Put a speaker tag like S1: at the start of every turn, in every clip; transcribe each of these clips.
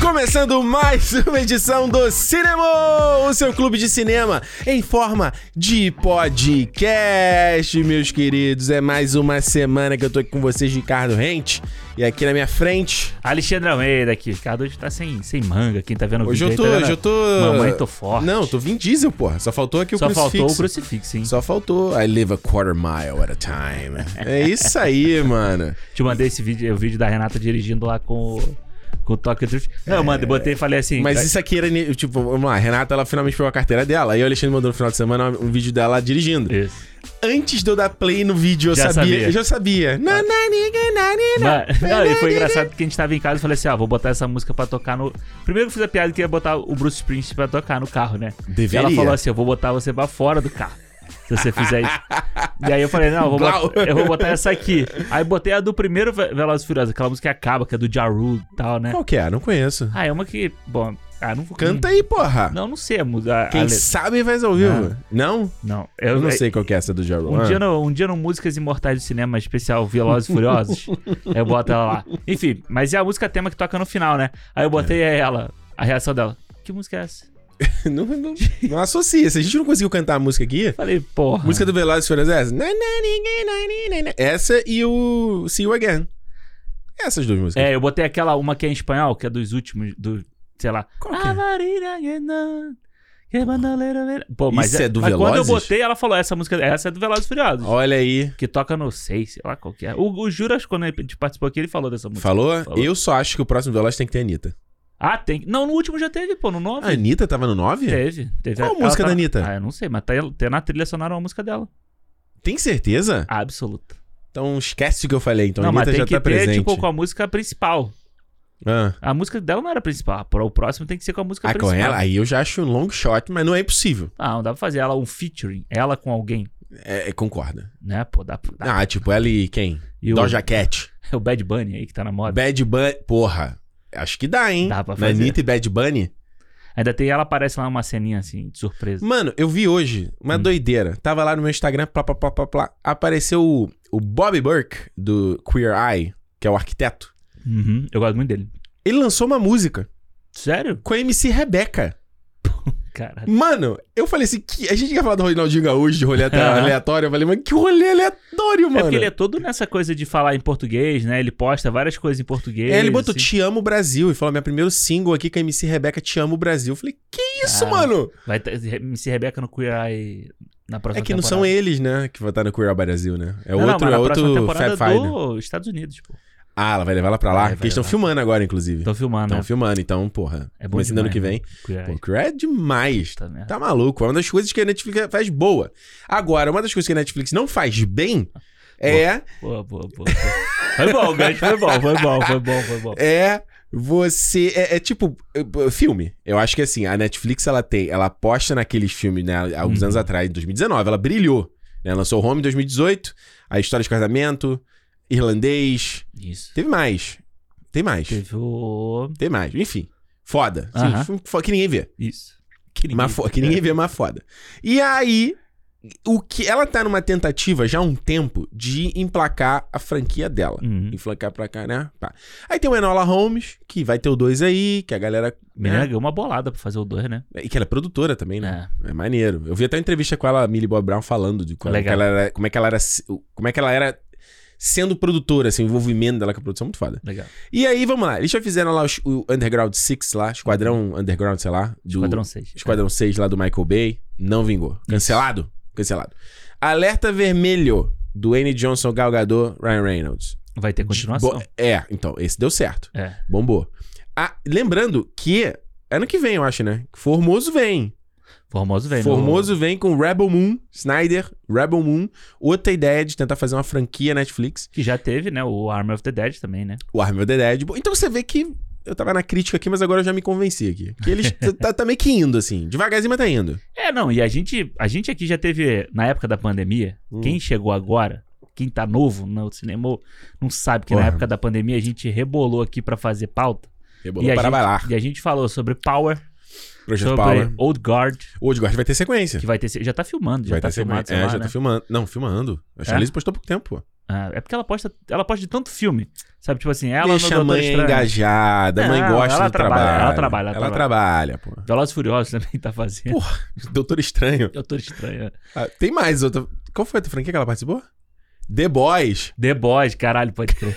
S1: começando mais uma edição do Cinema, o seu clube de cinema em forma de podcast, meus queridos. É mais uma semana que eu tô aqui com vocês, Ricardo Rente, e aqui na minha frente.
S2: Alexandre Almeida aqui. Ricardo hoje tá sem, sem manga, quem tá vendo o
S1: Hoje eu tô,
S2: vídeo aí tá vendo,
S1: hoje eu tô.
S2: Mamãe, tô forte.
S1: Não, tô Vin Diesel, porra. Só faltou aqui o
S2: Só
S1: crucifixo.
S2: faltou o crucifixo, hein?
S1: Só faltou. I live a quarter mile at a time. É isso aí, mano.
S2: Te mandei esse vídeo, é o vídeo da Renata dirigindo lá com, o- com o Tokyo Drift. Não, eu mandei, botei e falei assim...
S1: Mas
S2: cara,
S1: isso aqui era. ne- Tipo, vamos lá, a Renata, ela finalmente pegou a carteira dela. Aí o Alexandre mandou no final de semana um vídeo dela dirigindo.
S2: isso.
S1: Antes de eu dar play no vídeo, eu
S2: Já
S1: sabia.
S2: sabia. Ah.
S1: Eu já sabia. Na, na, niga, na, ni, na.
S2: Mas- não, e foi engraçado porque a gente tava em casa e falei assim, ó, vou botar essa música pra tocar no... Primeiro que eu fiz a piada que ia botar o Bruce Springsteen pra tocar no carro, né? E ela
S1: Deveria.
S2: falou assim, eu vou botar você pra fora do carro. Se você fizer isso. e aí eu falei, não, eu vou,
S1: Blau.
S2: botar, eu vou botar essa aqui. Aí botei a do primeiro Ve- Velozes e Furiosos, aquela música que acaba, que é do Jaru e tal, né?
S1: Qual que é? Não conheço.
S2: Ah, é uma que, bom, ah, não vou...
S1: Canta aí, porra.
S2: Não, não sei a música. a- a
S1: Quem
S2: letra.
S1: sabe faz ao vivo. Não?
S2: Não,
S1: Eu não sei qual que é essa do Jarrell.
S2: Um, dia no, um dia no Músicas Imortais do Cinema especial Velozes e Furiosos, eu boto ela lá. Enfim, mas é a música tema que toca no final, né? Aí eu botei
S1: É.
S2: ela, a reação dela. Que música é essa?
S1: não, não, não associa. Se a gente não conseguiu cantar a música aqui.
S2: Falei, porra.
S1: Música do Velozes e Furiosos é essa. Na, na, niga, na, ni, na, na. Essa e o See You Again. Essas duas músicas.
S2: É, eu botei aquela, uma que é em espanhol, que é dos últimos, do, sei lá.
S1: Qual que é?
S2: Avarira, guenan, que bandoleira, vera- Pô, mas,
S1: Isso é do
S2: mas quando eu
S1: Velozes?
S2: botei, ela falou, essa música, essa é do Velozes e Furiosos.
S1: Olha aí.
S2: Que toca no sei, sei lá qual que é. O, o Juras, quando ele participou aqui, ele falou dessa música.
S1: Falou?
S2: Falou.
S1: Eu só acho que o próximo Veloz tem que ter a Anitta.
S2: Ah, tem. Não, no último já teve, pô, no
S1: A
S2: 9.
S1: Anitta tava no 9?
S2: Teve, teve.
S1: Qual a
S2: Ela
S1: música
S2: tá-
S1: da Anitta?
S2: Ah, eu não sei, mas tá, tem na trilha sonora uma música dela.
S1: Tem certeza?
S2: Absoluta.
S1: Então esquece o que eu falei, então.
S2: não,
S1: a
S2: mas
S1: Anitta
S2: tem
S1: já
S2: que
S1: tá
S2: ter,
S1: presente.
S2: tipo, com a música principal.
S1: Ah,
S2: A música dela não era a principal. Ah, O próximo tem que ser com a música
S1: Ah,
S2: principal.
S1: com ela, aí eu já acho um long shot, mas não é impossível.
S2: Ah, não dá pra fazer ela um featuring. Ela com alguém,
S1: É, é, concorda.
S2: né? Pô, dá pra... dá-
S1: Ah, tipo, ela e quem?
S2: E o,
S1: Doja Cat.
S2: o Bad Bunny aí que tá na moda.
S1: Bad Bunny. Porra. Acho que dá, hein?
S2: Dá pra
S1: Na
S2: fazer.
S1: Anitta e Bad Bunny.
S2: Ainda tem ela aparece lá numa ceninha assim, de surpresa.
S1: Mano, eu vi hoje uma
S2: Hum.
S1: doideira. Tava lá no meu Instagram, plá, plá, plá, plá, plá. Apareceu o, o Bob Burke, do Queer Eye, que é o arquiteto.
S2: Uhum, eu gosto muito dele.
S1: Ele lançou uma música
S2: Sério?
S1: com a MC Rebecca.
S2: Cara. é
S1: Mano, eu falei assim, que... a gente ia falar do Ronaldinho Gaúcho, de rolê
S2: Aham.
S1: aleatório. Eu falei, mano, que rolê aleatório,
S2: É
S1: mano.
S2: porque ele é todo nessa coisa de falar em português, né? Ele posta várias coisas em português.
S1: É, ele botou
S2: assim.
S1: Te Amo Brasil e falou: minha primeiro single aqui com a MC Rebeca Te Amo Brasil. Eu falei, que isso,
S2: Ah,
S1: mano?
S2: Vai ter MC Rebeca no Queer Eye na
S1: É
S2: próxima
S1: que não são
S2: temporada.
S1: eles, né? Que vão estar no Queer Eye Brasil, né? É outro, é
S2: não, não, mas na
S1: outro
S2: próxima
S1: Fab
S2: temporada
S1: Five. né?
S2: dos Estados Unidos, pô.
S1: Ah, ela vai levar ela pra lá?
S2: Vai,
S1: Porque
S2: vai
S1: eles estão
S2: levar.
S1: filmando agora, inclusive.
S2: Tô filmando,
S1: Estão
S2: né?
S1: filmando, então, porra.
S2: É bom
S1: Começando ano
S2: demais,
S1: que vem.
S2: né? Queer
S1: Pô,
S2: Eye.
S1: Queer Eye é demais.
S2: Puta merda.
S1: Tá maluco. É uma das coisas que a Netflix faz boa. Agora, uma das coisas que a Netflix não faz bem é.
S2: Boa, boa, boa. boa. Foi bom, gente. Foi bom, foi bom, foi bom, foi bom.
S1: É você. É, é tipo eh, filme. Eu acho que assim, a Netflix ela tem, ela aposta naqueles filmes, né, há uns
S2: Uhum.
S1: anos atrás, em 2019, ela brilhou. Né? Lançou Home em 2018, a História de Casamento, Irlandês.
S2: Isso.
S1: Teve mais. Tem mais.
S2: Teve o...
S1: Tem mais. Enfim. Foda. Sim,
S2: Aham.
S1: filme fo- que ninguém vê.
S2: Isso. Que É.
S1: Mas fo- que ninguém vê, mas foda. E aí, o que ela tá numa tentativa já há um tempo de emplacar a franquia dela
S2: Uhum.
S1: enflancar pra cá, né? Pá. Aí tem o Enola Holmes, que vai ter o 2 aí, que a galera.
S2: Menina
S1: Né?
S2: ganhou uma bolada pra fazer o 2, né?
S1: E que ela é produtora também, né?
S2: É.
S1: É. maneiro. Eu vi até uma entrevista com ela, a Millie Bob Brown, falando de como, que
S2: Legal.
S1: ela era, como é que ela era. Como é que ela era sendo produtora, assim, o envolvimento dela com a produção muito foda.
S2: Legal.
S1: E aí, vamos lá. Eles já fizeram lá os- o Underground 6 lá, Esquadrão Underground, sei lá. Do,
S2: Esquadrão é. 6.
S1: Esquadrão 6 lá do Michael Bay. Não vingou. Cancelado? Cancelado. Alerta Vermelho, do N. Johnson, Gal Gadot, Ryan Reynolds.
S2: Vai ter continuação.
S1: Bo- é, então, esse deu certo.
S2: É.
S1: Bombou. Ah, lembrando que ano que vem, eu acho, né? Formoso vem.
S2: Formoso vem. né? no-
S1: Formoso vem com Rebel Moon, Snyder, Rebel Moon. Outra ideia de tentar fazer uma franquia Netflix.
S2: Que já teve, né? O Army of the Dead também, né?
S1: O Army of the Dead. Bom, Então você vê que eu tava na crítica aqui, mas agora eu já me convenci aqui. Que eles t- tá, tá meio que indo, assim. Devagarzinho, mas tá indo.
S2: É, não, e a gente, a gente aqui já teve, na época da pandemia,
S1: Hum.
S2: quem chegou agora, quem tá novo no cinema, não sabe que na
S1: Porra.
S2: época da pandemia a gente rebolou aqui pra fazer pauta.
S1: Rebolou
S2: e, a
S1: para
S2: gente,
S1: bailar.
S2: e a gente falou sobre Power,
S1: Projeto
S2: sobre
S1: Power.
S2: Old Guard,
S1: Hoje Guard vai ter sequência.
S2: que vai ter. Já tá filmando, já
S1: vai
S2: tá
S1: ter
S2: filmado,
S1: sequência.
S2: sei
S1: É,
S2: lá,
S1: já
S2: né?
S1: tá filmando. Não, filmando. A
S2: É?
S1: Charlize postou pouco tempo, pô.
S2: Ah, é porque ela posta, ela posta de tanto filme. Sabe, tipo assim, ela
S1: Deixa a
S2: no Doutor
S1: mãe
S2: Estranho.
S1: engajada, a mãe
S2: Não,
S1: gosta
S2: ela
S1: do
S2: trabalha,
S1: trabalho.
S2: ela trabalha, ela
S1: Ela trabalha, pô.
S2: Velozes e Furiosos também tá fazendo.
S1: Porra. Doutor Estranho.
S2: Doutor Estranho. é.
S1: Ah, tem mais outra. Qual foi a outra franquia que ela participou? The Boys.
S2: The Boys, caralho, pode crer.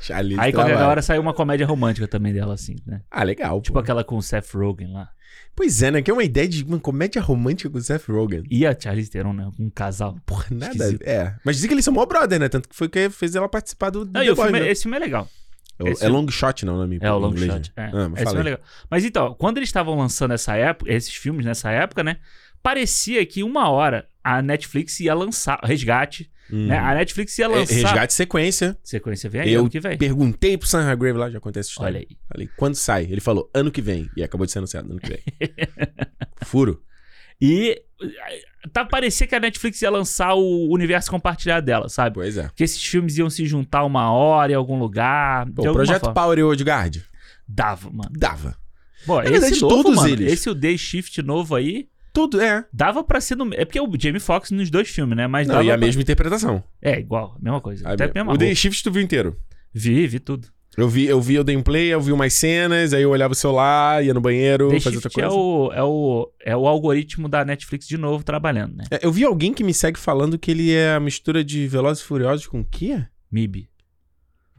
S1: Charlize
S2: Aí qualquer
S1: trabalha.
S2: hora saiu uma comédia romântica também dela, assim, né?
S1: Ah, legal.
S2: Tipo
S1: pô.
S2: aquela com o Seth Rogen lá.
S1: Pois é, né? Que é uma ideia de uma comédia romântica com o Seth Rogen.
S2: E a Charlize Theron, né? Um casal.
S1: Porra, nada.
S2: Esquisito.
S1: É. Mas dizem que eles são mó brother, né? Tanto que foi que fez ela participar do.
S2: Não,
S1: The
S2: e o
S1: Boys,
S2: filme,
S1: né?
S2: esse filme é legal.
S1: É o-
S2: esse-
S1: É Long Shot, não, na minha
S2: É o Long
S1: inglês,
S2: Shot.
S1: né?
S2: É.
S1: Ah, mas
S2: esse
S1: fala
S2: filme é
S1: aí.
S2: legal. Mas então, quando eles estavam lançando essa época, esses filmes nessa época, né? Parecia que uma hora a Netflix ia lançar. Resgate,
S1: Hum.
S2: né? A Netflix ia
S1: É,
S2: lançar.
S1: Resgate sequência.
S2: Sequência vem
S1: Eu
S2: aí,
S1: né?
S2: ano que vem.
S1: Perguntei pro Sam Hargrave lá, já contei essa história.
S2: Olha aí.
S1: Falei, quando sai? Ele falou, ano que vem. E acabou de ser anunciado, ano que vem. Furo.
S2: E eh, tá parecia que a Netflix ia lançar o universo compartilhado dela, sabe?
S1: Pois é.
S2: Que esses filmes iam se juntar uma hora em algum lugar.
S1: Pô,
S2: de
S1: o
S2: alguma
S1: projeto
S2: forma.
S1: Power e Odegaard
S2: Dava, mano.
S1: dava.
S2: Bom, esse
S1: verdade,
S2: novo,
S1: é todos
S2: mano,
S1: eles.
S2: Esse o Day Shift novo aí,
S1: Tudo, é.
S2: dava pra ser no... É porque o Jamie Foxx nos dois filmes, né? Mas
S1: Não,
S2: dava
S1: e a
S2: pra-
S1: mesma interpretação.
S2: É, igual, mesma coisa.
S1: A
S2: Até
S1: me-
S2: mesma
S1: o
S2: roupa.
S1: Day Shift tu viu inteiro.
S2: Vi, vi tudo.
S1: Eu vi, eu vi o gameplay, eu vi umas cenas, aí eu olhava o celular, ia no banheiro,
S2: Day
S1: fazia outra
S2: Shift
S1: coisa.
S2: é o, é, o, é o algoritmo da Netflix de novo trabalhando, né?
S1: É, Eu vi alguém que me segue falando que ele é a mistura de Velozes e Furiosos com o quê?
S2: MIB.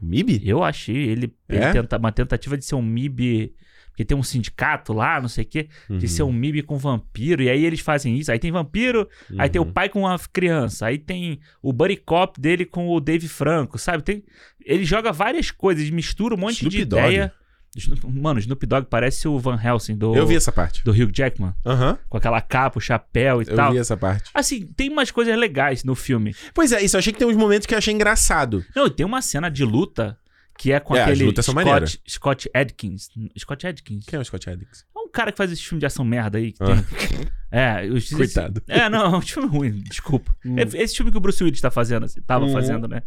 S1: MIB?
S2: Eu achei ele, ele
S1: É?
S2: tenta, uma tentativa de ser um MIB... Porque tem um sindicato lá, não sei o quê, de
S1: Uhum,
S2: ser um MIB com vampiro. E aí eles fazem isso. Aí tem vampiro,
S1: uhum.
S2: Aí tem o pai com a criança, aí tem o buddy cop dele com o Dave Franco, sabe? Tem, ele joga várias coisas, mistura um monte de
S1: Snoop Dogg.
S2: ideia. Snoop- Mano, o Snoop Dogg parece o Van Helsing do,
S1: Eu vi essa parte.
S2: do Hugh Jackman,
S1: Aham.
S2: com aquela capa, o chapéu e
S1: Eu
S2: tal.
S1: vi essa parte.
S2: Assim, tem umas coisas legais no filme.
S1: Pois é, isso eu achei que tem uns momentos que eu achei engraçado.
S2: Não, e tem uma cena de luta que é com
S1: É, as
S2: aquele
S1: lutas são maneiras.
S2: Scott, Scott Adkins. Scott Adkins?
S1: Quem é o Scott Addicts?
S2: É um cara que faz esse filme de ação merda aí. Que
S1: Ah.
S2: tem... É, os,
S1: Coitado.
S2: É, não, é um filme ruim, desculpa.
S1: Hum.
S2: É Esse filme que o Bruce Willis tá fazendo, assim, tava
S1: Uhum.
S2: fazendo, né?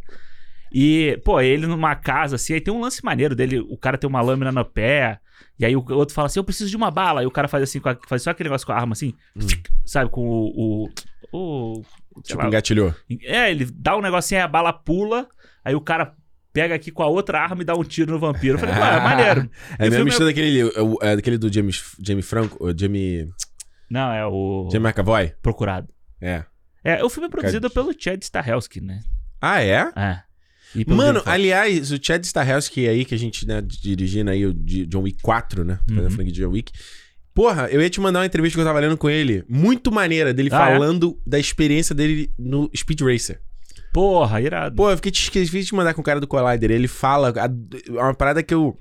S2: E, pô, ele numa casa, assim, aí tem um lance maneiro dele, o cara tem uma lâmina no pé, e aí o outro fala assim, eu preciso de uma bala, e o cara faz assim, com a- faz só aquele negócio com a arma, assim,
S1: Hum.
S2: sabe, com o... o, o sei
S1: Tipo,
S2: lá,
S1: engatilhou.
S2: é, ele dá um negocinho, aí a bala pula, aí o cara pega aqui com a outra arma e dá um tiro no vampiro. Eu falei, pô, é maneiro.
S1: É
S2: E
S1: a
S2: o
S1: mesma
S2: filme
S1: mistura daquele, é o- é daquele do James, Jamie Franco, ou Jamie,
S2: Não, é o
S1: Jamie McAvoy.
S2: Procurado.
S1: É.
S2: É, o filme é produzido pelo Chad Stahelski, né?
S1: Ah, é?
S2: É. E pelo
S1: Mano,
S2: Jamie Foxx.
S1: aliás, o Chad Stahelski aí, que a gente, né, dirigindo aí o de- John Wick 4, né? Fazendo a
S2: Uhum.
S1: franquia de John Wick. Porra, eu ia te mandar uma entrevista que eu tava lendo com ele, muito maneira, dele
S2: Ah, é?
S1: falando da experiência dele no Speed Racer.
S2: Porra, irado.
S1: Pô, eu fiquei te esqueci de mandar com o cara do Collider. Ele fala. a- É uma parada que eu.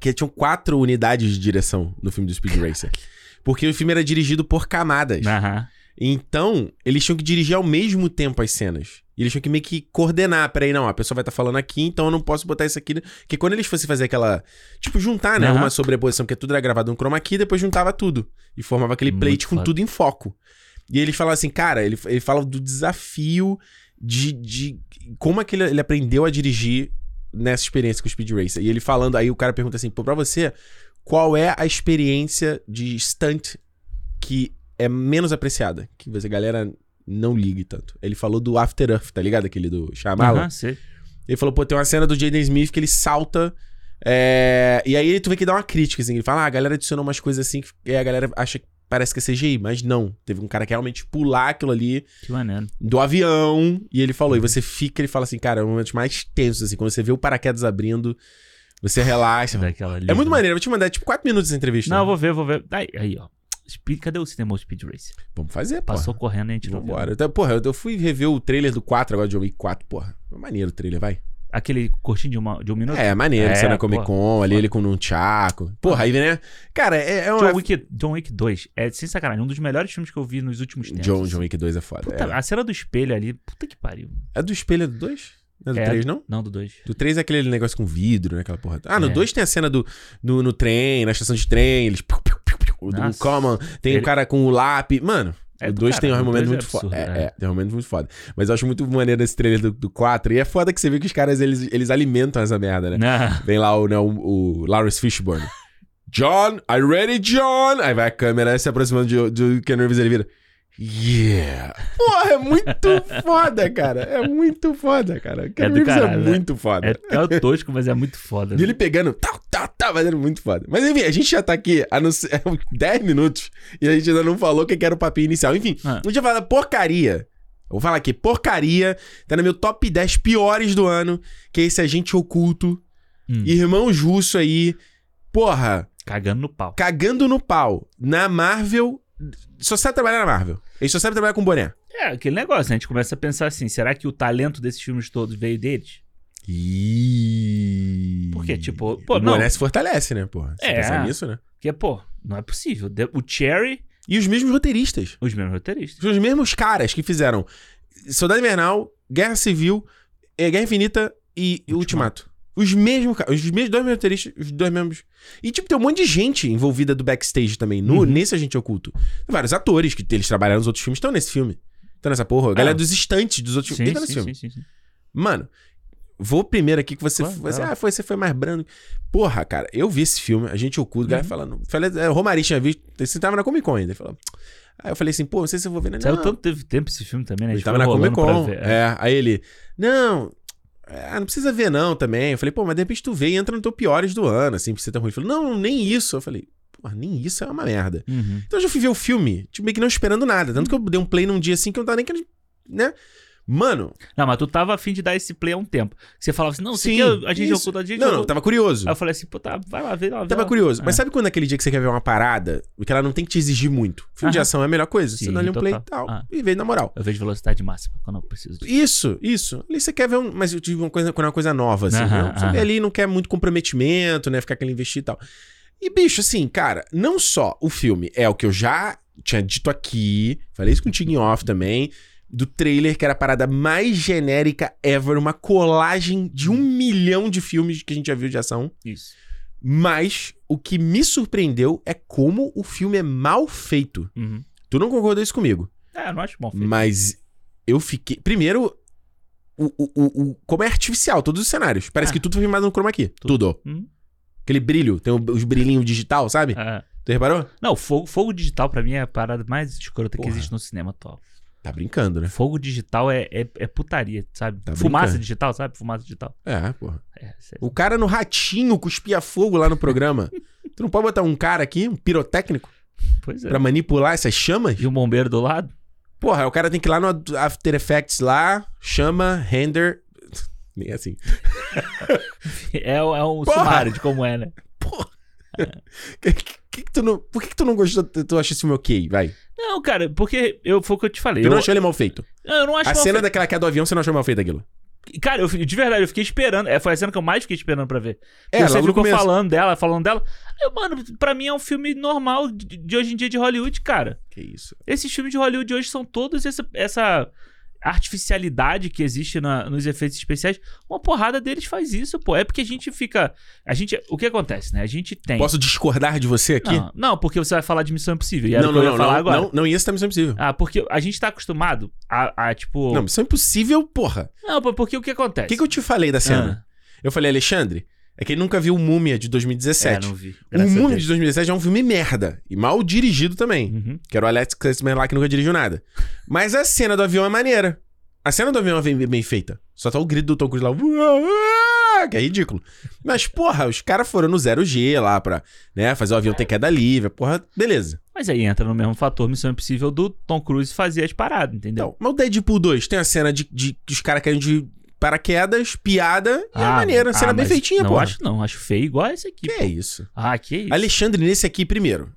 S1: Que tinham quatro unidades de direção no filme do Speed Racer. Porque o filme era dirigido por camadas.
S2: Aham.
S1: Então, eles tinham que dirigir ao mesmo tempo as cenas. E eles tinham que meio que coordenar. Peraí, não, a pessoa vai estar falando aqui, então eu não posso botar isso aqui. né? Porque quando eles fossem fazer aquela. Tipo, juntar, né?
S2: Aham.
S1: Uma sobreposição, porque tudo era gravado no chroma key, depois juntava tudo. E formava aquele
S2: Muito
S1: plate com
S2: foda.
S1: tudo em foco. E eles falavam assim, cara, ele, ele fala do desafio de, de como é que ele, ele aprendeu a dirigir nessa experiência com o Speed Racer. E ele falando, aí o cara pergunta assim, pô, pra você, qual é a experiência de stunt que é menos apreciada? Que você, galera, não ligue tanto. Ele falou do After Earth, tá ligado? Aquele do Shyamalan.
S2: Aham, sei.
S1: Ele falou, pô, tem uma cena do Jaden Smith que ele salta. é, E aí ele tu vê que dá uma crítica, assim. Ele fala, ah, a galera adicionou umas coisas assim que e a galera acha que parece que é CGI, mas não. Teve um cara que realmente pular aquilo ali
S2: Que maneiro.
S1: do avião. E ele falou, e você fica, ele fala assim, cara, é um momento mais tenso, assim. Quando você vê o paraquedas abrindo, você relaxa.
S2: Daquela
S1: É muito
S2: maneiro.
S1: maneiro, eu vou te mandar tipo 4 minutos essa entrevista.
S2: Não, eu vou ver, vou ver. Aí, aí ó. Speed, cadê o cinema Speed Race?
S1: Vamos fazer, pô.
S2: Passou correndo e a gente não viu.
S1: Vambora. Então, porra, eu- eu fui rever o trailer do 4 agora de John Wick 4, porra. É Maneiro o trailer, vai.
S2: Aquele curtinho de, uma, de um minuto.
S1: É, maneiro,
S2: É,
S1: você na
S2: pô.
S1: Comic Con, ali
S2: Foda.
S1: ele com um tchaco. Porra, aí, né? Cara, é, é uma...
S2: John, Wick, John Wick 2. É, sem sacanagem, um dos melhores filmes que eu vi nos últimos tempos.
S1: John, John Wick 2 é foda.
S2: né? Puta,
S1: é.
S2: A cena do espelho ali, puta que pariu.
S1: É do espelho é do 2? Não é do
S2: É.
S1: 3, não?
S2: Não, do 2.
S1: Do 3 é aquele negócio com vidro, né? Aquela porra. Ah, no
S2: É.
S1: 2 tem a cena do no, no trem, na estação de trem, eles. piu, piu, piu, piu, o do
S2: Nossa.
S1: Common, tem o
S2: Ele-
S1: cara com o lápis. Mano,
S2: É
S1: o
S2: do
S1: 2 tem um
S2: caralho, o
S1: momento
S2: dois é
S1: muito foda.
S2: absurdo,
S1: É,
S2: é.
S1: é, tem um momento muito foda. Mas eu acho muito maneiro esse trailer do, do 4. E é foda que você vê que os caras eles, eles alimentam essa merda, né?
S2: Não.
S1: Vem lá o, né, o, o Lawrence Fishburne. John, I ready, John? Aí vai a câmera se aproximando de- do Ken Reeves ele vira. Yeah! Porra, é muito foda, cara. É muito foda, cara. Aquele
S2: do
S1: Reeves
S2: caralho,
S1: é
S2: né?
S1: muito foda.
S2: É, é tosco, mas é muito foda.
S1: E
S2: Né?
S1: ele pegando, tá, tá, tá, mas era muito foda. Mas enfim, a gente já tá aqui há não sei- 10 minutos e a gente ainda não falou o que que era o papinho inicial. Enfim,
S2: Ah.
S1: a gente vai falar da porcaria. Eu Vou falar aqui, porcaria, tá no meu top 10 piores do ano, que é esse agente oculto,
S2: Hum.
S1: irmãos russo aí, porra,
S2: Cagando no pau.
S1: cagando no pau, na Marvel, só sabe trabalhar na Marvel, ele só sabe trabalhar com boné.
S2: É, aquele negócio, né? A gente começa a pensar assim, será que o talento desses filmes todos veio deles?
S1: Ih.
S2: Porque, tipo, pô,
S1: o
S2: não.
S1: boné se fortalece, né, porra? Você
S2: É.
S1: pensar nisso, né?
S2: Porque, pô, não é possível. De- O Cherry,
S1: E os mesmos roteiristas.
S2: os mesmos roteiristas.
S1: São os mesmos caras que fizeram Soldado Invernal, Guerra Civil, eh, Guerra Infinita e Ultimato. Os mesmos caras, os mesmos dois mesmos roteiristas, os dois mesmos. E, tipo, tem um monte de gente envolvida do backstage também, no,
S2: Uhum.
S1: nesse Agente Oculto. Tem vários atores que eles trabalharam nos outros filmes, estão nesse filme. Estão nessa porra. A galera
S2: Ah.
S1: dos estantes dos outros filmes,
S2: Sim,
S1: estão Tipo, nesse
S2: sim,
S1: filme.
S2: sim, sim, sim.
S1: Mano, vou primeiro aqui que você.
S2: Claro,
S1: você
S2: claro.
S1: ah, foi, você foi mais brando. Porra, cara, eu vi esse filme, a gente oculto, o
S2: Uhum.
S1: cara falando. Falei, é, o Romari tinha visto, você tava na Comic Con ainda. ele falou. Aí eu falei assim, pô, não sei se eu vou ver, né?
S2: Saiu
S1: Não,
S2: tanto teve tempo esse filme também, né? A
S1: ele
S2: gente
S1: tava
S2: foi
S1: na Comic
S2: rolando
S1: Con.
S2: pra ver.
S1: É, aí ele, não, ah, não precisa ver não também. Eu falei, pô, mas de repente tu vê e entra no teu piores do ano, assim, pra você tá ruim. Ele falou, não, nem isso. Eu falei, porra, nem isso é uma merda.
S2: Uhum.
S1: Então eu já fui ver o filme, tipo, meio que não esperando nada. Tanto que eu dei um play num dia assim que eu não tava nem querendo, né? Mano,
S2: Não, mas tu tava afim de dar esse play há um tempo. Você falava assim, não, você
S1: Sim,
S2: quer a gente
S1: isso.
S2: oculta, a gente
S1: não, não, eu
S2: oculta.
S1: tava curioso.
S2: Aí eu falei assim, pô, tá, vai lá, vê lá. vê
S1: Tava
S2: lá.
S1: curioso. Mas
S2: É.
S1: sabe quando é aquele dia que você quer ver uma parada que ela não tem que te exigir muito? Filme de
S2: Aham.
S1: ação é a melhor coisa. você
S2: Sim,
S1: dá ali um play e
S2: total.
S1: tal.
S2: Ah.
S1: E veio na moral.
S2: Eu vejo velocidade máxima quando eu preciso de...
S1: Isso, isso. Ali você quer ver um. Mas eu tive uma coisa, uma coisa nova, assim.
S2: Aham,
S1: né? Você vê
S2: aham.
S1: ali não quer muito comprometimento, né? Ficar aquele investir e tal. E, bicho, assim, cara, não só o filme é o que eu já tinha dito aqui, falei isso contigo em off também, do trailer, que era a parada mais genérica ever, uma colagem de um milhão de filmes que a gente já viu de ação.
S2: Isso.
S1: Mas o que me surpreendeu é como o filme é mal feito.
S2: Uhum.
S1: Tu não concordou isso comigo.
S2: É, eu não acho bom filme.
S1: Mas eu fiquei. Primeiro, o, o, o, o- como é artificial, todos os cenários. Parece
S2: Ah.
S1: que tudo foi filmado no chroma key. Tudo.
S2: Uhum.
S1: Aquele brilho, tem o- os brilhinhos digital, sabe?
S2: É.
S1: Tu reparou?
S2: Não, fogo, fogo digital pra mim é a parada mais escrota que
S1: Porra.
S2: existe no cinema atual.
S1: Tá brincando, né?
S2: Fogo digital é, é, é putaria, sabe?
S1: Tá
S2: Fumaça
S1: brincando.
S2: digital, sabe? Fumaça digital.
S1: É, porra.
S2: É, cê-
S1: O cara no ratinho cuspia fogo lá no programa. tu não pode botar um cara aqui, um pirotécnico,
S2: Pois é.
S1: pra manipular essas chamas?
S2: E um bombeiro do lado?
S1: Porra, aí o cara tem que ir lá no After Effects lá, chama, render. Nem é assim.
S2: É, o- é um
S1: Porra!
S2: sumário de como é, né?
S1: Que- que- que tu não- por que, que tu não gostou? Tu tu acha esse filme ok? Vai.
S2: Não, cara, porque eu, foi o que eu te falei.
S1: Tu
S2: Eu,
S1: não achou ele mal feito.
S2: eu não acho
S1: a
S2: mal
S1: cena daquela queda do avião, você não achou mal feito aquilo?
S2: feito. Cara, eu, fi- de verdade, eu fiquei esperando. É, foi a cena que eu mais fiquei esperando pra ver.
S1: É,
S2: Porque
S1: logo
S2: você
S1: no
S2: ficou
S1: começo.
S2: falando dela, falando dela. Eu, mano, pra mim é um filme normal de, de hoje em dia de Hollywood, cara.
S1: Que isso.
S2: Esses filmes de Hollywood hoje são todos essa, essa artificialidade que existe na- nos efeitos especiais. Uma porrada deles faz isso, pô. É porque a gente fica. A gente. O que acontece, né? A gente tem.
S1: Posso discordar de você aqui?
S2: Não, não, porque você vai falar de Missão Impossível. E era o que eu ia
S1: não,
S2: falar
S1: não,
S2: agora.
S1: não, não, e esse tá Missão Impossível.
S2: Ah, porque a gente tá acostumado a, a, tipo.
S1: Não, Missão Impossível, porra.
S2: Não, pô, porque o que acontece?
S1: O que, que eu te falei da cena? Eu falei, Alexandre, é que ele nunca viu o Múmia de
S2: Ah, é,
S1: 2017.
S2: não vi.
S1: o assim.
S2: Graças a
S1: Múmia
S2: Deus.
S1: de 2017 é um filme merda. E mal dirigido também.
S2: Uhum.
S1: Que era o Alex Kurtzman lá que nunca dirigiu nada. Mas a cena do avião é maneira. A cena do avião é bem, bem feita. Só tá o grito do Tom Cruise lá. "Uá, uá", Que é ridículo. Mas, porra, os caras foram no zero G lá pra né, fazer o avião ter queda livre. Porra, beleza.
S2: Mas aí entra no mesmo fator Missão Impossível do Tom Cruise fazer as paradas, entendeu?
S1: Então, mas o Deadpool 2 tem a cena de, de que os caras caem de paraquedas, piada e é maneira. A cena bem
S2: Ah, mas
S1: feitinha,
S2: não
S1: porra.
S2: acho não, acho feio igual esse aqui.
S1: Que é isso?
S2: Ah, que isso.
S1: Alexandre, nesse aqui, primeiro.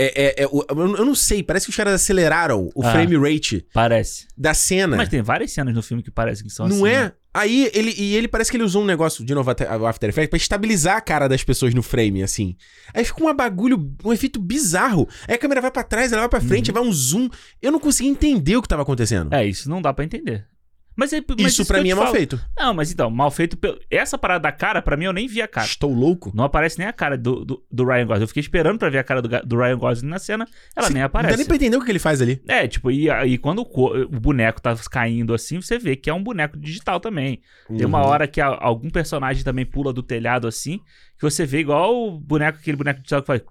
S1: É, é- é o- eu eu não sei, parece que os caras aceleraram o
S2: Ah.
S1: frame rate
S2: Parece.
S1: da cena.
S2: Mas tem várias cenas no filme que parecem que são assim.
S1: Né? não é?
S2: né?
S1: Aí ele e ele parece que ele usou um negócio de novo até- o After Effects pra estabilizar a cara das pessoas no frame assim. Aí fica um bagulho, um efeito bizarro. Aí a câmera vai pra trás, ela vai pra frente, vai um zoom. Eu não consegui entender o que tava acontecendo.
S2: Uhum. É, isso não dá pra entender. Mas, é- mas
S1: isso pra
S2: que eu
S1: mim
S2: te
S1: é mal
S2: falo.
S1: feito.
S2: Não, mas então, mal feito pelo. Essa parada da cara, pra mim, eu nem vi a cara.
S1: Estou louco.
S2: Não aparece nem a cara do, do, do Ryan Gosling. Eu fiquei esperando pra ver a cara do, ga- do Ryan Gosling na cena. Ela
S1: Você-
S2: nem
S1: Não dá
S2: aparece.
S1: nem pra entender o que ele faz ali.
S2: É, tipo, e aí quando o, co- o boneco tá caindo assim, você vê que é um boneco digital também. Tem uma
S1: Uhum.
S2: hora que a- algum personagem também pula do telhado assim, que você vê igual o boneco, aquele boneco digital que faz.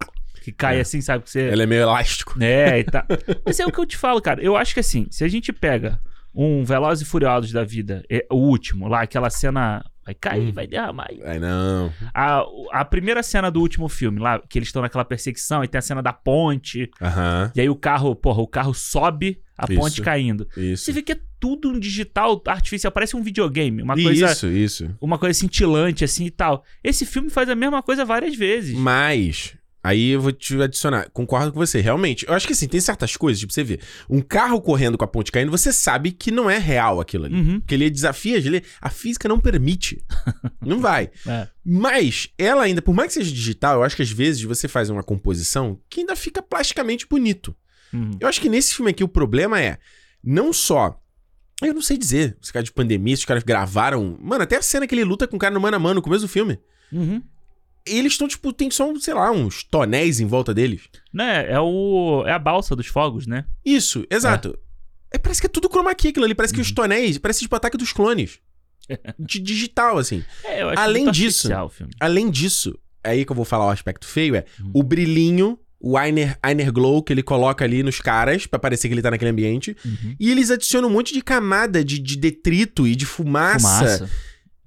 S2: que cai
S1: É.
S2: assim, sabe? Que você.
S1: Ele é meio elástico.
S2: É, e tá. Mas é o que eu te falo, cara. Eu acho que assim, se a gente pega um Veloz e Furiosos da vida, é, o último, lá, aquela cena. Vai cair,
S1: Hum.
S2: vai derramar. e-
S1: Ai, não.
S2: A, a primeira cena do último filme, lá, que eles estão naquela perseguição e tem a cena da ponte.
S1: Aham.
S2: E aí o carro, porra, o carro sobe, a
S1: Isso.
S2: ponte caindo.
S1: Isso.
S2: Você vê que é tudo um digital artificial, parece um videogame, uma
S1: E
S2: coisa,
S1: Isso, isso.
S2: uma coisa cintilante assim e tal. Esse filme faz a mesma coisa várias vezes.
S1: Mas. Aí eu vou te adicionar. Concordo com você, realmente. Eu acho que assim, tem certas coisas, tipo, você vê, um carro correndo com a ponte caindo, você sabe que não é real aquilo ali.
S2: Uhum.
S1: Porque ele desafia, ele, a física não permite. não vai.
S2: É.
S1: Mas ela ainda, por mais que seja digital, eu acho que às vezes você faz uma composição que ainda fica plasticamente bonito.
S2: Uhum.
S1: Eu acho que nesse filme aqui o problema é não só. Eu não sei dizer, os caras de pandemia, se os caras gravaram. Mano, até a cena que ele luta com o cara no mano a mano no começo do filme.
S2: Uhum.
S1: Eles estão, tipo, tem só, sei lá, uns tonéis em volta deles.
S2: Né? É, o, é a balsa dos fogos, né?
S1: Isso, exato. É, parece que é tudo chroma key aquilo ali. Parece que
S2: Uhum.
S1: os tonéis, parece tipo ataque dos clones. De digital, assim.
S2: É, eu acho
S1: Além
S2: muito
S1: disso-
S2: artificial o filme.
S1: Além disso, aí que eu vou falar o aspecto feio é
S2: Hum.
S1: o brilhinho, o Einer, Einer Glow que ele coloca ali nos caras pra parecer que ele tá naquele ambiente.
S2: Uhum.
S1: E eles adicionam um monte de camada de, de detrito e de fumaça,
S2: Fumaça.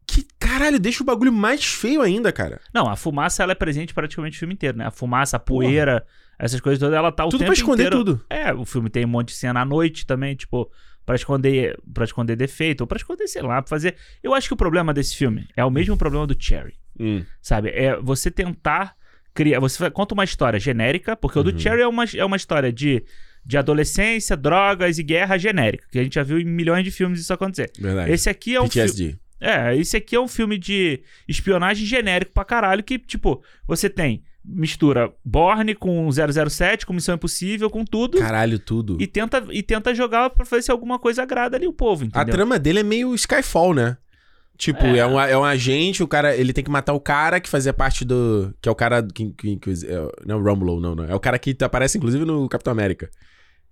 S1: Que, caralho, deixa o bagulho mais feio ainda, cara.
S2: Não, a fumaça ela é presente praticamente o filme inteiro, né? A fumaça, a poeira, essas coisas todas, ela tá o
S1: tudo
S2: tempo
S1: pra esconder
S2: inteiro.
S1: tudo.
S2: É, o filme tem um monte de cena à noite também, tipo, pra esconder, pra esconder defeito, ou pra esconder, sei lá, pra fazer. Eu acho que o problema desse filme é o mesmo problema do Cherry,
S1: Hum,
S2: sabe? É você tentar criar. Você fa- conta uma história genérica, porque o
S1: Uhum.
S2: do Cherry é uma, é uma história de, de adolescência, drogas e guerra genérica, que a gente já viu em milhões de filmes isso acontecer.
S1: Verdade.
S2: Esse aqui é um filme.
S1: PTSD.
S2: É, esse aqui é um filme de espionagem genérico pra caralho, que, tipo, você tem. Mistura Borne com 007, com Missão Impossível, com tudo.
S1: Caralho, tudo.
S2: E tenta, e tenta jogar pra ver se alguma coisa agrada ali o povo,
S1: A
S2: entendeu?
S1: trama dele é meio Skyfall, né? Tipo, é,
S2: É.
S1: um, a- é um agente, o cara, ele tem que matar o cara que fazia parte do... Que é o cara... Que, que, que- é o- não é o Rumlow, não, não. É o cara que aparece, inclusive, no Capitão América.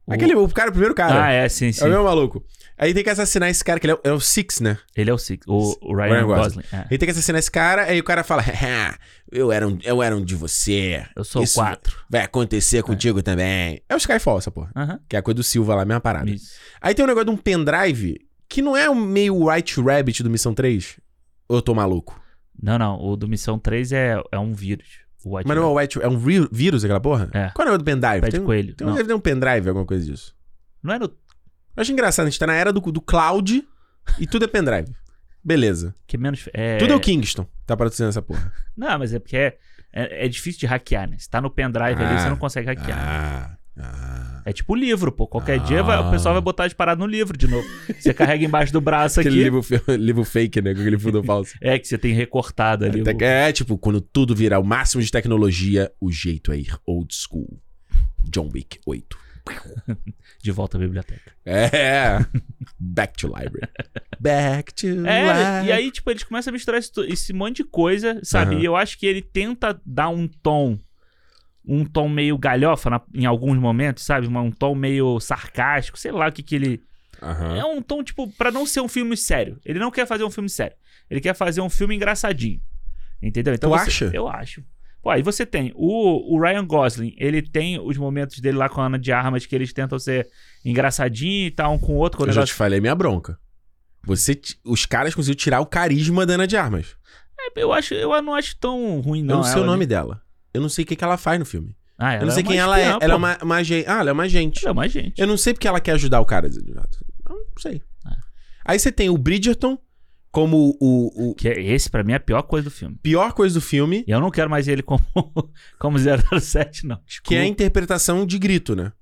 S2: O-
S1: é Aquele, o cara, o primeiro cara.
S2: Ah, é, sim,
S1: É o
S2: sim.
S1: meu maluco. Aí tem que assassinar esse cara, que ele é, o- é o Six, né?
S2: Ele é o Six, o, o Ryan,
S1: Ryan Gosling.
S2: Gosling. é.
S1: Ele tem que assassinar esse cara, aí o cara fala: "Haha, eu era um, eu era um de você.
S2: Eu sou
S1: Isso
S2: o 4.
S1: Vai
S2: É.
S1: acontecer contigo também. É o Skyfall, essa porra.
S2: Aham.
S1: Que é a coisa do Silva lá, a mesma parada.
S2: Isso.
S1: Aí tem um negócio de um pendrive que não é o meio White Rabbit do Missão 3. Ou eu tô maluco?
S2: Não, não. O do Missão 3 é, é um vírus. O White
S1: Mas não é
S2: Man.
S1: o White É um ri- vírus aquela porra?
S2: É.
S1: Qual é o negócio do pendrive?
S2: Pé de
S1: Tem, um-
S2: coelho.
S1: tem um,
S2: não.
S1: deve ter um pendrive, alguma coisa disso.
S2: não é no.
S1: Eu acho engraçado, a gente tá na era do, do cloud e tudo é pendrive. Beleza.
S2: Que é menos. É...
S1: Tudo é o Kingston. Tá patrocinando essa porra.
S2: Não, mas é porque é, é, é difícil de hackear, né? Se tá no pendrive
S1: Ah.
S2: ali, você não consegue hackear.
S1: Ah, ah.
S2: É tipo livro, pô. Qualquer
S1: Ah.
S2: dia vai- o pessoal vai botar de parada no livro de novo. Você carrega embaixo do braço
S1: Aquele
S2: aqui.
S1: livro, fe- livro fake, né? Com aquele fundo falso.
S2: É, que você tem recortado ali.
S1: Até
S2: o-
S1: que- É, tipo, quando tudo virar o máximo de tecnologia, o jeito é ir old school. John Wick 8.
S2: De volta à biblioteca.
S1: É. Back to library. Back to
S2: É,
S1: library.
S2: e aí, tipo, eles começam a misturar esse, esse monte de coisa, sabe?
S1: Aham.
S2: E eu acho que ele tenta dar um tom, um tom meio galhofa na- em alguns momentos, sabe? Uma- Um tom meio sarcástico, sei lá o que que ele...
S1: Aham.
S2: É um tom, tipo, pra não ser um filme sério. Ele não quer fazer um filme sério. Ele quer fazer um filme engraçadinho. Entendeu? Então
S1: Tu
S2: você-
S1: acha?
S2: Eu acho. Pô, aí você tem o, o Ryan Gosling, ele tem os momentos dele lá com a Ana de Armas que eles tentam ser engraçadinho e tal, um com o outro. Com o
S1: Eu já
S2: negócio.
S1: te falei é minha bronca. Você, ti- os caras conseguiram tirar o carisma da Ana de Armas.
S2: É, eu, acho, eu não acho tão ruim, não.
S1: eu não sei
S2: ela
S1: o
S2: ali.
S1: nome dela. Eu não sei o que, que ela faz no filme.
S2: Ah,
S1: eu não sei quem ela é. Ela é uma, uma agente. Ah, ela é uma agente.
S2: Ela é uma gente.
S1: Eu não sei porque ela quer ajudar o cara. Zé Donato. Eu não sei.
S2: É.
S1: Aí você tem o Bridgerton como o, o
S2: Que é- esse, pra mim, é a pior coisa do filme.
S1: pior coisa do filme.
S2: E eu não quero mais ele como, como 007, não.
S1: Que é a
S2: Desculpa.
S1: interpretação de grito, né?
S2: Ah.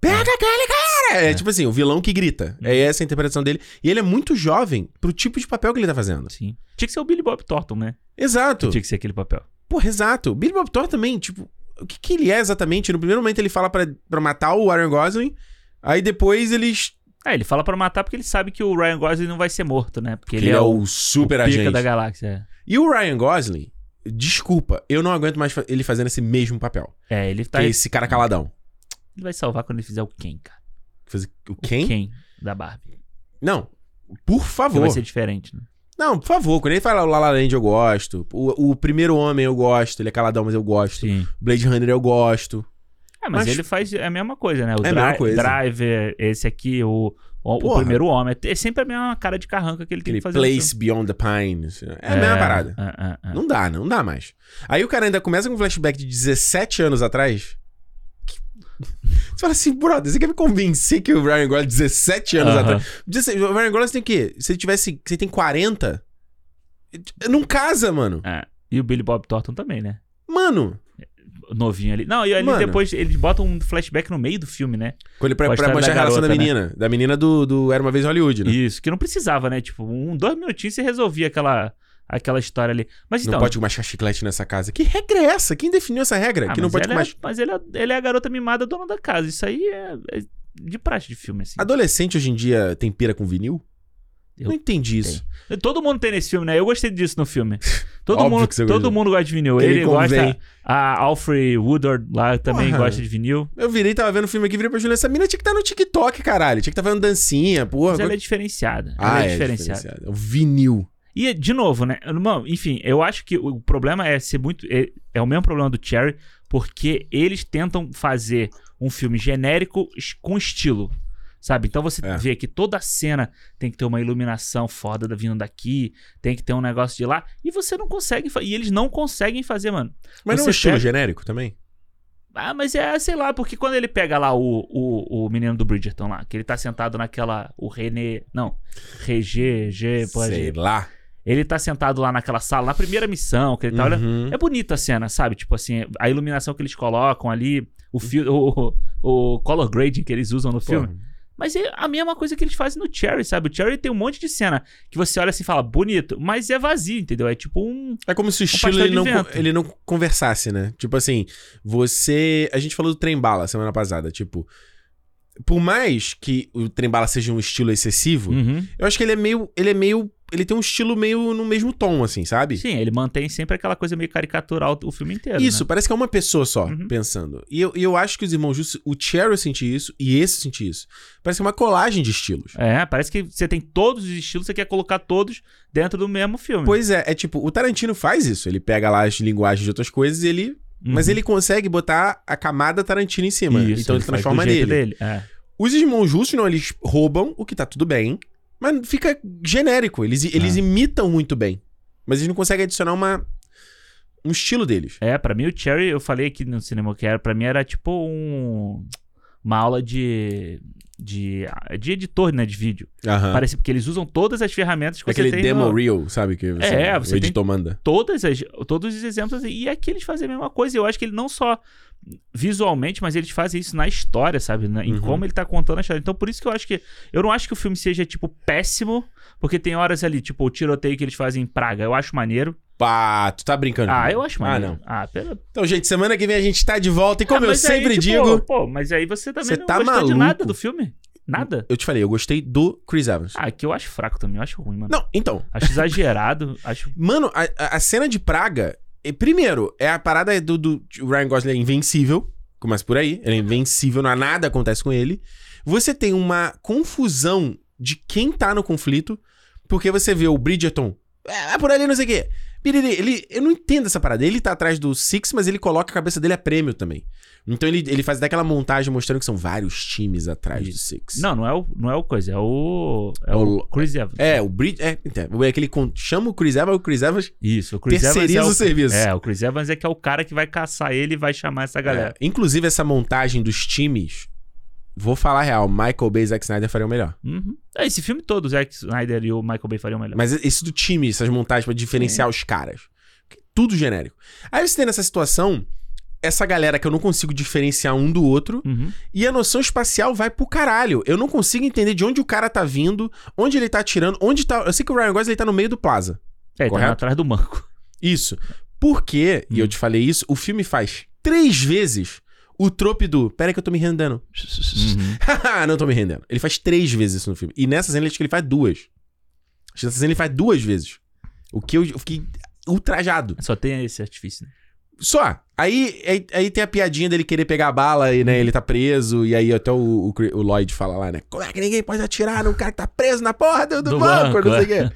S1: Pega aquele cara! É, tipo assim, o vilão que grita.
S2: Hum.
S1: É essa a interpretação dele. E ele é muito jovem pro tipo de papel que ele tá fazendo.
S2: Sim. Tinha que ser o Billy Bob Thornton, né?
S1: Exato.
S2: Tinha que ser aquele papel.
S1: Porra, exato. Billy Bob Thornton também, tipo, o que, que ele é exatamente? No primeiro momento ele fala pra, pra matar o Aaron Gosling, aí depois eles.
S2: Ah, ele fala pra matar porque ele sabe que o Ryan Gosling não vai ser morto, né? Porque
S1: Que
S2: ele, é, o
S1: super
S2: pica da galáxia. é.
S1: E o Ryan Gosling, desculpa, eu não aguento mais fa- ele fazendo esse mesmo papel.
S2: É, ele tá.
S1: que é esse cara caladão.
S2: Ele vai salvar quando ele fizer o Ken, cara.
S1: Fazer o
S2: O
S1: Ken?
S2: Ken da Barbie.
S1: Não. Por
S2: Porque
S1: favor.
S2: vai ser diferente, né?
S1: Não, por favor, quando ele fala o La La Land eu gosto, o, o Primeiro Homem eu gosto, ele é caladão, mas eu gosto,
S2: Sim.
S1: Blade Runner eu gosto.
S2: Ah, mas,
S1: Mas-
S2: ele faz a mesma coisa, né? O
S1: É a
S2: Dri-
S1: mesma coisa.
S2: Driver, esse aqui, o, o, o
S1: Porra.
S2: primeiro homem. É sempre a mesma cara de carranca que ele tem
S1: Aquele
S2: que fazer. assim.
S1: Place Beyond the Pines. É a mesma parada.
S2: é, é, é.
S1: Não dá, não dá mais. Aí o cara ainda começa com um flashback de 17 anos atrás. Que- Você fala assim, brother, você quer me convencer que o Ryan Gosling 17 anos
S2: Aham.
S1: atrás. 16, o Ryan Gosling tem o quê? Se ele tivesse. Se ele tem 40? Não casa, mano.
S2: E o Billy Bob Thornton também, né?
S1: Mano.
S2: Novinho ali. Não, e ali
S1: Mano.
S2: depois eles botam um flashback no meio do filme, né?
S1: Quando ele pra,
S2: Gostaram
S1: pra mostrar a
S2: da
S1: relação da
S2: garota, né?
S1: menina. Da menina do, do Era uma vez em Hollywood, né?
S2: Isso, que não precisava, né? Tipo, um, dois minutinhos você resolvia aquela, aquela história ali. Mas
S1: não
S2: então.
S1: pode machucar chiclete nessa casa. Que regra é essa? Quem definiu essa regra?
S2: Ah,
S1: que não
S2: mas
S1: pode
S2: ela é-
S1: mais.
S2: Mas ele é, ele é a garota mimada dona da casa. Isso aí é, é de praxe de filme, assim.
S1: Adolescente hoje em dia tem pira com vinil?
S2: Eu
S1: não entendi isso.
S2: Todo mundo tem nesse filme, né? Eu gostei disso no filme. Todo,
S1: Óbvio
S2: mundo,
S1: que você
S2: todo
S1: gostou.
S2: mundo gosta de vinil.
S1: Ele
S2: Ele, gosta.
S1: convém.
S2: A Alfred Woodward lá também
S1: Porra.
S2: gosta de vinil.
S1: Eu virei, tava vendo o filme aqui, virei pra Juliana. Essa mina tinha que estar no TikTok, caralho. Tinha que estar fazendo dancinha, porra.
S2: Mas ela é diferenciada.
S1: Ah,
S2: ela
S1: é,
S2: é, diferenciada.
S1: diferenciado. É o vinil.
S2: E, de novo, né? irmão, enfim, eu acho que o problema é ser muito. É, é o mesmo problema do Cherry, porque eles tentam fazer um filme genérico es- com estilo. Sabe? Então você
S1: É.
S2: vê que toda a cena tem que ter uma iluminação foda da vindo daqui, tem que ter um negócio de lá, e você não consegue. fa- E eles não conseguem fazer, mano.
S1: Mas não é um
S2: Você
S1: estilo
S2: pega-
S1: genérico também?
S2: Ah, mas é, sei lá, porque quando ele pega lá o, o, o menino do Bridgerton lá, que ele tá sentado naquela. O René. Não. Regê, G,
S1: Sei lá.
S2: Ele tá sentado lá naquela sala, na primeira missão, que ele tá olhando.
S1: Uhum.
S2: É bonita a cena, sabe? Tipo assim, a iluminação que eles colocam ali, o, fio, o, o- o color grading que eles usam no um filme.
S1: Porra.
S2: Mas é a mesma coisa que eles fazem no Cherry, sabe? O Cherry tem um monte de cena que você olha assim e fala, bonito, mas é vazio, entendeu? É tipo um.
S1: É como se o estilo
S2: pastel
S1: ele
S2: de
S1: não,
S2: vento.
S1: ele não conversasse, né? Tipo assim, você. A gente falou do trem bala semana passada. Tipo, por mais que o trem bala seja um estilo excessivo,
S2: Uhum.
S1: eu acho que ele é meio. Ele é meio. Ele tem um estilo meio no mesmo tom, assim, sabe?
S2: Sim, ele mantém sempre aquela coisa meio caricatural o filme inteiro.
S1: Isso,
S2: né?
S1: parece que é uma pessoa só
S2: Uhum.
S1: pensando. E eu, e eu acho que os irmãos Justus, o Cheryl sentiu isso e esse sentiu isso. Parece que é uma colagem de estilos.
S2: É, parece que você tem todos os estilos, você quer colocar todos dentro do mesmo filme.
S1: Pois é, é tipo, o Tarantino faz isso. Ele pega lá as linguagens de outras coisas e ele.
S2: Uhum.
S1: Mas ele consegue botar a camada Tarantino em cima.
S2: Isso,
S1: então ele,
S2: faz do
S1: transforma
S2: jeito
S1: nele.
S2: dele. É.
S1: Os irmãos Justus, não, eles roubam, o que tá tudo bem. Mas fica genérico. Eles,
S2: Ah.
S1: eles imitam muito bem. Mas eles não conseguem adicionar uma, um estilo deles.
S2: É, pra mim o Cherry, eu falei aqui no cinema que era, pra mim era tipo um uma aula de de, de editor, né, de vídeo.
S1: Aham.
S2: Parece porque eles usam todas as ferramentas que
S1: Ah. Aquele
S2: você tem
S1: demo
S2: no-
S1: reel, sabe? Que você-
S2: É, você
S1: o
S2: tem-
S1: editor manda.
S2: todas as todos os exemplos e aqui eles fazem a mesma coisa. Eu acho que ele não só visualmente, mas eles fazem isso na história, sabe? Na- Em
S1: Uhum.
S2: como ele tá contando a história. Então por isso que eu acho que eu não acho que o filme seja tipo péssimo, porque tem horas ali, tipo o tiroteio que eles fazem em Praga, eu acho maneiro.
S1: Pá, tu tá brincando.
S2: Ah,
S1: comigo.
S2: eu acho
S1: Ah,
S2: maneiro.
S1: não.
S2: Ah, pera,
S1: Então, gente, semana que vem a gente tá de volta. E como
S2: Ah,
S1: eu
S2: mas aí,
S1: sempre
S2: tipo,
S1: digo.
S2: Pô, mas aí você também
S1: Cê
S2: não
S1: tá
S2: gostou de
S1: maluco?
S2: nada do filme? Nada?
S1: Eu te falei, eu gostei do Chris Evans.
S2: Ah, que eu acho fraco também, eu acho ruim, mano.
S1: Não, então.
S2: Acho exagerado, acho.
S1: Mano, a- a, a cena de Praga. é- primeiro, é a parada do, do o Ryan Gosling é invencível. Começa por aí. Ele é invencível, não há nada acontece com ele. Você tem uma confusão de quem tá no conflito, porque você vê o Bridgerton. É, é por ali, não sei o quê. Piriri, ele, eu não entendo essa parada. Ele tá atrás do Six, mas ele coloca a cabeça dele a prêmio também. Então ele, ele faz daquela montagem mostrando que são vários times atrás do Six.
S2: Não, não é o, não é o coisa, é o. É
S1: É o
S2: o,
S1: lo-
S2: Chris Evans.
S1: É, o Bridge. É, então, é aquele. Con... Chama o Chris Evans, o Chris Evans
S2: Isso, o Chris Evans.
S1: terceiriza
S2: É
S1: o serviço.
S2: É, o Chris Evans é que é o cara que vai caçar ele e vai chamar essa galera.
S1: É, Inclusive, essa montagem dos times. Vou falar a real, Michael Bay e Zack Snyder fariam melhor.
S2: Uhum. É, esse filme todo, o Zack Snyder e o Michael Bay fariam melhor.
S1: Mas isso do time, essas montagens pra diferenciar os caras. Porque Tudo genérico. Aí você tem nessa situação essa galera que eu não consigo diferenciar um do outro
S2: Uhum.
S1: e a noção espacial vai pro caralho. Eu não consigo entender de onde o cara tá vindo, onde ele tá atirando, onde tá. Eu sei que o Ryan Gosling ele tá no meio do plaza.
S2: É, tá
S1: Correto?
S2: atrás do banco.
S1: Isso. Porque, e eu te falei isso, o filme faz três vezes o trope do. Pera aí que eu tô me rendendo.
S2: Uhum.
S1: Haha, não tô me rendendo. Ele faz três vezes isso no filme. E nessa cena, acho que ele faz duas. Acho que nessa cena ele faz duas vezes. O que eu, eu fiquei ultrajado.
S2: Só tem esse artifício, né?
S1: Só. Aí, aí, aí tem a piadinha dele querer pegar a bala e, né, ele tá preso. E aí até o, o, Cri- o Lloyd fala lá, né? Como é que ninguém pode atirar num cara que tá preso na porra do, do
S2: Do
S1: banco,
S2: banco,
S1: não sei o quê.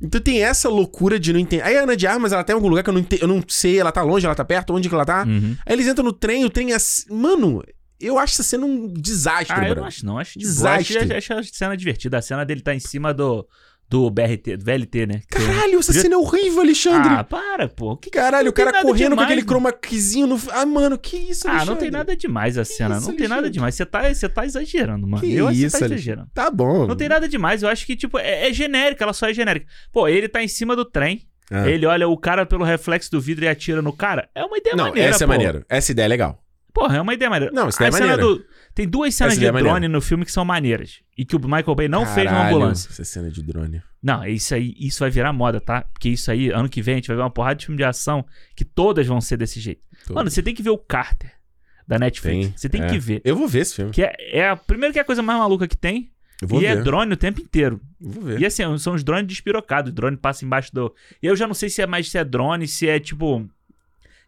S1: Então tem essa loucura de não entender. Aí a Ana de Armas, ela tem algum lugar que eu não, ente- eu não sei, ela tá longe, ela tá perto, onde que ela tá.
S2: Uhum.
S1: Aí eles entram no trem, o trem é. ass- Mano, eu acho essa cena um desastre,
S2: Ah, eu
S1: bro.
S2: não acho, não. Acho de boa.
S1: Desastre.
S2: Acho, acho a cena divertida. A cena dele tá em cima do, do BRT, do VLT, né? Que tem-
S1: Caralho, essa cena é horrível, Alexandre.
S2: Ah, para, pô. Que...
S1: Caralho, o
S2: tem
S1: cara
S2: nada
S1: correndo com
S2: demais,
S1: aquele
S2: né?
S1: chroma keyzinho no. Ah, mano, que isso,
S2: Ah,
S1: Alexandre?
S2: não tem nada demais a cena.
S1: isso,
S2: não tem nada
S1: Alexandre?
S2: demais. Você tá, você tá exagerando, mano.
S1: Que
S2: eu acho que
S1: isso,
S2: você tá
S1: Alexandre?
S2: exagerando.
S1: Tá bom.
S2: Não tem nada demais. Eu acho que, tipo, é, é genérica. Ela só é genérica. Pô, ele tá em cima do trem.
S1: Ah.
S2: Ele olha o cara pelo reflexo do vidro e atira no cara. É uma ideia
S1: Não,
S2: maneira,
S1: essa é
S2: pô.
S1: maneiro. Essa ideia é legal.
S2: Porra, é uma ideia maneira.
S1: Não, essa ideia
S2: A
S1: é
S2: cena
S1: maneira.
S2: do- Tem duas cenas
S1: Essa
S2: de
S1: ideia é
S2: drone
S1: maneira.
S2: no filme que são maneiras. E que o Michael Bay não fez uma
S1: Caralho,
S2: ambulância.
S1: Essa cena de drone.
S2: Não, é isso aí, isso vai virar moda, tá? Porque isso aí, ano que vem, a gente vai ver uma porrada de filme de ação que todas vão ser desse jeito.
S1: Todas.
S2: Mano, você tem que ver o Carter da Netflix.
S1: Tem,
S2: você tem
S1: é.
S2: que ver.
S1: Eu vou ver esse filme.
S2: Que é, é a, primeiro que é a coisa mais maluca que tem.
S1: Eu vou
S2: e é
S1: ver. É.
S2: drone o tempo inteiro.
S1: Eu vou ver.
S2: E assim, são os drones despirocados. O drone passa embaixo do. E eu já não sei se é mais se é drone, se é tipo.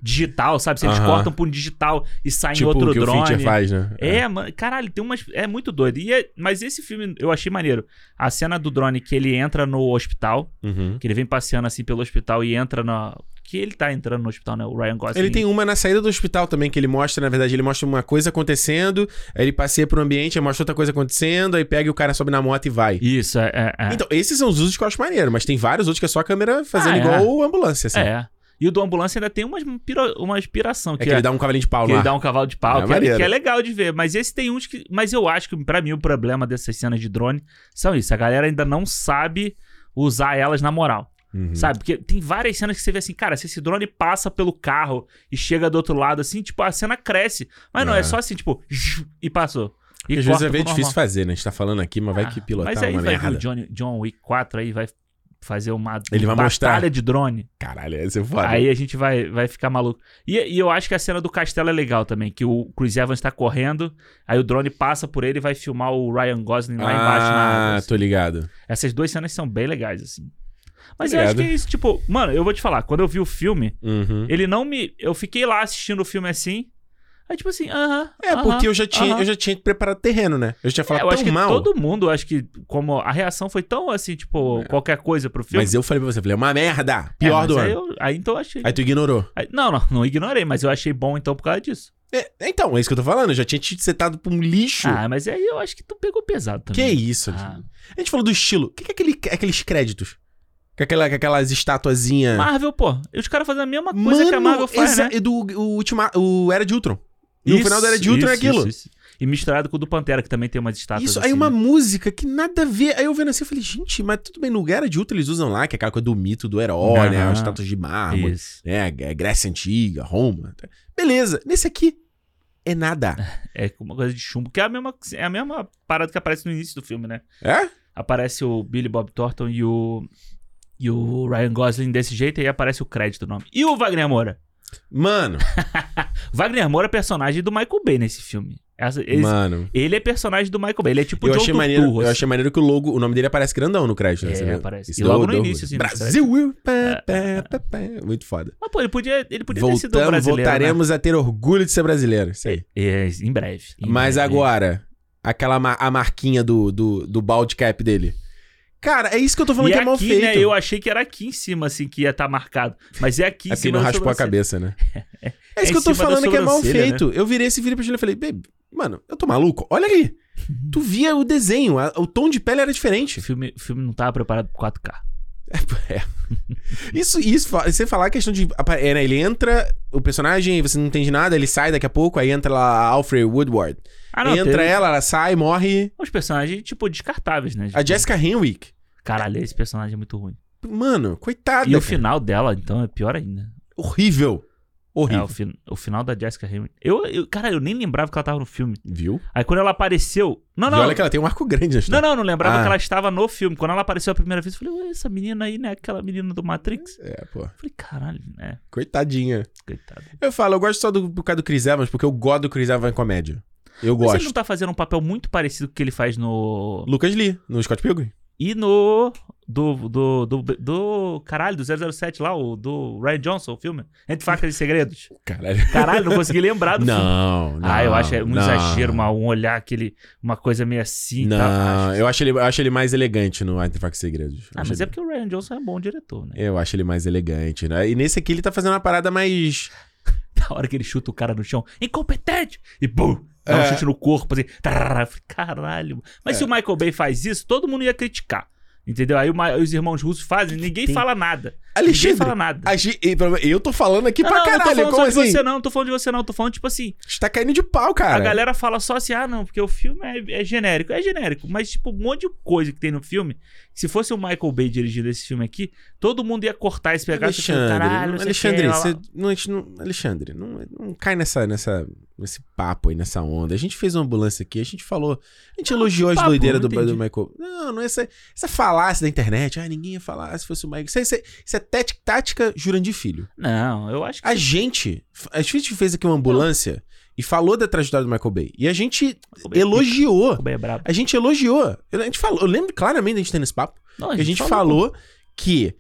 S2: Digital, sabe? Se eles
S1: Aham.
S2: cortam pra um digital e saem
S1: Tipo
S2: outro
S1: o que
S2: drone.
S1: o Fincher faz, né?
S2: É, mano, caralho, tem umas. É muito doido. E é- Mas esse filme eu achei maneiro. A cena do drone que ele entra no hospital,
S1: Uhum.
S2: que ele vem passeando assim pelo hospital e entra na. Que ele tá entrando no hospital, né? O Ryan Gosling.
S1: Ele tem uma na saída do hospital também, que ele mostra, na verdade, ele mostra uma coisa acontecendo, aí ele passeia pro ambiente, aí mostra outra coisa acontecendo, aí pega e o cara sobe na moto e vai.
S2: Isso, é. É. é.
S1: Então, esses são os usos que eu acho maneiro, mas tem vários outros que é só a câmera fazendo
S2: Ah, é.
S1: igual ambulância, assim. É,
S2: É. E o do ambulância ainda tem umas piro... uma inspiração.
S1: que
S2: que é
S1: ele dá um cavalinho de pau
S2: Que
S1: lá.
S2: ele dá um cavalo de
S1: É
S2: pau, que, é,
S1: maneiro.
S2: que é legal de ver. Mas esse tem uns que. Mas eu acho que, pra mim, o problema dessas cenas de drone são isso. A galera ainda não sabe usar elas na moral.
S1: Uhum.
S2: Sabe? Porque tem várias cenas que você vê assim, cara, se esse drone passa pelo carro e chega do outro lado, assim, tipo, a cena cresce. Mas não, é,
S1: É.
S2: só assim, tipo, zzz, e passou. E
S1: Porque às vezes
S2: corta
S1: é meio
S2: pro
S1: difícil
S2: normal.
S1: fazer, né? A gente tá falando aqui, mas vai que
S2: Ah,
S1: pilotar
S2: Mas aí
S1: uma
S2: vai vir
S1: merda.
S2: o John, John Wick 4 aí vai fazer uma
S1: Ele vai
S2: batalha
S1: mostrar.
S2: de drone.
S1: Caralho, essa é foda.
S2: Aí a gente vai, vai ficar maluco. E, e eu acho que a cena do castelo é legal também, que o Chris Evans tá correndo, aí o drone passa por ele e vai filmar o Ryan Gosling lá embaixo é na
S1: ah,
S2: árvore. assim.
S1: tô ligado.
S2: Essas duas cenas são bem legais, assim. Mas eu
S1: Obrigado.
S2: acho que é isso, tipo, mano, eu vou te falar, quando eu vi o filme,
S1: Uhum.
S2: ele não me. Eu fiquei lá assistindo o filme assim. Aí, tipo assim, aham.
S1: É, porque
S2: aham,
S1: eu já tinha,
S2: aham.
S1: eu já tinha preparado o terreno, né? Eu já tinha
S2: É,
S1: falado
S2: eu acho
S1: tão
S2: que
S1: mal.
S2: todo mundo, eu acho que como a reação foi tão assim, tipo, qualquer coisa pro filme.
S1: É. Mas eu falei pra você, falei, é uma merda.
S2: É,
S1: Pior
S2: mas
S1: do
S2: aí
S1: ano.
S2: eu- aí então eu achei.
S1: Aí tu ignorou.
S2: aí- não, não, não ignorei, mas eu achei bom então por causa disso.
S1: É, então, é isso que eu tô falando. Eu já tinha te setado pra um lixo.
S2: Ah, mas aí eu acho que tu pegou pesado
S1: que é
S2: também.
S1: isso?
S2: Ah.
S1: A gente falou do estilo. O que, que é aquele, aqueles créditos? Com, aquela, com aquelas estatuazinhas.
S2: Marvel, pô, e os caras fazem a mesma coisa que a Marvel faz,
S1: exa-
S2: né?
S1: e do o, Ultima- o Era de Ultron. No final da Era de Ultron é aquilo. Isso,
S2: isso, isso. E misturado com o do Pantera, que também tem umas estátuas
S1: aí é
S2: assim,
S1: uma
S2: né?
S1: música que nada a ver. Aí eu vendo assim, eu falei, gente, mas tudo bem, no Era de Ultron eles usam lá, que é aquela coisa do mito do herói, né?
S2: Aham.
S1: As estátuas de mármore,
S2: Isso.
S1: né? Gr- Grécia Antiga, Roma. tá." Beleza, nesse aqui é nada.
S2: É uma coisa de chumbo, que é a mesma, é a mesma parada que aparece no início do filme, né?
S1: É?
S2: Aparece o Billy Bob Thornton e o e o Ryan Gosling desse jeito e aí aparece o crédito do nome. E o Wagner Moura?
S1: Mano,
S2: Wagner Moura é personagem do Michael Bay nesse filme. Essa- esse-
S1: mano.
S2: ele é personagem do Michael Bay, ele é tipo
S1: Eu
S2: John
S1: achei, maneiro,
S2: Turturro,
S1: eu
S2: assim.
S1: achei maneiro que o logo, o nome dele aparece grandão no crédito. né?
S2: É,
S1: Você viu?
S2: aparece.
S1: Isso
S2: E logo
S1: dá-
S2: no
S1: dá orgulho.
S2: início, assim, É. no
S1: Brasil! uh, pá, pá, pá, pá. Muito foda.
S2: Mas, pô, ele podia, ele podia ter sido um
S1: Voltamos,
S2: brasileiro. né?
S1: voltaremos a ter orgulho de ser brasileiro. Isso aí.
S2: É, né? em breve. em
S1: Mas
S2: breve.
S1: agora, aquela ma- a marquinha do, do, do bald cap dele. Cara, é isso que eu tô falando
S2: E
S1: que é mal
S2: aqui,
S1: feito.
S2: né, eu achei que era aqui em cima, assim, que ia estar marcado. Mas é aqui
S1: É
S2: em
S1: porque
S2: cima.
S1: não
S2: da
S1: raspou a
S2: sobrancelha.
S1: cabeça, né? É isso que eu
S2: em
S1: tô
S2: cima da
S1: falando que é mal
S2: sobrancelha, né?
S1: feito. Eu virei esse vídeo pra Julia e falei, baby, mano, eu tô maluco. Olha ali.
S2: Uhum.
S1: Tu via o desenho, a- o tom de pele era
S2: O
S1: diferente.
S2: filme, o filme não tava preparado pro 4K.
S1: Isso, isso, fa- sem falar a questão de. apa- é, né, ele entra, o personagem, você não entende nada, ele sai daqui a pouco, aí entra lá a Alfred Woodward.
S2: Ah, não,
S1: entra
S2: teve
S1: ela, ela sai, morre.
S2: uns personagens, tipo, descartáveis, né?
S1: A Jessica Henwick.
S2: Caralho, esse personagem é muito ruim.
S1: Mano, coitada.
S2: E o
S1: cara.
S2: final dela, então, é pior ainda.
S1: Horrível.
S2: É,
S1: Horrível.
S2: o, fin- o final da Jessica Henwick. Eu, eu, cara, eu nem lembrava que ela tava no filme.
S1: Viu?
S2: Aí quando ela apareceu. Não, não.
S1: E olha que ela tem um arco grande na
S2: Não,
S1: história.
S2: não, não lembrava
S1: Ah.
S2: que ela estava no filme. Quando ela apareceu a primeira vez, eu falei, ué, essa menina aí, né? Aquela menina do Matrix.
S1: É, pô.
S2: Eu falei, caralho, né?
S1: Coitadinha.
S2: Coitado.
S1: Eu falo, eu gosto só do, por causa do Chris Evans, porque eu gosto do Chris Evans em comédia. Eu
S2: Mas ele
S1: gosto.
S2: não tá fazendo um papel muito parecido com o que ele faz no.
S1: Lucas Lee, no Scott Pilgrim.
S2: E no. Do, do, do, do. Caralho, do 007 lá, o do Ryan Johnson, o filme. Entre facas e segredos.
S1: Caralho.
S2: Caralho, não consegui lembrar Ah, do filme.
S1: Não, não.
S2: ah, eu acho é um
S1: não.
S2: exagero, uma, um olhar, aquele, uma coisa meio assim. e tal.
S1: Não,
S2: Acho-
S1: eu acho, ele, eu acho ele mais elegante no Artefact Segredos. Eu
S2: Ah,
S1: acho
S2: mas é
S1: ele-
S2: porque o Ryan Johnson é bom diretor, né?
S1: Eu acho ele mais elegante, né? E nesse aqui ele tá fazendo uma parada mais.
S2: Na hora que ele chuta o cara no chão, incompetente! E bum! Dá um
S1: É.
S2: chute no corpo, assim. tarará. Eu falei, Caralho. Mas se o Michael Bay faz isso, todo mundo ia criticar. Entendeu? Aí o Ma- os irmãos russos fazem, ninguém
S1: Tem-
S2: fala nada.
S1: Alexandre,
S2: Ninguém fala nada.
S1: a gente- e pra- Eu tô falando aqui
S2: Não,
S1: pra
S2: não, não tô
S1: caralho.
S2: falando
S1: Como
S2: só de
S1: assim?
S2: você, não, não tô falando de você, não. Tô falando, tipo assim,
S1: A gente tá caindo de pau, cara.
S2: A galera fala só assim, ah, não, porque o filme é, é genérico. É genérico, mas, tipo, um monte de coisa que tem no filme. Se fosse o Michael Bay dirigindo esse filme aqui, todo mundo ia cortar esse pegar tipo,
S1: Alexandre,
S2: caralho,
S1: não-
S2: não sei
S1: Alexandre,
S2: o quê, lá,
S1: você-
S2: lá."
S1: não, a gente não- Alexandre, não, não cai nessa, nessa, nesse papo aí, nessa onda. A gente fez uma ambulância aqui, a gente falou, a gente elogiou as
S2: papo,
S1: doideiras do,
S2: não
S1: do
S2: entendi.
S1: Michael. Não, não é essa, essa falácia da internet. Ah, ninguém ia falar se fosse o Michael. Isso, é- isso, é- isso é tática, tática Jurandir Filho.
S2: Não, eu acho que.
S1: A gente, a gente fez aqui uma ambulância e falou da trajetória do Michael Bay. E a gente
S2: Michael Bay-
S1: elogiou.
S2: Michael Bay é brabo.
S1: A gente elogiou. A gente falou, eu lembro claramente da gente tendo esse papo
S2: Não,
S1: a gente falou que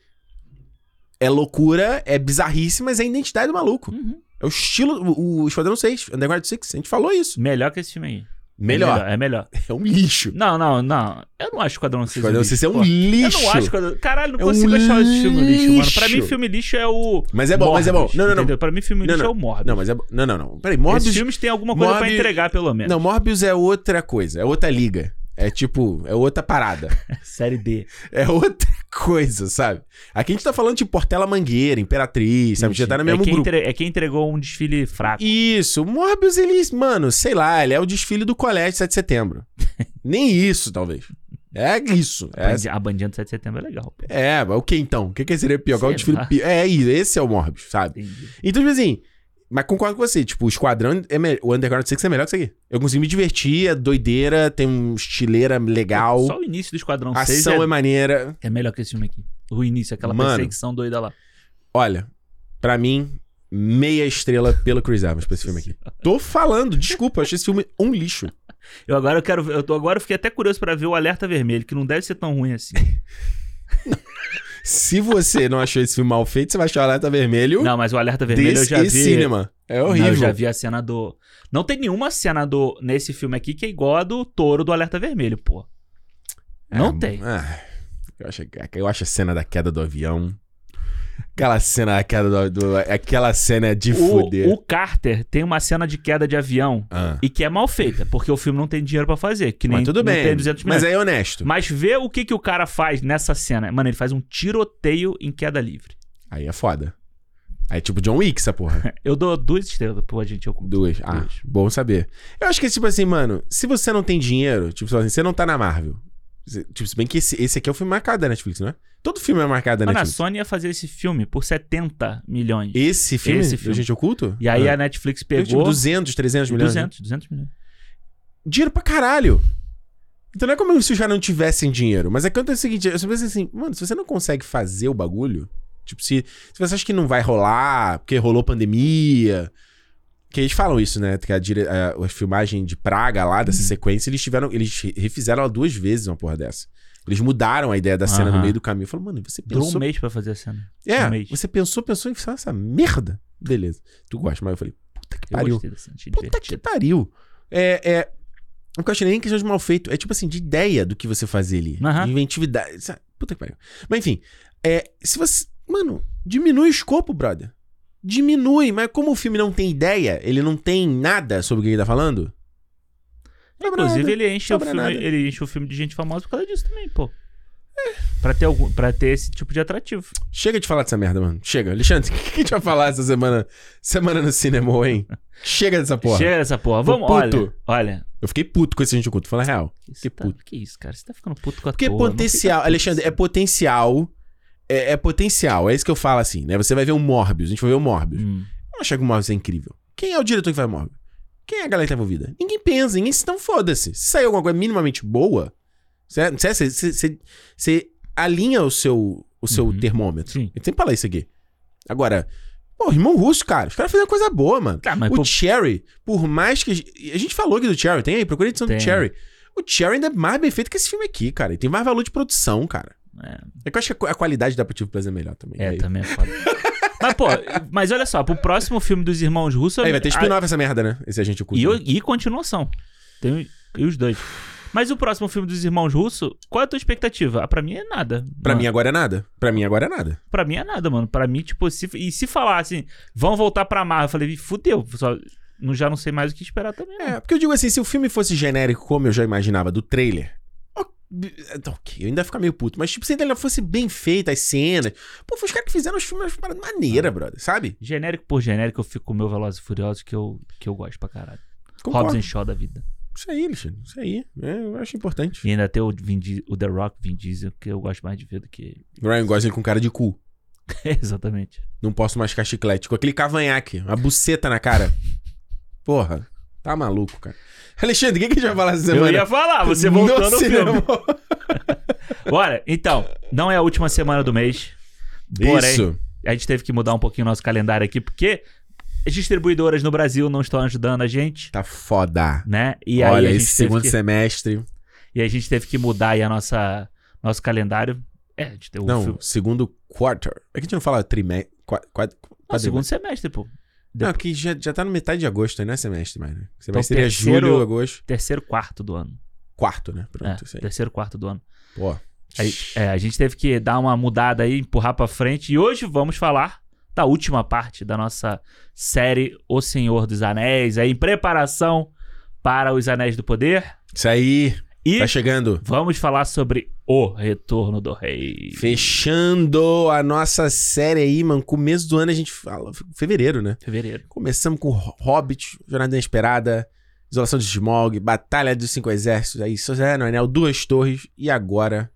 S1: é loucura, é bizarrice, mas é a identidade do maluco.
S2: Uhum.
S1: É o estilo, o, o Esquadrão 6, Underground 6, a gente falou isso.
S2: Melhor que esse filme aí.
S1: Melhor,
S2: É melhor. é melhor.
S1: é um lixo.
S2: Não, não, não. Eu não acho Esquadrão 6
S1: Esquadrão 6 é um
S2: pô. Eu
S1: lixo.
S2: não acho Esquadrão... Caralho, não
S1: É um
S2: consigo achar esse filme lixo, mano. Pra
S1: lixo.
S2: mim, filme lixo é o.
S1: Mas é bom, mas é bom.
S2: Morbius,
S1: Não, não, não.
S2: entendeu? Pra mim, filme
S1: Não,
S2: lixo
S1: não.
S2: é o Morbius.
S1: Não, mas é bom. Não, não, não. Peraí,
S2: Esses
S1: Morbius.
S2: filmes têm alguma coisa pra
S1: Morbius-
S2: entregar, pelo menos.
S1: Não, Morbius é outra coisa, é outra liga. É tipo, é outra parada.
S2: Série D.
S1: É outra coisa, sabe? Aqui a gente tá falando de Portela Mangueira, Imperatriz, sabe? Já tá no
S2: é
S1: mesmo
S2: quem
S1: grupo.
S2: entre- é quem entregou um desfile fraco.
S1: Isso, o Morbius, ele, mano, sei lá, ele é o desfile do colégio de 7 de setembro. Nem isso, talvez. É isso.
S2: A
S1: É,
S2: bandi- A bandinha do 7 de setembro é legal. Pô.
S1: é, mas o que então? O que, que seria pior? Qual é o
S2: Sei
S1: desfile
S2: lá.
S1: pior? É, isso, esse é o Morbius, sabe?
S2: Entendi.
S1: Então, tipo assim, mas concordo com você, tipo, o Esquadrão, é me- o Underground 6 é melhor que isso aqui. Eu consigo me divertir, é doideira, tem um estileira legal,
S2: Só o início do Esquadrão
S1: a
S2: 6
S1: ação é...
S2: é,
S1: maneira.
S2: é melhor que esse filme aqui. O início, aquela
S1: Mano.
S2: perseguição doida lá.
S1: Olha, pra mim, meia estrela pelo Chris Evans pra esse filme aqui. Tô falando, desculpa, eu achei esse filme um lixo.
S2: Eu agora eu quero ver- eu tô, agora eu fiquei até curioso pra ver o Alerta Vermelho, que não deve ser tão ruim assim.
S1: Se você não achou esse filme mal feito, você vai achar o Alerta Vermelho
S2: não, mas o Alerta Vermelho eu
S1: desse
S2: já vi.
S1: cinema. É
S2: Não,
S1: horrível.
S2: eu já vi a cena do Não tem nenhuma cena do nesse filme aqui que é igual a do Touro do Alerta Vermelho, pô. Não
S1: É,
S2: tem.
S1: ah, eu, acho, eu acho a cena da queda do avião. Aquela cena da queda do, do Aquela cena de fuder.
S2: O, o Carter tem uma cena de queda de avião
S1: Ah.
S2: e que é mal feita, porque o filme não tem dinheiro pra fazer, que nem
S1: Mas tudo
S2: não
S1: bem.
S2: tem 200 milhões.
S1: mas aí é honesto.
S2: Mas vê o que, que o cara faz nessa cena. Mano, ele faz um tiroteio em queda livre.
S1: Aí é foda. Aí é tipo John Wick, essa porra.
S2: Eu dou duas estrelas pro agente oculto.
S1: Duas. Ah,
S2: Duas.
S1: bom saber. Eu acho que, tipo assim, mano, se você não tem dinheiro, tipo assim, você não tá na Marvel. Você- Tipo, se bem que esse, esse aqui é o filme marcado da Netflix, não é? Todo filme é marcado da
S2: Mano, a
S1: Netflix.
S2: Sony ia fazer esse filme por 70 milhões. E,
S1: Esse filme?
S2: Esse
S1: do
S2: filme.
S1: Gente Oculto?
S2: aí
S1: Ah.
S2: a Netflix
S1: Deu,
S2: pegou
S1: Tipo, 200, 300 milhões. 200.
S2: 200, 200 milhões.
S1: Dinheiro pra caralho. Então não é como se já não tivessem dinheiro. Mas é que eu tô o seguinte, eu só penso assim, mano, se você não consegue fazer o bagulho, tipo, se, se você acha que não vai rolar, porque rolou pandemia. Que eles falam isso, né? Que a, dire... a, a filmagem de Praga lá,
S2: Uhum.
S1: dessa sequência, eles tiveram. Eles re- refizeram ela duas vezes uma porra dessa. Eles mudaram a ideia da cena no
S2: Aham.
S1: meio do caminho. Eu falo, mano, você
S2: Durou um
S1: pensou.
S2: mês pra fazer a cena.
S1: é,
S2: um mês.
S1: você pensou, pensou e fez essa merda. Beleza. Tu gosta, mas eu falei, puta que
S2: Eu
S1: pariu.
S2: gostei dessa, achei
S1: Puta que
S2: divertido.
S1: pariu. É, é. O que eu achei nem questão de mal feito. É tipo assim, de ideia do que você fazer ali.
S2: Aham.
S1: De inventividade. sabe? Puta que pariu. Mas enfim, é, se você. Mano, diminui o escopo, brother. Diminui, mas como o filme não tem ideia, ele não tem nada sobre o que ele tá falando. Sobra
S2: Inclusive,
S1: nada.
S2: ele enche, o
S1: Sobra
S2: filme,
S1: nada.
S2: ele enche o filme de gente famosa por causa disso também, pô. É. Pra, ter algum, pra ter esse tipo de atrativo.
S1: Chega de falar dessa merda, mano. Chega. Alexandre, o que que a gente vai falar essa semana? Semana no cinema, hein? Chega dessa porra.
S2: Chega dessa porra.
S1: Tô
S2: Vamos,
S1: puto.
S2: olha. Olha.
S1: Eu fiquei puto com esse gente oculto, falando a real.
S2: Você tá-
S1: puto.
S2: que isso, cara? Você tá ficando puto com a
S1: Porque é
S2: toa, não fica
S1: potencial,
S2: puto.
S1: Alexandre, é potencial. É, é potencial, é isso que eu falo assim, né? Você vai ver um Morbius, a gente vai ver o Morbius.
S2: Hum.
S1: Não achar que o Morbius é incrível. Quem é o diretor que faz Morbius? Quem é a galera que tá envolvida? Ninguém pensa, ninguém se não foda-se. Se sair alguma coisa minimamente boa, é, certo? Certo? você, você, você, você alinha o seu, o seu
S2: Uhum.
S1: termômetro.
S2: Sim.
S1: Eu sempre falo isso aqui. Agora, pô, irmão russo, cara, os caras fizeram coisa boa, mano.
S2: Tá, mas
S1: O
S2: pô,
S1: Cherry, por mais que. A gente falou aqui do Cherry, tem aí? Procura a edição
S2: Tem.
S1: do Cherry. O Cherry ainda é mais bem feito que esse filme aqui, cara. E tem mais valor de produção, cara.
S2: É.
S1: É que eu acho que a qu- a qualidade da Petit Plus é melhor também.
S2: É,
S1: aí.
S2: também é foda. mas, pô, mas olha só, pro próximo filme dos irmãos russos.
S1: Aí vai ter
S2: a-
S1: spin-off essa merda, né? Esse agente oculto.
S2: E, o-
S1: né?
S2: e continuação. Tem e os dois. Mas o próximo filme dos irmãos Russo, qual é a tua expectativa? Ah, pra mim é nada.
S1: Pra
S2: mano.
S1: mim agora é nada. Pra mim agora é nada.
S2: Pra mim é nada, mano. Pra mim, tipo, se, e se falar assim, vão voltar pra Marvel, eu falei, "Ih, fudeu. Só, não, já não sei mais o que esperar também. não.
S1: É, porque eu digo assim, se o filme fosse genérico como eu já imaginava do trailer. ó, b- é, Ok, eu ainda ia ficar meio puto, mas tipo, se ainda fosse bem feita as cenas. Pô, foi os caras que fizeram os filmes de
S2: É.
S1: maneira, brother, sabe?
S2: Genérico por genérico, eu fico com o meu Velozes e Furiosos, que eu, que eu gosto pra caralho. Hobbs and Shaw da vida.
S1: Isso aí, Alexandre, isso aí. É, eu acho importante.
S2: E ainda tem o, Vin Di- o The Rock, Vin Diesel, que eu gosto mais de ver do que...
S1: Ryan Gosling com cara de cu.
S2: Exatamente.
S1: Não posso mascar chiclete. Com aquele cavanhaque, uma buceta na cara. Porra, tá maluco, cara. Alexandre, o que, que a gente vai falar essa semana?
S2: Eu ia falar, você
S1: No
S2: voltou no filme.
S1: cinema.
S2: Bora, então, não é a última semana do mês. Porém,
S1: Isso.
S2: a gente teve que mudar um pouquinho o nosso calendário aqui, porque as distribuidoras no Brasil não estão ajudando a gente,
S1: Tá foda.
S2: né? E aí
S1: Olha,
S2: a gente
S1: esse segundo
S2: teve que,
S1: semestre.
S2: E a gente teve que mudar aí a nossa, nosso calendário. É, a gente teve
S1: não,
S2: o filme.
S1: segundo quarter. É que a gente não fala trimestre.
S2: Não, segundo semestre, pô.
S1: Não, que já, já tá no metade de agosto, aí não é semestre mais, né? Semestre
S2: Então,
S1: seria
S2: terceiro-
S1: julho, agosto.
S2: Terceiro quarto do ano.
S1: Quarto, né?
S2: É,
S1: Pronto, isso aí.
S2: terceiro quarto do ano.
S1: Pô.
S2: Aí, é, a gente teve que dar uma mudada aí, empurrar pra frente. E hoje vamos falar da última parte da nossa série O Senhor dos Anéis, aí em preparação para os Anéis do Poder.
S1: Isso aí.
S2: E
S1: Tá chegando.
S2: vamos falar sobre o Retorno do Rei.
S1: Fechando a nossa série aí, mano. Começo do ano a gente fala. Fevereiro, né?
S2: Fevereiro.
S1: Começamos com Hobbit, Jornada Inesperada, Isolação de Smog, Batalha dos Cinco Exércitos, aí Sociedade no Anel, Duas Torres e agora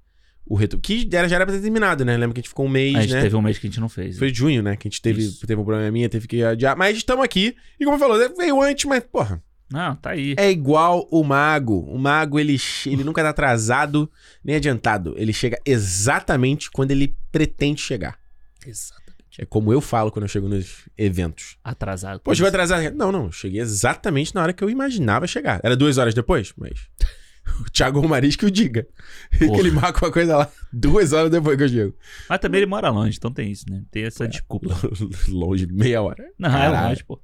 S1: o Retorno. Que era, já era pra ter terminado, né? Lembra que a gente ficou um mês,
S2: A gente
S1: né?
S2: teve um mês que a gente não fez. né?
S1: Foi junho, né? Que a gente teve,
S2: Isso.
S1: teve um problema minha, teve que adiar. Mas estamos aqui. E como falou, né, veio antes, mas, porra,
S2: Não, tá aí.
S1: é igual o mago. O mago, ele, che- ele nunca tá atrasado nem adiantado. Ele chega exatamente quando ele pretende chegar.
S2: Exatamente.
S1: É como eu falo quando eu chego nos eventos.
S2: Atrasado.
S1: Pô, chegou atrasado. Não, não. eu Cheguei exatamente na hora que eu imaginava chegar. Era duas horas depois, mas. O Thiago Romariz que o diga.
S2: Porra.
S1: Que ele marca uma coisa lá duas horas depois que eu chego. É.
S2: Mas também ele mora longe, então tem isso, né? Tem essa desculpa.
S1: Longe, meia hora.
S2: Não, é
S1: Caralho.
S2: longe, pô.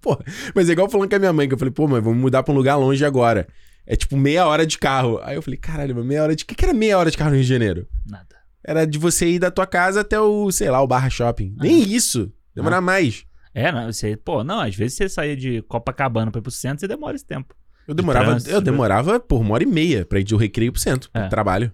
S1: Porra. Mas é igual falando com a minha mãe, que eu falei, pô, mãe, vamos mudar pra um lugar longe agora. É tipo meia hora de carro. Aí eu falei, caralho, mas meia hora de. O que, que era meia hora de carro no Rio de Janeiro?
S2: Nada.
S1: Era de você ir da tua casa até o, sei lá, o Barra Shopping. Nem isso. Demorar mais.
S2: É, não, você, pô, não, às vezes você saía de Copacabana pra ir pro centro, você demora esse tempo.
S1: Eu demorava,
S2: trânsito,
S1: eu
S2: né?
S1: demorava por uma hora e meia pra ir do recreio pro centro,
S2: É.
S1: pro trabalho.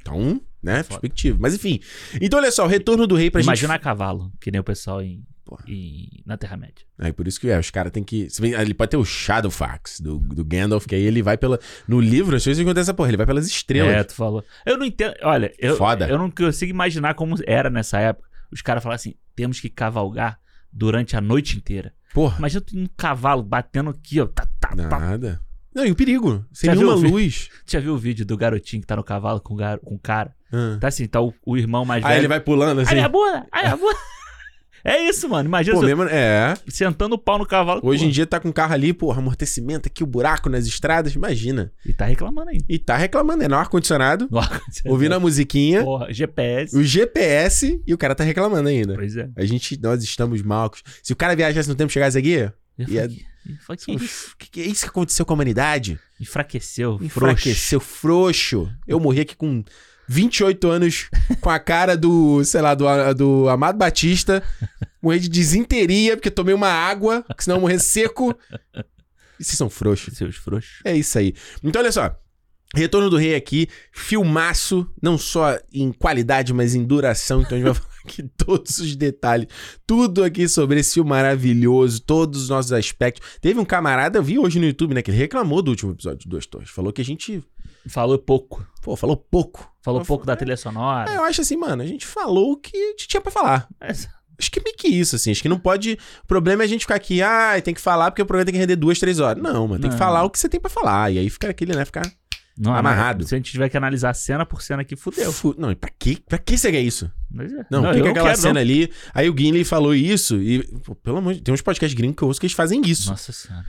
S1: Então, né,
S2: Foda.
S1: perspectiva. Mas enfim. Então, olha só, o retorno do rei pra
S2: Imagina
S1: gente.
S2: a cavalo, que nem o pessoal em,
S1: Porra.
S2: em- na Terra-média.
S1: Aí por isso que é, os caras têm que. se bem- Ele pode ter o Shadowfax do, do Gandalf, que aí ele vai pela. No livro, às vezes acontece essa porra, ele vai pelas estrelas.
S2: É, tu falou. Eu não entendo. Olha, eu,
S1: Foda.
S2: eu não consigo imaginar como era nessa época. Os caras falavam assim: temos que cavalgar durante a noite inteira.
S1: Porra,
S2: Imagina tu um cavalo batendo aqui, ó. Tá, tá, tá.
S1: nada. Não, e o perigo? Sem
S2: Já viu
S1: nenhuma
S2: o vi-
S1: luz.
S2: Tu já viu o vídeo do garotinho que tá no cavalo com o, gar... com o cara?
S1: Ah.
S2: Tá assim, tá o, o irmão mais
S1: Aí
S2: velho.
S1: ele vai pulando assim.
S2: Ai, a bunda! Ai, a bunda! É isso, mano. Imagina
S1: Pô,
S2: você
S1: mesmo, é.
S2: sentando o pau no cavalo.
S1: Hoje em
S2: pô,
S1: dia tá com carro ali, porra, amortecimento aqui, o buraco nas estradas, imagina.
S2: E tá reclamando ainda.
S1: E tá reclamando, é no ar-condicionado,
S2: No ar-condicionado.
S1: ouvindo a musiquinha.
S2: Porra, GPS.
S1: O GPS e o cara tá reclamando ainda.
S2: Pois é.
S1: A gente, nós estamos malcos. Se o cara viajasse no tempo e chegasse aqui,
S2: Eu
S1: E é a-
S2: falei, eu falei, que isso?
S1: somos- que, que é isso que aconteceu com a humanidade?
S2: Enfraqueceu, frouxo.
S1: Enfraqueceu frouxo. Eu morri aqui com 28 anos, com a cara do, sei lá, do, do Amado Batista. Morri de desinteria, porque tomei uma água, que senão eu morrer seco. E vocês são frouxos.
S2: Seus frouxos.
S1: É isso aí. Então, olha só. Retorno do Rei aqui, filmaço, não só em qualidade, mas em duração. Então a gente vai falar aqui todos os detalhes, tudo aqui sobre esse filme maravilhoso, todos os nossos aspectos. Teve um camarada, eu vi hoje no YouTube, né, que ele reclamou do último episódio de Duas Torres. Falou que a gente,
S2: Falou pouco.
S1: pô, falou pouco.
S2: Falou
S1: Eu
S2: pouco da
S1: falei,
S2: trilha sonora.
S1: É, eu acho assim, mano, a gente falou o que a gente tinha pra falar.
S2: Mas-
S1: Acho que meio que isso, assim. Acho que não pode. O problema é a gente ficar aqui, ah, tem que falar porque o programa tem que render duas, três horas. Não, mano, tem que
S2: Não.
S1: falar o que você tem pra falar. E aí fica aquele, né, ficar.
S2: Não,
S1: Amarrado.
S2: mas Se a gente tiver que analisar cena por cena aqui, fudeu.
S1: Fu- Não, e pra que, pra que você quer isso?
S2: Mas é.
S1: Não, o
S2: eu
S1: que, que aquela
S2: quero,
S1: cena
S2: não.
S1: ali? Aí o Gimli falou isso e. pô, pelo amor de Deus, tem uns podcasts gringos que eu ouço que eles fazem isso.
S2: Nossa senhora.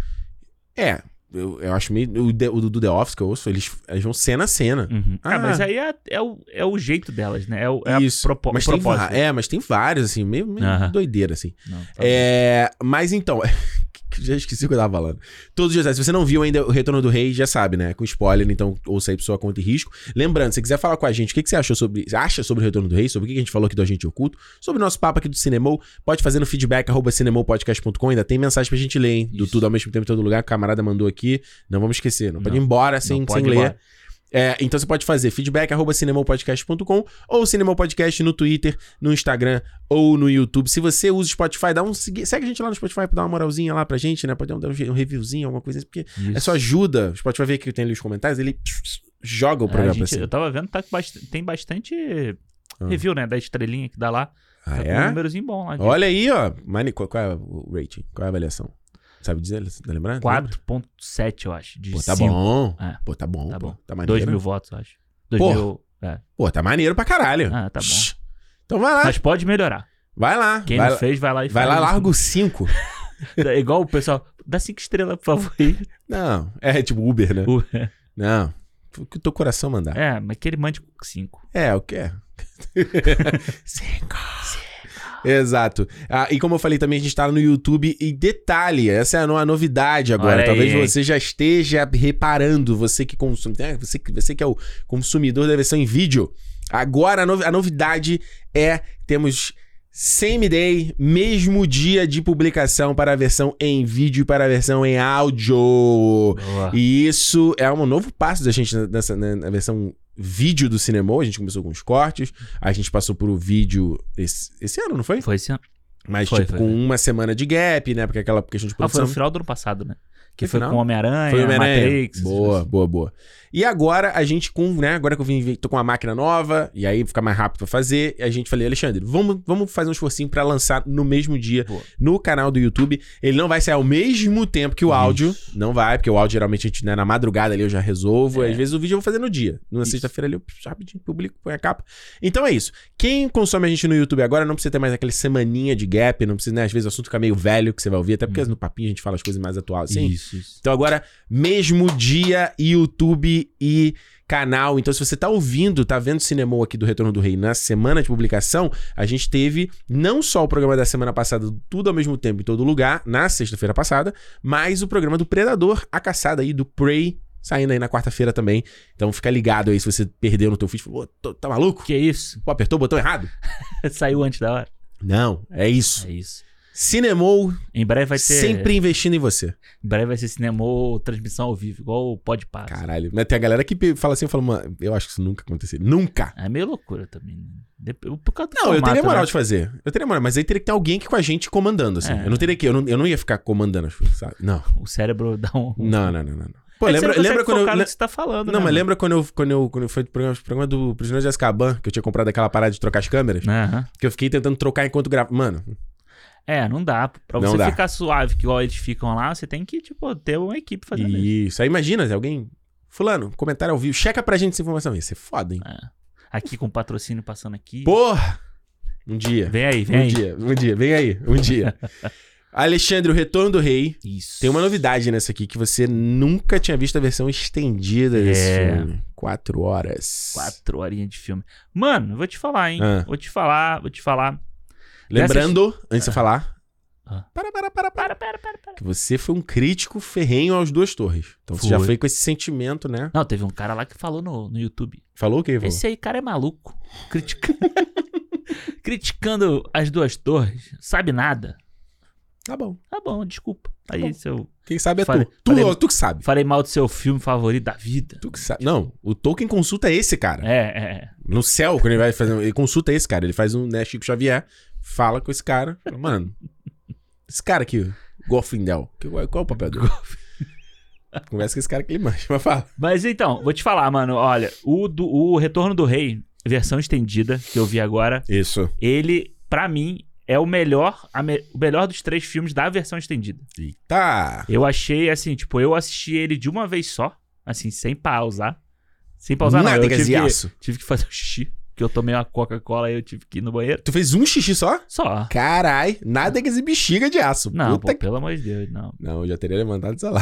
S1: É. Eu, eu acho meio. O, The- o do The Office que eu ouço, eles, eles vão cena a cena.
S2: Uhum. Ah,
S1: Ah.
S2: mas aí é, é o, é o jeito delas, né? É, o, é
S1: Isso.
S2: a propo-
S1: mas
S2: o
S1: tem, va-
S2: propósito.
S1: é, mas tem vários, assim, meio, meio
S2: Aham.
S1: doideira, assim.
S2: Não, tá
S1: É, mas então, já esqueci o que eu tava falando. Todos os dias, se você não viu ainda o Retorno do Rei, já sabe, né? Com spoiler, então ouça aí por sua conta e risco. Lembrando, se você quiser falar com a gente, o que, que você achou sobre, acha sobre o Retorno do Rei, sobre o que que a gente falou aqui do Agente Oculto, sobre o nosso papo aqui do Cinemou, pode fazer no feedback, arroba cinemopodcast.com, ainda tem mensagem pra gente ler, hein? Do
S2: Isso.
S1: tudo ao mesmo tempo em todo lugar, o camarada mandou aqui, não vamos esquecer, não pode
S2: Não,
S1: ir embora sem,
S2: não pode
S1: sem
S2: ir
S1: ler.
S2: embora.
S1: É, então você pode fazer feedback arroba cinemopodcast.com ou cinemopodcast no Twitter, no Instagram ou no YouTube. Se você usa o Spotify, dá um segui- segue a gente lá no Spotify pra dar uma moralzinha lá pra gente, né? Pode dar um, um reviewzinho, alguma coisa assim, porque
S2: Isso.
S1: é só ajuda. O Spotify vê que tem ali os comentários, ele pss, pss, joga o
S2: É, a
S1: programa pra
S2: gente, eu
S1: cima.
S2: tava vendo, tá com bast- tem bastante
S1: Ah.
S2: review, né? Da estrelinha que dá lá.
S1: Ah,
S2: tá com um
S1: é?
S2: númerozinho bom lá. de
S1: Olha aí, ó. Mani, qual, qual é o rating? Qual é a avaliação? Sabe dizer? Tá lembrando?
S2: 4.7, eu acho. De
S1: Pô, tá
S2: cinco.
S1: bom.
S2: É.
S1: Pô, tá bom.
S2: Tá
S1: pô.
S2: bom.
S1: Tá
S2: 2
S1: maneiro.
S2: mil votos, eu acho. 2
S1: Porra.
S2: mil. É.
S1: Pô, tá maneiro pra caralho.
S2: Ah, tá bom.
S1: Shhh. Então vai lá.
S2: Mas pode melhorar.
S1: Vai lá.
S2: Quem
S1: vai
S2: não
S1: lá.
S2: fez, vai lá e
S1: Vai lá,
S2: faz.
S1: larga o 5.
S2: É Igual o pessoal, dá 5 estrelas, por favor. aí.
S1: Não, é tipo Uber, né?
S2: O-
S1: Não. O que o teu coração mandar.
S2: É, mas que ele mande 5.
S1: É, o que é? Cinco. Exato. Ah, e como eu falei também, a gente tá no YouTube. E detalhe, essa é a no- a novidade agora.
S2: Olha aí,
S1: Talvez
S2: hein?
S1: você já esteja reparando, você que consome. né? Você, que- você que é o consumidor da versão em vídeo. Agora a, novi- a novidade é: temos same day, mesmo dia de publicação para a versão em vídeo e para a versão em áudio.
S2: Boa.
S1: E isso é um novo passo da gente nessa, na, na versão vídeo do cinema. A gente começou com os cortes, a gente passou pro vídeo esse, esse ano, não foi?
S2: Foi esse ano.
S1: Mas,
S2: Foi,
S1: tipo,
S2: foi,
S1: com
S2: foi.
S1: uma semana de gap, né? Porque aquela questão de
S2: Ah, foi
S1: produção.
S2: no final do ano passado, né? Que
S1: Que
S2: foi
S1: final?
S2: com Homem-Aranha,
S1: Foi Homem-Aranha.
S2: Matrix.
S1: Boa, boa, boa. E agora a gente com, né? Agora que eu vim, tô com uma máquina nova, e aí fica mais rápido pra fazer. E a gente falei, Alexandre, vamos, vamos fazer um esforcinho pra lançar no mesmo dia
S2: Boa.
S1: no canal do YouTube. Ele não vai sair ao mesmo tempo que o áudio.
S2: Isso.
S1: Não vai, porque o áudio geralmente a gente, né, na madrugada ali eu já resolvo.
S2: É.
S1: Às vezes o vídeo eu vou fazer no dia. Na
S2: Isso.
S1: sexta-feira ali eu rapidinho publico, põe a capa. Então é isso. Quem consome a gente no YouTube agora não precisa ter mais aquele semaninha de gap, não precisa, né? Às vezes o assunto fica meio velho que você vai ouvir, até
S2: Uhum.
S1: porque no papinho a gente fala as coisas mais atuais. Assim.
S2: Isso, isso.
S1: Então agora, mesmo dia, YouTube e canal. Então, se você tá ouvindo, tá vendo o cinema aqui do Retorno do Rei na semana de publicação, a gente teve não só o programa da semana passada, tudo ao mesmo tempo em todo lugar, na sexta-feira passada, mas o programa do Predador, a caçada aí do Prey, saindo aí na quarta-feira também. Então fica ligado aí se você perdeu no teu feed, falou, "Ô, tô- tá maluco?
S2: Que é isso?
S1: Pô, apertou o botão errado?
S2: Saiu antes da hora.
S1: Não, é isso.
S2: É isso.
S1: Cinemou
S2: Em breve vai ter.
S1: sempre investindo em você.
S2: Em breve vai ser cinema ou transmissão ao vivo, igual o Podpah.
S1: Caralho. Mas tem a galera que pe- fala assim, eu falo, mano, eu acho que isso nunca aconteceria. Nunca!
S2: É meio loucura também. né? Dep- Por causa do
S1: Não, eu
S2: formato,
S1: teria moral
S2: né?
S1: de fazer. Eu teria moral, mas aí teria que ter alguém aqui com a gente comandando, assim.
S2: É.
S1: Eu não teria que, eu não, eu não ia ficar comandando as coisas, sabe? Não.
S2: O cérebro dá um.
S1: Não, não, não, não. não. Pô,
S2: É que
S1: lembra,
S2: você não
S1: lembra
S2: consegue
S1: quando eu.
S2: focar no
S1: le-
S2: que você tá falando,
S1: Não,
S2: né,
S1: mas
S2: mano?
S1: lembra quando eu, quando eu, quando eu fui pro programa, pro programa do Prisioneiro de Azkaban, que eu tinha comprado aquela parada de trocar as câmeras,
S2: Aham.
S1: que eu fiquei tentando trocar enquanto gravava. Mano,
S2: É, não dá. Pra
S1: Não
S2: você
S1: dá.
S2: ficar suave, que igual eles ficam lá, você tem que, tipo, ter uma equipe fazendo isso.
S1: isso. Aí imagina, se alguém. Fulano, comentário ao vivo, checa pra gente essa informação. Ia ser foda,
S2: É.
S1: hein?
S2: Aqui com patrocínio passando aqui.
S1: Porra! Um dia.
S2: Vem aí, vem
S1: Um
S2: aí.
S1: dia, um dia, vem aí, um dia. Alexandre, o retorno do rei.
S2: Isso.
S1: Tem uma novidade nessa aqui que você nunca tinha visto a versão estendida desse
S2: É.
S1: filme. Quatro horas.
S2: Quatro horinhas de filme. Mano, vou te falar, hein?
S1: Ah.
S2: Vou te falar, vou te falar.
S1: Lembrando, antes de eu falar.
S2: Ah.
S1: Para, para, para, para.
S2: Para, para, para, para.
S1: Que você foi um crítico ferrenho aos duas torres. Então você
S2: Fui.
S1: já foi com esse sentimento, né?
S2: Não, teve um cara lá que falou no, no YouTube.
S1: Falou o quê, Ivo?
S2: Esse aí, cara, é maluco. Critica... Criticando as duas torres. Sabe nada.
S1: Tá bom.
S2: Tá bom, desculpa. Aí
S1: bom.
S2: se eu
S1: Quem sabe é
S2: Falei-
S1: tu. Tu,
S2: falei-
S1: tu que sabe.
S2: falei mal do seu filme favorito da vida.
S1: Tu que sabe. Não, o Tolkien consulta esse cara.
S2: É, é.
S1: No céu, quando ele vai fazer. um, Ele consulta esse cara. Ele faz um, né, Chico Xavier, fala com esse cara. fala, Mano, esse cara aqui, Golfindel, que- qual, qual é o papel dele? Conversa com esse cara que ele manja, mas fala.
S2: Mas então, vou te falar, mano. Olha, o, do, o Retorno do Rei, versão estendida, que eu vi agora,
S1: Isso.
S2: ele, pra mim, é o melhor, a me- o melhor dos três filmes da versão estendida.
S1: Eita!
S2: Eu achei, assim, tipo, eu assisti ele de uma vez só, assim, sem pausar. Sem pausar, não. Eu tive que,
S1: gaseaço.
S2: tive que fazer o xixi. porque eu tomei uma Coca-Cola e eu tive que ir no banheiro.
S1: Tu fez um xixi só?
S2: Só.
S1: Carai, nada que esse bexiga de aço.
S2: Não,
S1: Puta
S2: pô,
S1: que...
S2: pelo amor de Deus, não.
S1: Não, eu já teria levantado isso lá.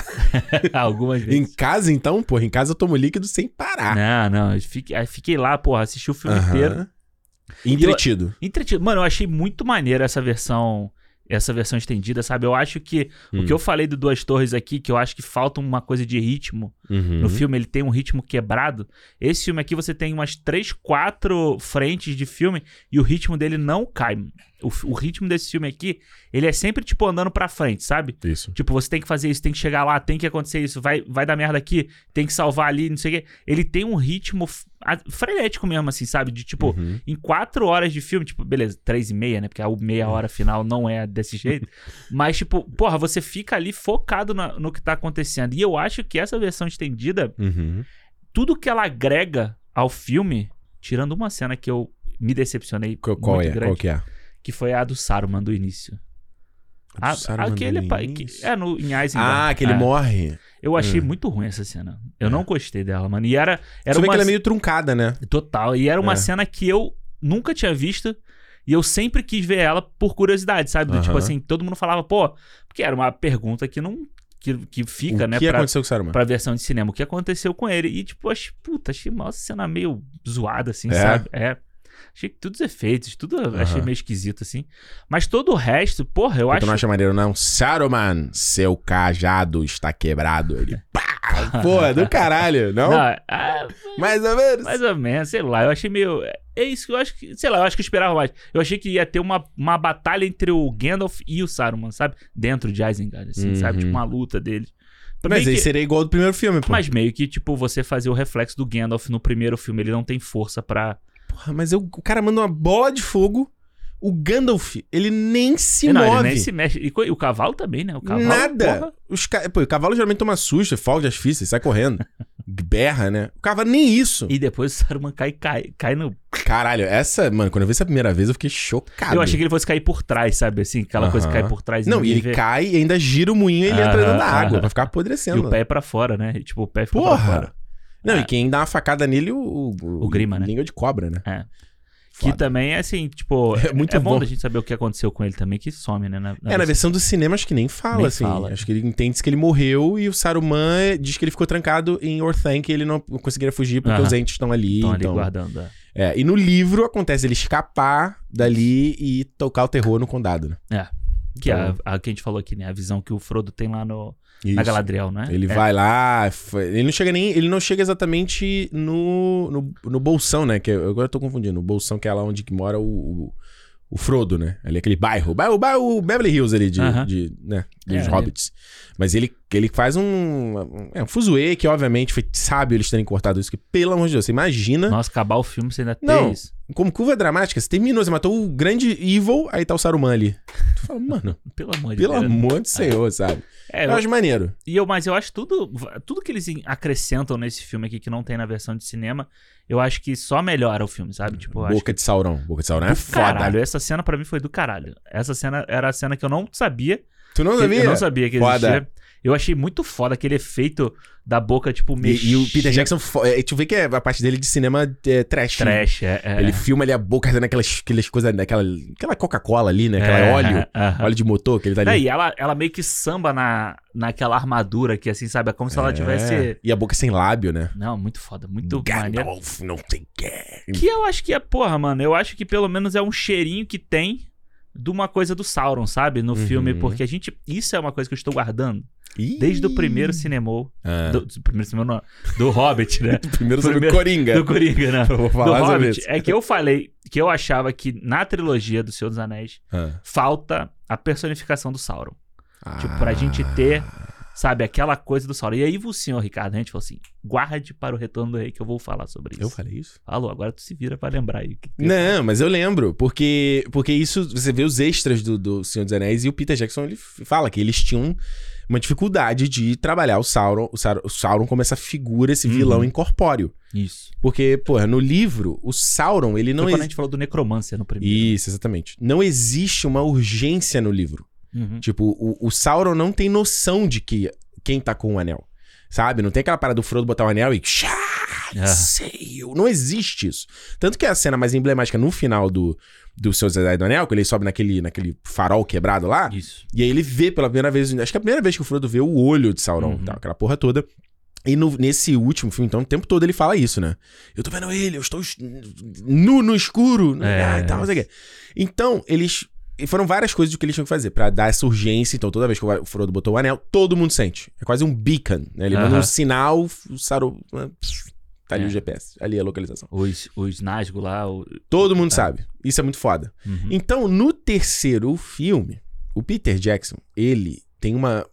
S2: Algumas
S1: Em
S2: vezes.
S1: casa, então, porra, em casa eu tomo líquido sem parar.
S2: Não, não. Eu fiquei, aí fiquei lá, porra, assisti o filme
S1: Aham.
S2: inteiro.
S1: Entretido.
S2: Entretido. Mano, eu achei muito maneiro essa versão. Essa versão estendida, sabe? Eu acho que
S1: Hum.
S2: o que eu falei do Duas Torres aqui, que eu acho que falta uma coisa de ritmo
S1: Uhum.
S2: no filme, ele tem um ritmo quebrado. Esse filme aqui você tem umas três, quatro frentes de filme e o ritmo dele não cai. O, f- o ritmo desse filme aqui, ele é sempre tipo andando pra frente, sabe?
S1: Isso.
S2: Tipo, você tem que fazer isso, tem que chegar lá, tem que acontecer isso, vai, vai dar merda aqui, tem que salvar ali, não sei o quê. Ele tem um ritmo f- a- frenético mesmo, assim, sabe? De tipo,
S1: Uhum.
S2: em quatro horas de filme, tipo, beleza, três e meia, né? Porque a meia hora final não é desse jeito. Mas, tipo, porra, você fica ali focado na- no que tá acontecendo. E eu acho que essa versão estendida,
S1: Uhum.
S2: tudo que ela agrega ao filme, tirando uma cena que eu me decepcionei
S1: Qual, qual
S2: muito
S1: é?
S2: grande,
S1: Qual que é?
S2: que foi a do Saruman do início. A-
S1: Saruman
S2: Ah, aquele
S1: do
S2: pa- que-
S1: início?
S2: é no em Isengard.
S1: Ah, que ele
S2: É.
S1: morre.
S2: Eu achei
S1: Hum.
S2: muito ruim essa cena. Eu não gostei dela, mano. E era era
S1: Você vê
S2: uma
S1: que ela é meio truncada, né?
S2: Total. E era uma
S1: É.
S2: cena que eu nunca tinha visto. E eu sempre quis ver ela por curiosidade, sabe? Do Tipo
S1: Aham.
S2: assim, todo mundo falava, pô, porque era uma pergunta que não. que, que fica,
S1: o
S2: né?
S1: que
S2: Pra,
S1: aconteceu com o Saruman?
S2: pra versão de cinema. O que aconteceu com ele? E, tipo, eu achei, puta, achei uma cena meio zoada, assim,
S1: É?
S2: sabe? É. Achei que todos os efeitos, tudo eu achei
S1: Aham.
S2: meio esquisito, assim. Mas todo o resto, porra, eu
S1: Porque
S2: acho.
S1: Tu não acha maneiro, não? Saruman, seu cajado está quebrado. Ele, pá! Porra, do caralho, não?
S2: Não, ah,
S1: Mais ou menos.
S2: Mais ou menos, sei lá. Eu achei meio. É isso que eu acho que. Sei lá, eu acho que eu esperava mais. Eu achei que ia ter uma, uma batalha entre o Gandalf e o Saruman, sabe? Dentro de Isengard, assim,
S1: Uhum.
S2: sabe? Tipo, uma luta deles.
S1: Mas
S2: meio
S1: aí
S2: que-
S1: seria igual do primeiro filme, pô.
S2: mas meio que, tipo, você fazer o reflexo do Gandalf no primeiro filme, ele não tem força pra.
S1: Porra, mas eu- o cara manda uma bola de fogo. O Gandalf, ele nem se
S2: não,
S1: move.
S2: ele nem se mexe. E co- e o cavalo também, né? O cavalo.
S1: Nada.
S2: porra,
S1: Os ca... Pô, o cavalo geralmente toma susto, falta de asfixia, sai correndo. Berra, né? O cavalo nem isso.
S2: E depois o Saruman cai, cai, cai no.
S1: Caralho, essa, mano, quando eu vi essa primeira vez, eu fiquei chocado.
S2: Eu achei que ele fosse cair por trás, sabe? Assim, aquela coisa que
S1: Aham.
S2: cai por trás. e
S1: Não, e
S2: ninguém
S1: ele
S2: vê.
S1: cai e ainda gira o moinho e ele entra
S2: Aham,
S1: dentro da água
S2: aham.
S1: pra ficar
S2: E
S1: apodrecendo.
S2: o pé é pra fora, né? E, tipo, o pé fica pra fora.
S1: Porra! Não,
S2: É.
S1: e quem dá uma facada nele, o. O,
S2: O Grima, né?
S1: Língua de cobra, né?
S2: É. Que
S1: Foda.
S2: também é assim, tipo.
S1: É muito
S2: é bom,
S1: bom.
S2: da gente saber o que aconteceu com ele também, que some, né? na- na
S1: É, na
S2: versão-
S1: versão do cinema acho que nem fala,
S2: Nem
S1: assim.
S2: fala.
S1: Acho que ele entende que ele morreu e o Saruman eh, diz que ele ficou trancado em Orthanc que ele não conseguiria fugir porque
S2: Aham.
S1: os entes estão ali.
S2: Estão ali
S1: então...
S2: guardando. é.
S1: É, e no livro acontece ele escapar dali e tocar o terror no condado, né?
S2: Que é a,
S1: Então-
S2: a que a gente falou aqui, né? A visão que o Frodo tem lá no, na
S1: Isso.
S2: Galadriel, né?
S1: Ele
S2: É.
S1: vai lá, foi- ele não chega nem, ele não chega exatamente no, no, no bolsão, né? Que eu, agora eu tô confundindo, o bolsão que é lá onde que mora o, o, o Frodo, né? Ali aquele bairro, o bairro, o bairro Beverly Hills ali de,
S2: Aham.
S1: de né?
S2: É,
S1: Dos
S2: ali.
S1: hobbits. Mas ele, ele faz um, um- é um fuzuê que obviamente foi sábio eles terem cortado isso, que pelo amor de Deus, você imagina
S2: Nossa, acabar o filme você ainda
S1: Não.
S2: tem isso.
S1: como curva dramática, você terminou, você matou o grande evil, aí tá o Saruman ali. Tu fala, mano,
S2: Pelo amor de
S1: pelo
S2: Deus.
S1: amor do Senhor, sabe?
S2: É,
S1: Eu
S2: eu-
S1: acho maneiro.
S2: e eu, mas eu acho tudo, tudo que eles acrescentam nesse filme aqui que não tem na versão de cinema, eu acho que só melhora o filme, sabe? Tipo, eu acho
S1: Boca de Sauron. Boca de Sauron
S2: que-
S1: é
S2: do
S1: foda.
S2: Caralho, essa cena pra mim foi do caralho. Essa cena era a cena que eu não sabia
S1: Tu não sabia?
S2: Eu não sabia que
S1: Foda.
S2: existia. Eu achei muito foda aquele efeito da boca, tipo, meio.
S1: E, e o Peter Jackson, fo- é, tu vê que é a parte dele de cinema é trash.
S2: Trash, é. é.
S1: Ele filma ali a boca fazendo aquelas, aquelas coisas, né, aquela, aquela Coca-Cola ali, né? Aquela
S2: É,
S1: óleo,
S2: aham.
S1: óleo de motor que ele tá
S2: É,
S1: ali.
S2: e ela, ela meio que samba na, naquela armadura que assim, sabe? É como se ela
S1: É.
S2: tivesse.
S1: E a boca sem lábio, né?
S2: Não, muito foda, muito maneiro.
S1: Gandalf, não tem que.
S2: Que eu acho que é, porra, mano. Eu acho que pelo menos é um cheirinho que tem de uma coisa do Sauron, sabe? No
S1: Uhum.
S2: filme, porque a gente. Isso é uma coisa que eu estou guardando desde o primeiro cinema.
S1: Ah,
S2: Do, do primeiro cinema, não, do Hobbit, né?
S1: do primeiro sobre
S2: primeiro-
S1: Coringa.
S2: do Coringa, né?
S1: Eu vou
S2: do
S1: falar sobre
S2: Hobbit
S1: isso.
S2: é que eu falei que eu achava que na trilogia do Senhor dos Anéis
S1: Ah.
S2: falta a personificação do Sauron. Tipo,
S1: Ah,
S2: pra gente ter, sabe, aquela coisa do Sauron. E aí o senhor Ricardo, a gente falou assim: guarde para o retorno do rei que eu vou falar sobre isso.
S1: Eu falei isso?
S2: Falou, agora tu se vira pra lembrar aí. o que que tem.
S1: Não, mas eu lembro, porque porque isso, você vê os extras do, do Senhor dos Anéis e o Peter Jackson, ele f- fala que eles tinham uma dificuldade de trabalhar o Sauron, o Sauron, o Sauron como essa figura, esse
S2: Uhum.
S1: vilão incorpóreo.
S2: Isso.
S1: Porque, porra, no livro, o Sauron, ele não...
S2: Não Foi quando a
S1: exi-
S2: gente falou do necromancer no primeiro.
S1: Isso, exatamente. Não existe uma urgência no livro.
S2: Uhum.
S1: Tipo, o, o Sauron não tem noção de que quem tá com o anel. Sabe? Não tem aquela parada do Frodo botar o anel e. Chá!
S2: É.
S1: Ai, sei eu. Não existe isso. Tanto que a cena mais emblemática no final do, do Seu Zezé do Anel, que ele sobe naquele, naquele farol quebrado lá,
S2: Ah. Isso.
S1: e aí ele vê pela primeira vez, acho que é a primeira vez que o Frodo vê o olho de Sauron,
S2: Uhum.
S1: tal, aquela porra toda. E no- nesse último filme, então, o tempo todo ele fala isso, né? Eu tô vendo ele, eu estou es- nu no escuro.
S2: É.
S1: ah, e tal, não sei o quê. Então, eles. e Foram várias coisas do que eles tinham que fazer pra dar essa urgência. Então, toda vez que o Frodo botou o anel, todo mundo sente. É quase um beacon, né? Ele manda
S2: Aham.
S1: um sinal, o Sauron. né, Tá ali
S2: É.
S1: o GPS, ali a localização.
S2: Os, os Nazgûl lá. o-
S1: Todo mundo
S2: Tá.
S1: sabe. Isso é muito foda.
S2: Uhum.
S1: Então, no terceiro filme, o Peter Jackson, ele tem uma,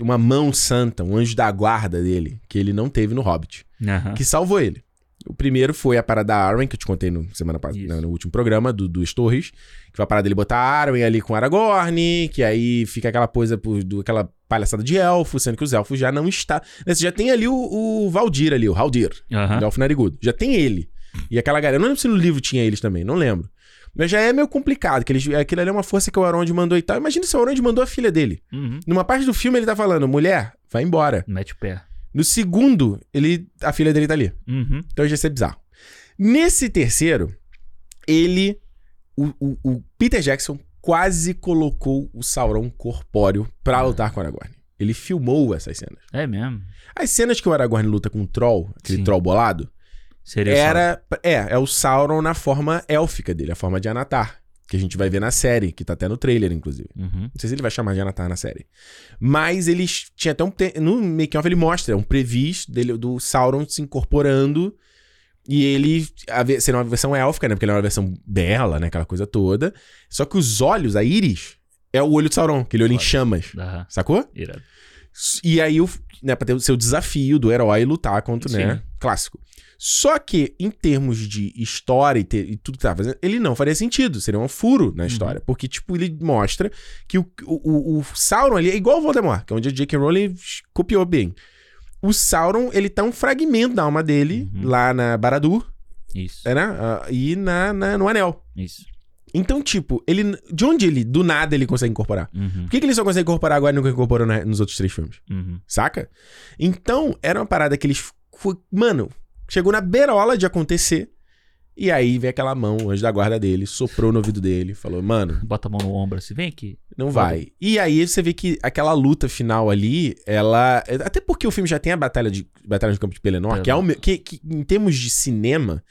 S1: uma mão santa, um anjo da guarda dele, que ele não teve no Hobbit,
S2: Uhum. Aham.
S1: que salvou ele. O primeiro foi a parada da Arwen, que eu te contei no, semana pas-
S2: Isso.
S1: na- no último programa, do, dos Torres, que foi a parada dele botar a Arwen ali com Aragorn, que aí fica aquela coisa, por, do, aquela palhaçada de elfo, sendo que os elfos já não está... né, Você já tem ali o, o Valdir ali, o Haldir,
S2: Aham.
S1: do Elfo Narigudo. Já tem ele. E aquela galera. Eu não lembro se no livro tinha eles também, não lembro. Mas já é meio complicado, que eles, aquilo ali é uma força que o Elrond mandou e tal. Imagina se o Elrond mandou a filha dele.
S2: Uhum.
S1: Numa parte do filme ele tá falando, mulher, vai embora.
S2: Mete o pé.
S1: No segundo, ele a filha dele tá ali.
S2: Uhum.
S1: Então já é bizarro. Nesse terceiro, ele. O, o- o Peter Jackson quase colocou o Sauron corpóreo pra lutar com o Aragorn. Ele filmou essas cenas.
S2: É mesmo.
S1: As cenas que o Aragorn luta com o Troll, aquele
S2: Sim.
S1: Troll bolado,
S2: Seria só-
S1: era. É, é o Sauron na forma élfica dele, a forma de Anatar. Que a gente vai ver na série, que tá até no trailer, inclusive.
S2: Uhum.
S1: Não sei se ele vai chamar de Anatar na série. Mas eles. Tinha até um. te- No making of ele mostra um previs dele, do Sauron se incorporando. E ele. A ve- seria uma versão élfica, né? Porque ele é uma versão bela, né? Aquela coisa toda. Só que os olhos, a íris, é o olho do Sauron, aquele olho em
S2: Olha.
S1: chamas.
S2: Aham.
S1: Sacou?
S2: Irado.
S1: E aí, o- né, pra ter o seu desafio do herói lutar contra, né?
S2: Sim.
S1: Clássico. Só que, em termos de história e, te- e tudo que tava fazendo, ele não faria sentido. Seria um furo
S2: Uhum.
S1: na história. Porque, tipo, ele mostra que o, o, o- o Sauron ali é igual o Voldemort, que é onde a J.K. Rowling copiou bem. O Sauron, ele tá um fragmento da alma dele
S2: Uhum.
S1: lá na Baradur,
S2: Isso.
S1: né? Ah, E na, na- no Anel.
S2: Isso.
S1: Então, tipo, ele. De onde ele, do nada, ele consegue incorporar?
S2: Uhum.
S1: Por que, que ele só consegue incorporar agora e nunca incorporou na- nos outros três filmes?
S2: Uhum.
S1: Saca? Então, era uma parada que eles. fu- Mano, chegou na beirola de acontecer. E aí vem aquela mão, o anjo da guarda dele, soprou no ouvido dele, falou, mano,
S2: Bota a mão no ombro assim. Vem aqui.
S1: não vai. E aí você vê que aquela luta final ali, ela. Até porque o filme já tem a Batalha de Batalha de Campo de Pelennor, que, é o me- que, que em termos de cinema.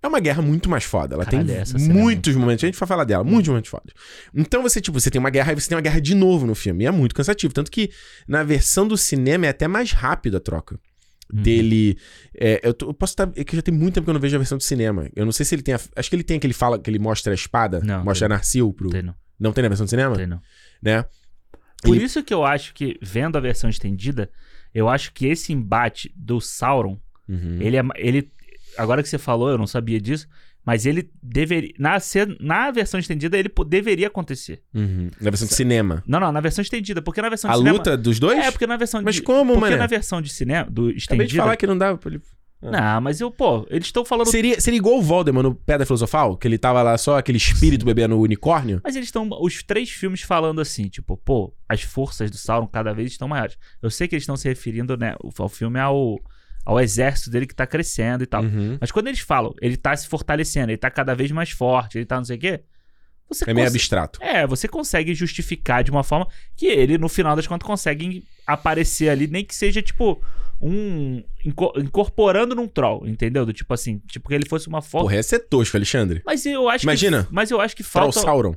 S1: É uma guerra muito mais foda. Ela
S2: Caralho,
S1: tem
S2: essa cena é
S1: muitos momentos. A gente vai falar dela, muitos momentos fodas. Então você, tipo, você tem uma guerra e você tem uma guerra de novo no filme. E é muito cansativo. Tanto que na versão do cinema é até mais rápido a troca
S2: Uhum.
S1: dele. é, eu, tô- eu posso estar. É que já tem muito tempo que eu não vejo a versão do cinema. Eu não sei se ele tem. a- acho que ele tem aquele fala que ele mostra a espada,
S2: Não,
S1: mostra a Narcil pro.
S2: Tem não.
S1: Não tem na versão do cinema?
S2: Tem não.
S1: Né?
S2: Por
S1: Ele-
S2: isso que eu acho que, vendo a versão estendida, eu acho que esse embate do Sauron,
S1: Uhum.
S2: ele é. ma- Ele, agora que você falou, eu não sabia disso, mas ele deveria. Na, cena- na versão estendida, ele po- deveria acontecer.
S1: Uhum. Na versão do cinema.
S2: Não, não, na versão estendida, porque na versão
S1: A
S2: de cinema.
S1: luta dos dois?
S2: É, porque na versão
S1: Mas
S2: de.
S1: como,
S2: porque
S1: mano?
S2: na versão de cinema, do
S1: Acabei de
S2: estendida.
S1: falar que não dava pra ele.
S2: Não, mas eu, pô, eles estão falando.
S1: Seria, seria igual o Voldemort no Pedra Filosofal, que ele tava lá só aquele espírito bebendo unicórnio?
S2: Mas eles estão. Os três filmes falando assim, tipo, pô, as forças do Sauron cada vez estão maiores. Eu sei que eles estão se referindo, né, o- ao filme ao, ao exército dele que tá crescendo e tal.
S1: Uhum.
S2: Mas quando eles falam, ele tá se fortalecendo, ele tá cada vez mais forte, ele tá não sei o quê. Você
S1: É meio
S2: conse-
S1: abstrato.
S2: É, você consegue justificar de uma forma que ele, no final das contas, consegue aparecer ali, nem que seja, tipo, um. inco- incorporando num troll, entendeu? Do tipo assim, tipo que ele fosse uma força.
S1: Porra, ia ser tosco, Alexandre.
S2: Mas eu acho
S1: Imagina.
S2: que. Mas eu acho que
S1: Troll
S2: falta.
S1: Sauron.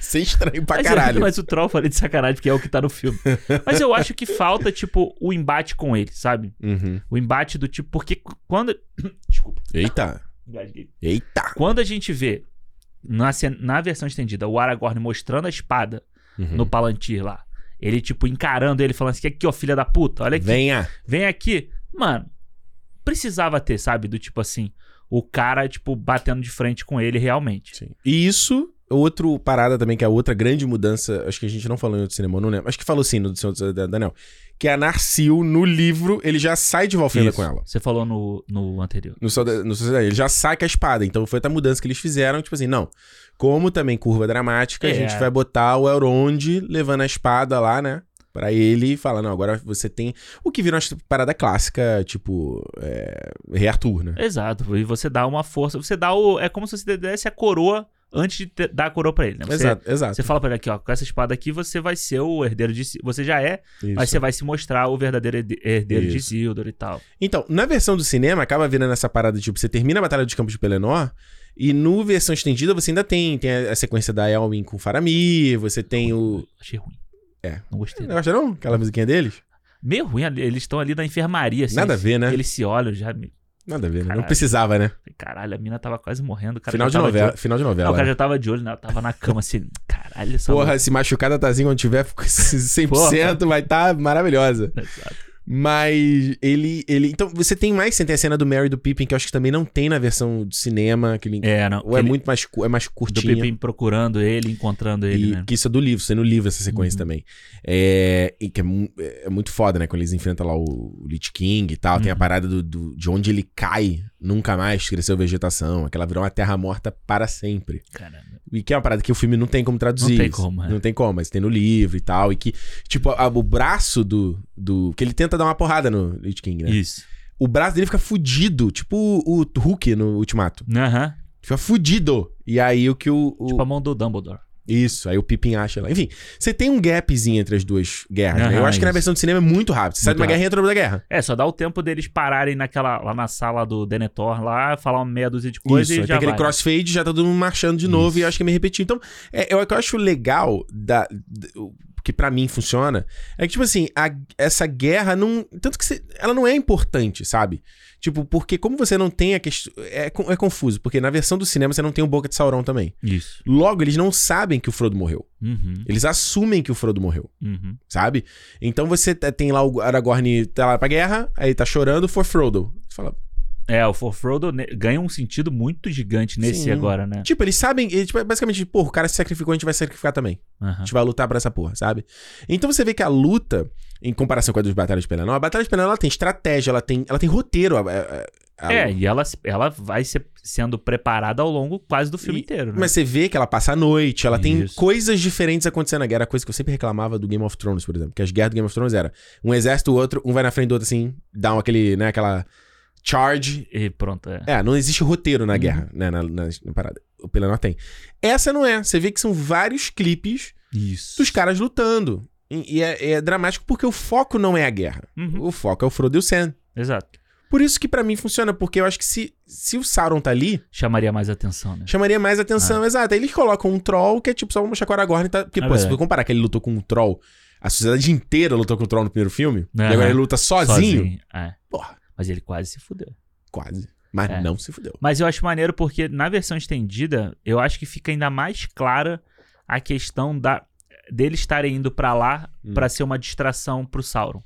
S1: Você é estranho pra
S2: mas,
S1: caralho.
S2: mas o troll eu falei de sacanagem, porque é o que tá no filme. mas eu acho que falta, tipo, o embate com ele, sabe?
S1: Uhum.
S2: O embate do tipo. Porque quando. Desculpa,
S1: Eita.
S2: engasguei.
S1: Eita.
S2: Quando a gente vê na, cen- na versão estendida o Aragorn mostrando a espada
S1: Uhum.
S2: no Palantir lá, ele tipo encarando ele, falando assim: aqui ó, filha da puta, olha aqui, vem,
S1: Venha.
S2: aqui. Mano, precisava ter, sabe? Do tipo assim, o cara tipo batendo de frente com ele realmente.
S1: Sim. E isso, outro parada também, que é outra grande mudança, acho que a gente não falou em outro cinema, eu não lembro. Acho que falou sim no do Senhor dos- da- Daniel. Que é a Narcil, no livro, ele já sai de Valfenda
S2: Isso.
S1: com ela.
S2: Você falou no, no anterior.
S1: No, Sauda- no Sociedade, ele já sai com a espada. Então foi outra mudança que eles fizeram, tipo assim, não. Como também curva dramática, a
S2: É.
S1: gente vai botar o Elrond levando a espada lá, né? Pra ele e fala, não, agora você tem o que virou uma parada clássica, tipo, é, Rei Arthur, né?
S2: Exato. E você dá uma força. Você dá o. É como se você desse a coroa antes de te- dar a coroa pra ele. Né? Você,
S1: exato, exato.
S2: Você fala pra ele aqui, ó, com essa espada aqui você vai ser o herdeiro de. Si- Você já é, mas
S1: Isso.
S2: você vai se mostrar o verdadeiro herde- herdeiro de
S1: Isso.
S2: Isildur e tal.
S1: Então, na versão do cinema, acaba virando essa parada, tipo, você termina a Batalha dos Campos de Pelennor, e no versão estendida você ainda tem, tem a, a sequência da Elwin com Faramir, você tem o...
S2: Achei ruim.
S1: É.
S2: Não gostei.
S1: Não gosta não? Aquela musiquinha deles?
S2: Meio ruim, ali- eles estão ali na enfermaria, assim.
S1: Nada a ver, né?
S2: Eles se olham já. me-
S1: Nada a ver, né? Não
S2: Caralho.
S1: precisava, né?
S2: Caralho, a mina tava quase morrendo. o cara
S1: Final
S2: já
S1: de,
S2: tava
S1: novela,
S2: olho-
S1: final de
S2: Não, o
S1: novela.
S2: cara já tava de olho, né? tava na cama assim. Caralho, essa
S1: Porra, se machucar a Tazinha quando tiver 100%, vai estar maravilhosa.
S2: mulher- né?" Exato.
S1: Mas ele, ele... Então, você tem mais, você tem a cena do Mary e do Pippin, que eu acho que também não tem na versão do cinema, que ele...
S2: É, não.
S1: Ou é
S2: aquele-
S1: muito mais, cu- é mais
S2: Do
S1: curtinha.
S2: Pippin procurando ele, encontrando ele,
S1: E
S2: né? Uhum.
S1: que isso é do livro, isso é no livro essa sequência também. É, e que é, mu- é muito foda, né? Quando eles enfrentam lá o, o Lich King e tal. Tem a
S2: Uhum.
S1: parada do, do- de onde ele cai, nunca mais cresceu vegetação. Aquela virou uma terra morta para sempre.
S2: Caralho.
S1: E que é uma parada que o filme não tem como traduzir.
S2: Não tem
S1: isso.
S2: como, é.
S1: Não tem como, mas tem no livro e tal. E que, tipo, a- o braço do, do. Que ele tenta dar uma porrada no Lich King, né?
S2: Isso.
S1: O braço dele fica fudido, tipo o, o Hulk no Ultimato.
S2: Aham.
S1: Fica fudido. E aí o que o. o-
S2: Tipo a mão do Dumbledore.
S1: isso, aí o Pippin acha lá. Enfim, você tem um gapzinho entre as duas guerras. né?
S2: Aham,
S1: Eu acho que na
S2: isso.
S1: versão do cinema é muito rápido. Você sai de
S2: Muito
S1: uma guerra e entra na outra guerra.
S2: É, só dá o tempo deles pararem naquela, lá na sala do Denethor, lá, falar uma meia dúzia de coisa
S1: isso,
S2: e
S1: aí
S2: já
S1: tem aquele
S2: vai. né?
S1: crossfade, já tá todo mundo marchando de novo e eu acho que é meio repetido. Então, é, é o que eu acho legal, da, d- o que pra mim funciona, é que, tipo assim, a- essa guerra não. Tanto que você- ela não é importante, sabe? Tipo, porque como você não tem a questão. É, con- é confuso, porque na versão do cinema você não tem o Boca de Sauron também.
S2: Isso.
S1: Logo, eles não sabem que o Frodo morreu.
S2: Uhum,
S1: Eles assumem que o Frodo morreu.
S2: uhum.
S1: sabe? Então você t- tem lá o Aragorn tá lá pra guerra, aí tá chorando for Frodo. Você fala,
S2: É, o For Frodo ne- ganha um sentido muito gigante nesse
S1: Sim.
S2: agora, né?
S1: tipo, eles sabem, eles, tipo, é basicamente, pô, o cara se sacrificou, a gente vai se sacrificar também. A
S2: Aham.
S1: gente vai lutar pra essa porra, sabe? Então você vê que a luta, em comparação com a dos Batalhas de Pelennor, a Batalha de Pelennor ela tem estratégia, ela tem, ela tem roteiro. a- a- a-
S2: É, e ela, se- ela vai ser sendo preparada ao longo quase do filme
S1: E-
S2: inteiro, né?
S1: Mas você vê que ela passa a noite, ela tem
S2: Isso.
S1: coisas diferentes acontecendo na guerra. Coisa que eu sempre reclamava do Game of Thrones, por exemplo. Que as guerras do Game of Thrones era um exército, o outro, um vai na frente do outro assim, dá um, aquele, né, aquela charge,
S2: E pronto, é.
S1: É, não existe roteiro
S2: Uhum.
S1: na guerra, né? Na, na- na parada. O Pelanor tem. Essa não é. Você vê que são vários clipes
S2: Isso.
S1: dos caras lutando. E, e é, é dramático porque o foco não é a guerra.
S2: Uhum,
S1: O foco é o Frodo e o Sam.
S2: Exato.
S1: Por isso que pra mim funciona, porque eu acho que se, se o Sauron tá ali,
S2: Chamaria mais atenção, né?
S1: chamaria mais atenção. Exato. Aí eles colocam um troll que é tipo só vamos mostrar que o Aragorn tá. Porque,
S2: É
S1: pô, se
S2: verdade.
S1: for comparar que ele lutou com um troll, a sociedade inteira lutou com o troll no primeiro filme,
S2: Aham.
S1: e agora ele luta sozinho.
S2: É.
S1: Porra,
S2: Mas ele quase se fudeu.
S1: quase. Mas
S2: É.
S1: não se fudeu.
S2: Mas eu acho maneiro porque na versão estendida, eu acho que fica ainda mais clara a questão da deles estarem indo pra lá
S1: Hum.
S2: pra ser uma distração pro Sauron.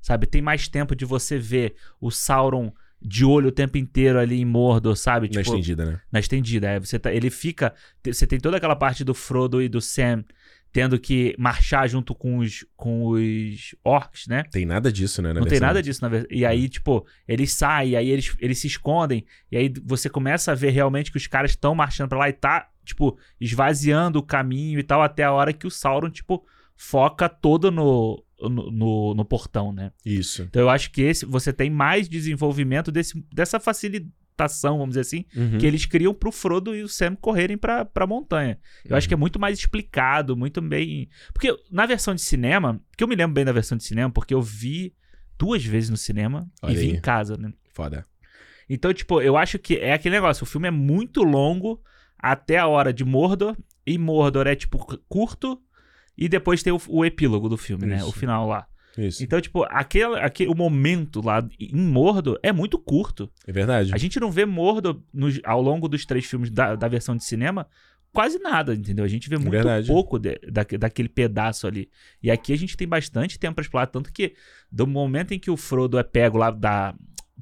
S2: Sabe, tem mais tempo de você ver o Sauron de olho o tempo inteiro ali em Mordor, sabe? Tipo,
S1: na estendida, né?
S2: na estendida. é, você tá- ele fica. te- Você tem toda aquela parte do Frodo e do Sam tendo que marchar junto com os, com os orcs, né?
S1: Tem nada disso, né? na
S2: Não tem
S1: versão.
S2: nada disso, na verdade. E aí, tipo, eles saem, aí eles, eles se escondem, e aí você começa a ver realmente que os caras estão marchando pra lá e tá, tipo, esvaziando o caminho e tal, até a hora que o Sauron, tipo, foca todo no, no, no- no portão, né?
S1: Isso.
S2: Então eu acho que esse você tem mais desenvolvimento desse, dessa facilitação, vamos dizer assim,
S1: Uhum.
S2: que eles criam pro Frodo e o Sam correrem pra, pra montanha. Eu
S1: Uhum.
S2: acho que é muito mais explicado, muito bem. Porque na versão de cinema, que eu me lembro bem da versão de cinema, porque eu vi duas vezes no cinema
S1: Olha
S2: e vi
S1: aí.
S2: em casa, né?
S1: Foda.
S2: Então, tipo, eu acho que é aquele negócio, o filme é muito longo até a hora de Mordor, e Mordor é, tipo, cu- curto, e depois tem o, o epílogo do filme, né?
S1: Isso.
S2: O final lá.
S1: Isso.
S2: Então, tipo, aquele, aquele, o momento lá em Mordor é muito curto.
S1: É verdade.
S2: A gente não vê Mordor nos- ao longo dos três filmes da, da versão de cinema quase nada, entendeu? A gente vê muito
S1: É Verdade.
S2: pouco de- da- daquele pedaço ali. E aqui a gente tem bastante tempo pra explorar, tanto que do momento em que o Frodo é pego lá da,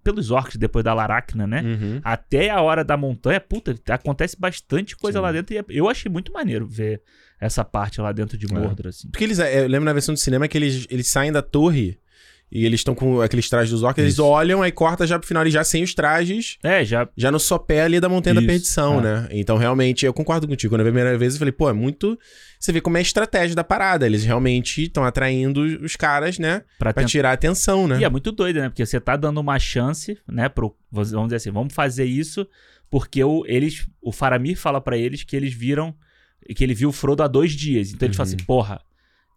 S2: pelos orcs depois da Laracna, né?
S1: Uhum.
S2: Até a hora da montanha, puta, acontece bastante coisa
S1: Sim.
S2: lá dentro. E é- eu achei muito maneiro ver
S1: É.
S2: essa parte lá dentro de Mordor, assim.
S1: Porque eles, eu lembro na versão do cinema que eles, eles saem da torre E eles estão com aqueles trajes dos orcs, eles
S2: Isso.
S1: olham, aí corta já pro final e já sem os trajes,
S2: É, já.
S1: já no sopé ali da Montanha da
S2: Isso,
S1: Perdição,
S2: é.
S1: né? Então, realmente, eu concordo contigo. Quando eu vi a primeira vez, eu falei, pô, é muito. Você vê como é a estratégia da parada. Eles realmente estão atraindo os caras, né?
S2: Pra
S1: Pra
S2: tentar.
S1: tirar a atenção, né?
S2: E é muito doido, né? Porque você tá dando uma chance, né? Pro, vamos dizer assim, vamos fazer isso porque o, eles, o Faramir fala pra eles que eles viram, que ele viu o Frodo há dois dias. Então eles falam
S1: Uhum.
S2: assim, porra,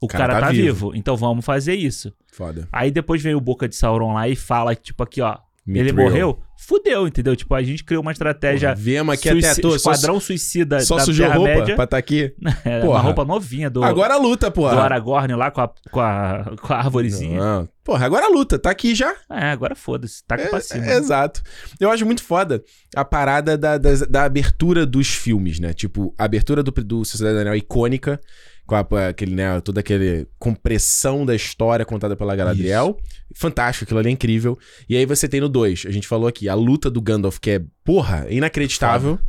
S2: o cara, tá, vivo. então vamos fazer isso.
S1: Foda.
S2: Aí depois vem o Boca de Sauron lá e fala, tipo, aqui, ó, ele
S1: Mithril.
S2: morreu, fudeu, entendeu? Tipo, a gente criou uma estratégia...
S1: Porra, Vemos aqui
S2: suici-
S1: até à toa. Só,
S2: Esquadrão suicida
S1: só
S2: da
S1: sujou roupa
S2: Terra-média.
S1: pra tá aqui.
S2: É,
S1: Porra.
S2: uma roupa novinha do,
S1: Agora luta,
S2: do
S1: porra.
S2: Aragorn lá com a, com a, com a arvorezinha.
S1: Não. Porra, agora luta. Tá aqui já.
S2: É, agora foda-se, taca pra cima.
S1: É, Exato. Eu acho muito foda a parada da, das- da abertura dos filmes, né? Tipo, a abertura do, do Sociedade do Anel é icônica, com a- aquele, né, toda aquela compressão da história contada pela Galadriel. Fantástico, aquilo ali é incrível. E aí você tem no 2, a gente falou aqui, a luta do Gandalf, que é, porra, é inacreditável.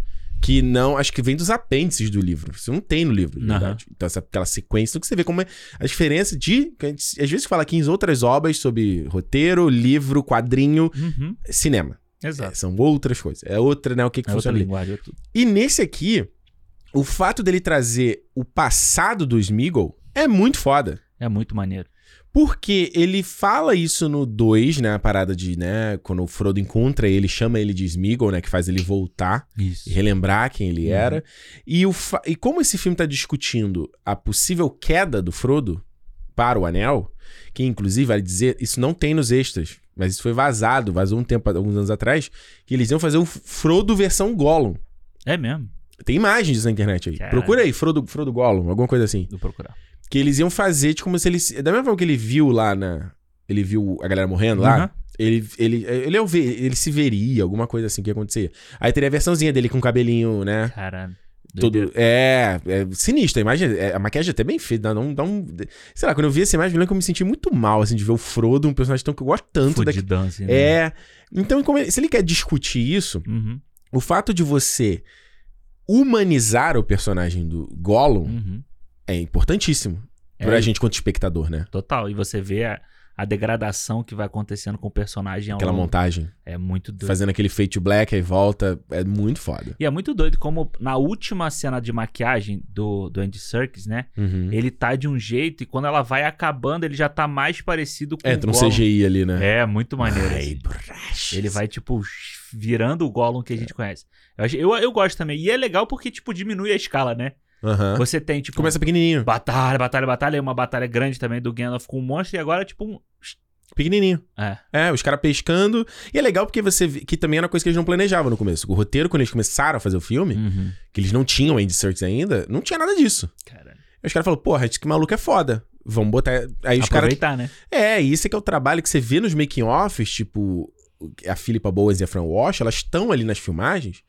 S1: Que não, acho que vem dos apêndices do livro. Isso não tem no livro, na
S2: Aham.
S1: verdade. Então, essa, aquela sequência, então que você vê como é a diferença de. que a gente Às vezes fala aqui em outras obras sobre roteiro, livro, quadrinho,
S2: Uhum,
S1: cinema.
S2: exato.
S1: É, são outras coisas. É outra, né? O que, que
S2: É outra
S1: funciona ali.
S2: linguagem. é tudo.
S1: E nesse aqui, o fato dele trazer o passado do Smeagol é muito foda.
S2: É muito maneiro.
S1: Porque ele fala isso no 2, né? A parada de, né? Quando o Frodo encontra ele, chama ele de Smeagol, né? Que faz ele voltar
S2: Isso.
S1: e relembrar quem ele
S2: Uhum.
S1: era. E, o fa- e como esse filme tá discutindo a possível queda do Frodo para o Anel, que inclusive vale dizer, isso não tem nos extras, mas isso foi vazado, vazou um tempo, alguns anos atrás, que eles iam fazer o Frodo versão Gollum.
S2: É mesmo.
S1: Tem imagens disso na internet aí.
S2: Caralho.
S1: Procura aí, Frodo, Frodo Gollum, alguma coisa assim.
S2: Vou procurar.
S1: Que eles iam fazer, tipo, como se ele. se- Da mesma forma que ele viu lá na. Ele viu a galera morrendo É lá.
S2: Uhum.
S1: Ele, ele, ele, é o ve- ele se veria, alguma coisa assim que acontecia. Aí teria a versãozinha dele com o cabelinho, né?
S2: Caralho. Doideira.
S1: Todo, é, é sinistro. A imagem, é- a maquiagem é até bem feita. Dá, um, dá um, sei lá, quando eu vi essa imagem, eu lembro que eu me senti muito mal, assim, de ver o Frodo, um personagem tão que eu gosto tanto daqui.
S2: Fudidão, assim, né?
S1: É. Então, como ele- se ele quer discutir isso,
S2: Uhum,
S1: o fato de você humanizar o personagem do Gollum
S2: uhum.
S1: é importantíssimo.
S2: É,
S1: pra gente, quanto espectador, né?
S2: Total. E você vê a, a degradação que vai acontecendo com o personagem. ao
S1: Aquela
S2: longo.
S1: montagem,
S2: É muito doido.
S1: fazendo aquele fade to black, aí volta. É muito foda.
S2: E é muito doido como na última cena de maquiagem do, do Andy Serkis, né?
S1: Uhum.
S2: Ele tá de um jeito e quando ela vai acabando, ele já tá mais parecido com o
S1: Entra um
S2: Gollum.
S1: CGI ali, né?
S2: É, muito maneiro.
S1: Ai,
S2: assim.
S1: borracha.
S2: Ele vai, tipo, virando o Gollum que a
S1: É.
S2: gente conhece. Eu, achei- eu, eu gosto também. E é legal porque, tipo, diminui a escala, né?
S1: Aham.
S2: Você tem, tipo,
S1: Começa pequenininho.
S2: batalha, batalha, batalha, uma batalha grande também do Gandalf com um monstro, e agora, tipo, um...
S1: Pequenininho.
S2: É.
S1: É, os caras pescando. E é legal porque você. vê- Que também era uma coisa que eles não planejavam no começo. O roteiro, quando eles começaram a fazer o
S2: Hum.
S1: filme,
S2: Uhum.
S1: que eles não tinham Andy Serkis ainda, não tinha nada disso.
S2: Caralho.
S1: Aí os caras falaram, porra, esse que maluco é foda. Vamos botar. Aí os caras.
S2: Aproveitar, né?
S1: É, e esse que é o trabalho que você vê nos making-offs, tipo, a Philippa Boas e a Fran Walsh, elas estão ali nas filmagens.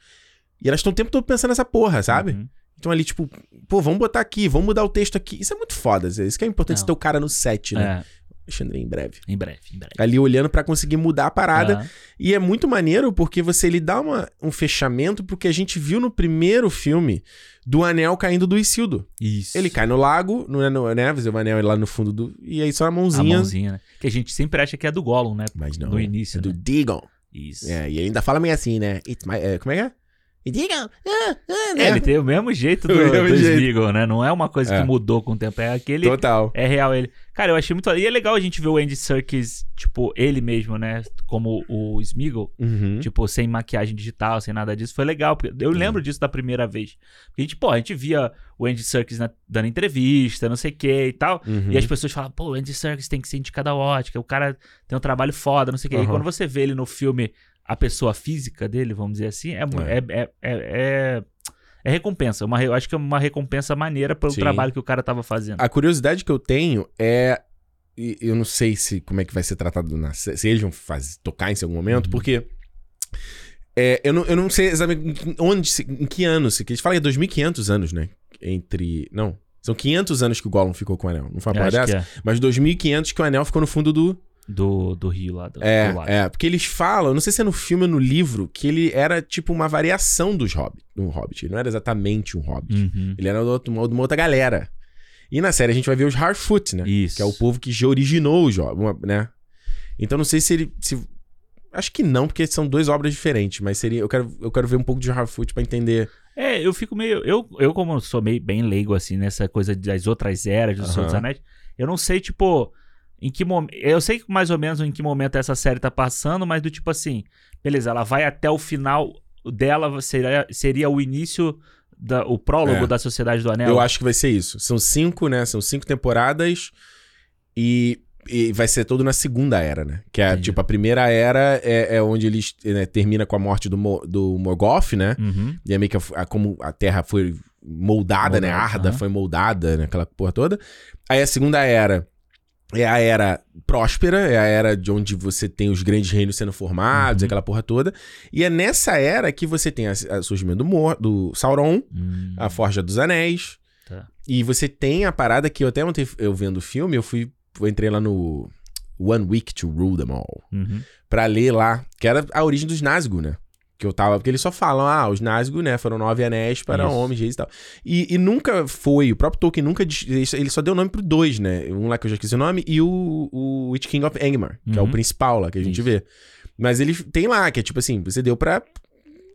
S1: E elas estão o tempo todo pensando nessa porra, sabe?
S2: Uhum.
S1: Então ali, tipo, pô, vamos botar aqui, vamos mudar o texto aqui. Isso é muito foda. Zé. Isso que é importante
S2: Não.
S1: você ter o cara no set, né?
S2: É,
S1: Alexandre, em breve.
S2: em breve, Ah, em breve.
S1: Ali olhando pra conseguir mudar a parada.
S2: Aham.
S1: E é muito maneiro porque você lhe dá uma- um fechamento pro que a gente viu no primeiro filme do anel caindo do Isildo.
S2: Isso.
S1: Ele cai no lago, no, no, né? você vê O anel lá no fundo do. E aí só a
S2: a
S1: mãozinha.
S2: mãozinha, né? Que a gente sempre acha que é do Gollum, né?
S1: Mas não.
S2: No
S1: é
S2: início,
S1: do
S2: né?
S1: Digon.
S2: Isso.
S1: É, e ele ainda fala meio assim, né? It's my- é, como é que é? E Digon! Ah, ah,
S2: É,
S1: né?
S2: ele tem o mesmo jeito do,
S1: O mesmo
S2: do
S1: jeito.
S2: Smeagol, né? Não é uma coisa
S1: É.
S2: que mudou com o tempo. É aquele
S1: Total.
S2: É real ele. Cara, eu achei muito. E é legal a gente ver o Andy Serkis, tipo, ele mesmo, né? Como o Smeagol.
S1: Uhum.
S2: Tipo, sem maquiagem digital, sem nada disso. Foi legal. porque Eu lembro disso da primeira vez. Porque a gente, pô, a gente via o Andy Serkis na- dando entrevista, não sei o que e tal.
S1: Uhum.
S2: E as pessoas falam, pô, o Andy Serkis tem que ser indicado à ótica. O cara tem um trabalho foda, não sei o que. E
S1: Aham.
S2: quando você vê ele no filme, a pessoa física dele, vamos dizer assim, é. mu-
S1: É.
S2: É, é, é- é- é recompensa. Uma, re- eu acho que é uma recompensa maneira pelo
S1: Sim. Ah,
S2: trabalho que o cara tava fazendo.
S1: A curiosidade que eu tenho é. e Eu não sei se como é que vai ser tratado na. sé- Se eles vão faz- tocar em algum momento,
S2: Uhum.
S1: porque. é, eu, não, eu não sei exatamente em- onde, se- em que ano, se, que eles falam que é 2.500 anos, né? Entre. Não. São 500 anos que o Gollum ficou com o anel. Não foi uma
S2: Eu
S1: porra
S2: acho
S1: dessa?
S2: que é.
S1: Mas 2.500 que o anel ficou no fundo do.
S2: Do, do rio lá. Do,
S1: É,
S2: do lago.
S1: é. Porque eles falam, não sei se é no filme ou no livro, que ele era tipo uma variação dos Hobbit. Um Hobbit. Ele não era exatamente um Hobbit.
S2: Uhum.
S1: Ele era de outra- uma outra galera. E na série a gente vai ver os Harfoot, né?
S2: Isso.
S1: Que é o povo que já originou o jogo, né? Então não sei se ele. se- Acho que não, porque são duas obras diferentes, mas seria. Eu quero, eu quero ver um pouco de Harfoot pra entender.
S2: É, eu fico meio. Eu, eu como sou meio bem leigo, assim, nessa coisa das outras eras do Senhor dos
S1: Aham.
S2: Anéis, eu não sei, tipo, em que momento. Eu sei mais ou menos em que momento essa série tá passando, mas do tipo assim, beleza, ela vai até o final dela, seria, seria o início, da, o prólogo
S1: É.
S2: da Sociedade do Anel.
S1: Eu acho que vai ser isso. São cinco, né? São cinco temporadas e, e vai ser todo na segunda era, né? Que é,
S2: Entendi.
S1: tipo, a primeira era é, é onde eles né, termina com a morte do, Mo- do Morgoth, né?
S2: Uhum.
S1: E é meio que a, a- como a Terra foi moldada, né?
S2: Moldada,
S1: A Arda
S2: aham.
S1: foi moldada, né? Aquela porra toda. Aí a segunda era é a era próspera, é a era de onde você tem os grandes reinos sendo formados,
S2: Uhum.
S1: aquela porra toda. E é nessa era que você tem a- a- o surgimento do, Mor do Sauron,
S2: Hum.
S1: a Forja dos Anéis.
S2: Tá.
S1: E você tem a parada que eu até ontem, eu vendo o filme, eu fui, eu entrei lá no One Week to Rule Them All.
S2: Uhum.
S1: Pra ler lá, que era a origem dos Nazgûl, né? Que eu tava, porque eles só falam, ah, os Nazgûl, né, foram nove anéis para
S2: Isso.
S1: homens, reis e tal. E, e nunca foi, o próprio Tolkien nunca, diz- ele só- ele só deu nome pro dois, né? Um lá que eu já esqueci o nome e o, o Witch King of Angmar, que é o
S2: Uhum.
S1: principal lá que a gente
S2: Isso.
S1: vê. Mas ele tem lá, que é tipo assim, você deu pra...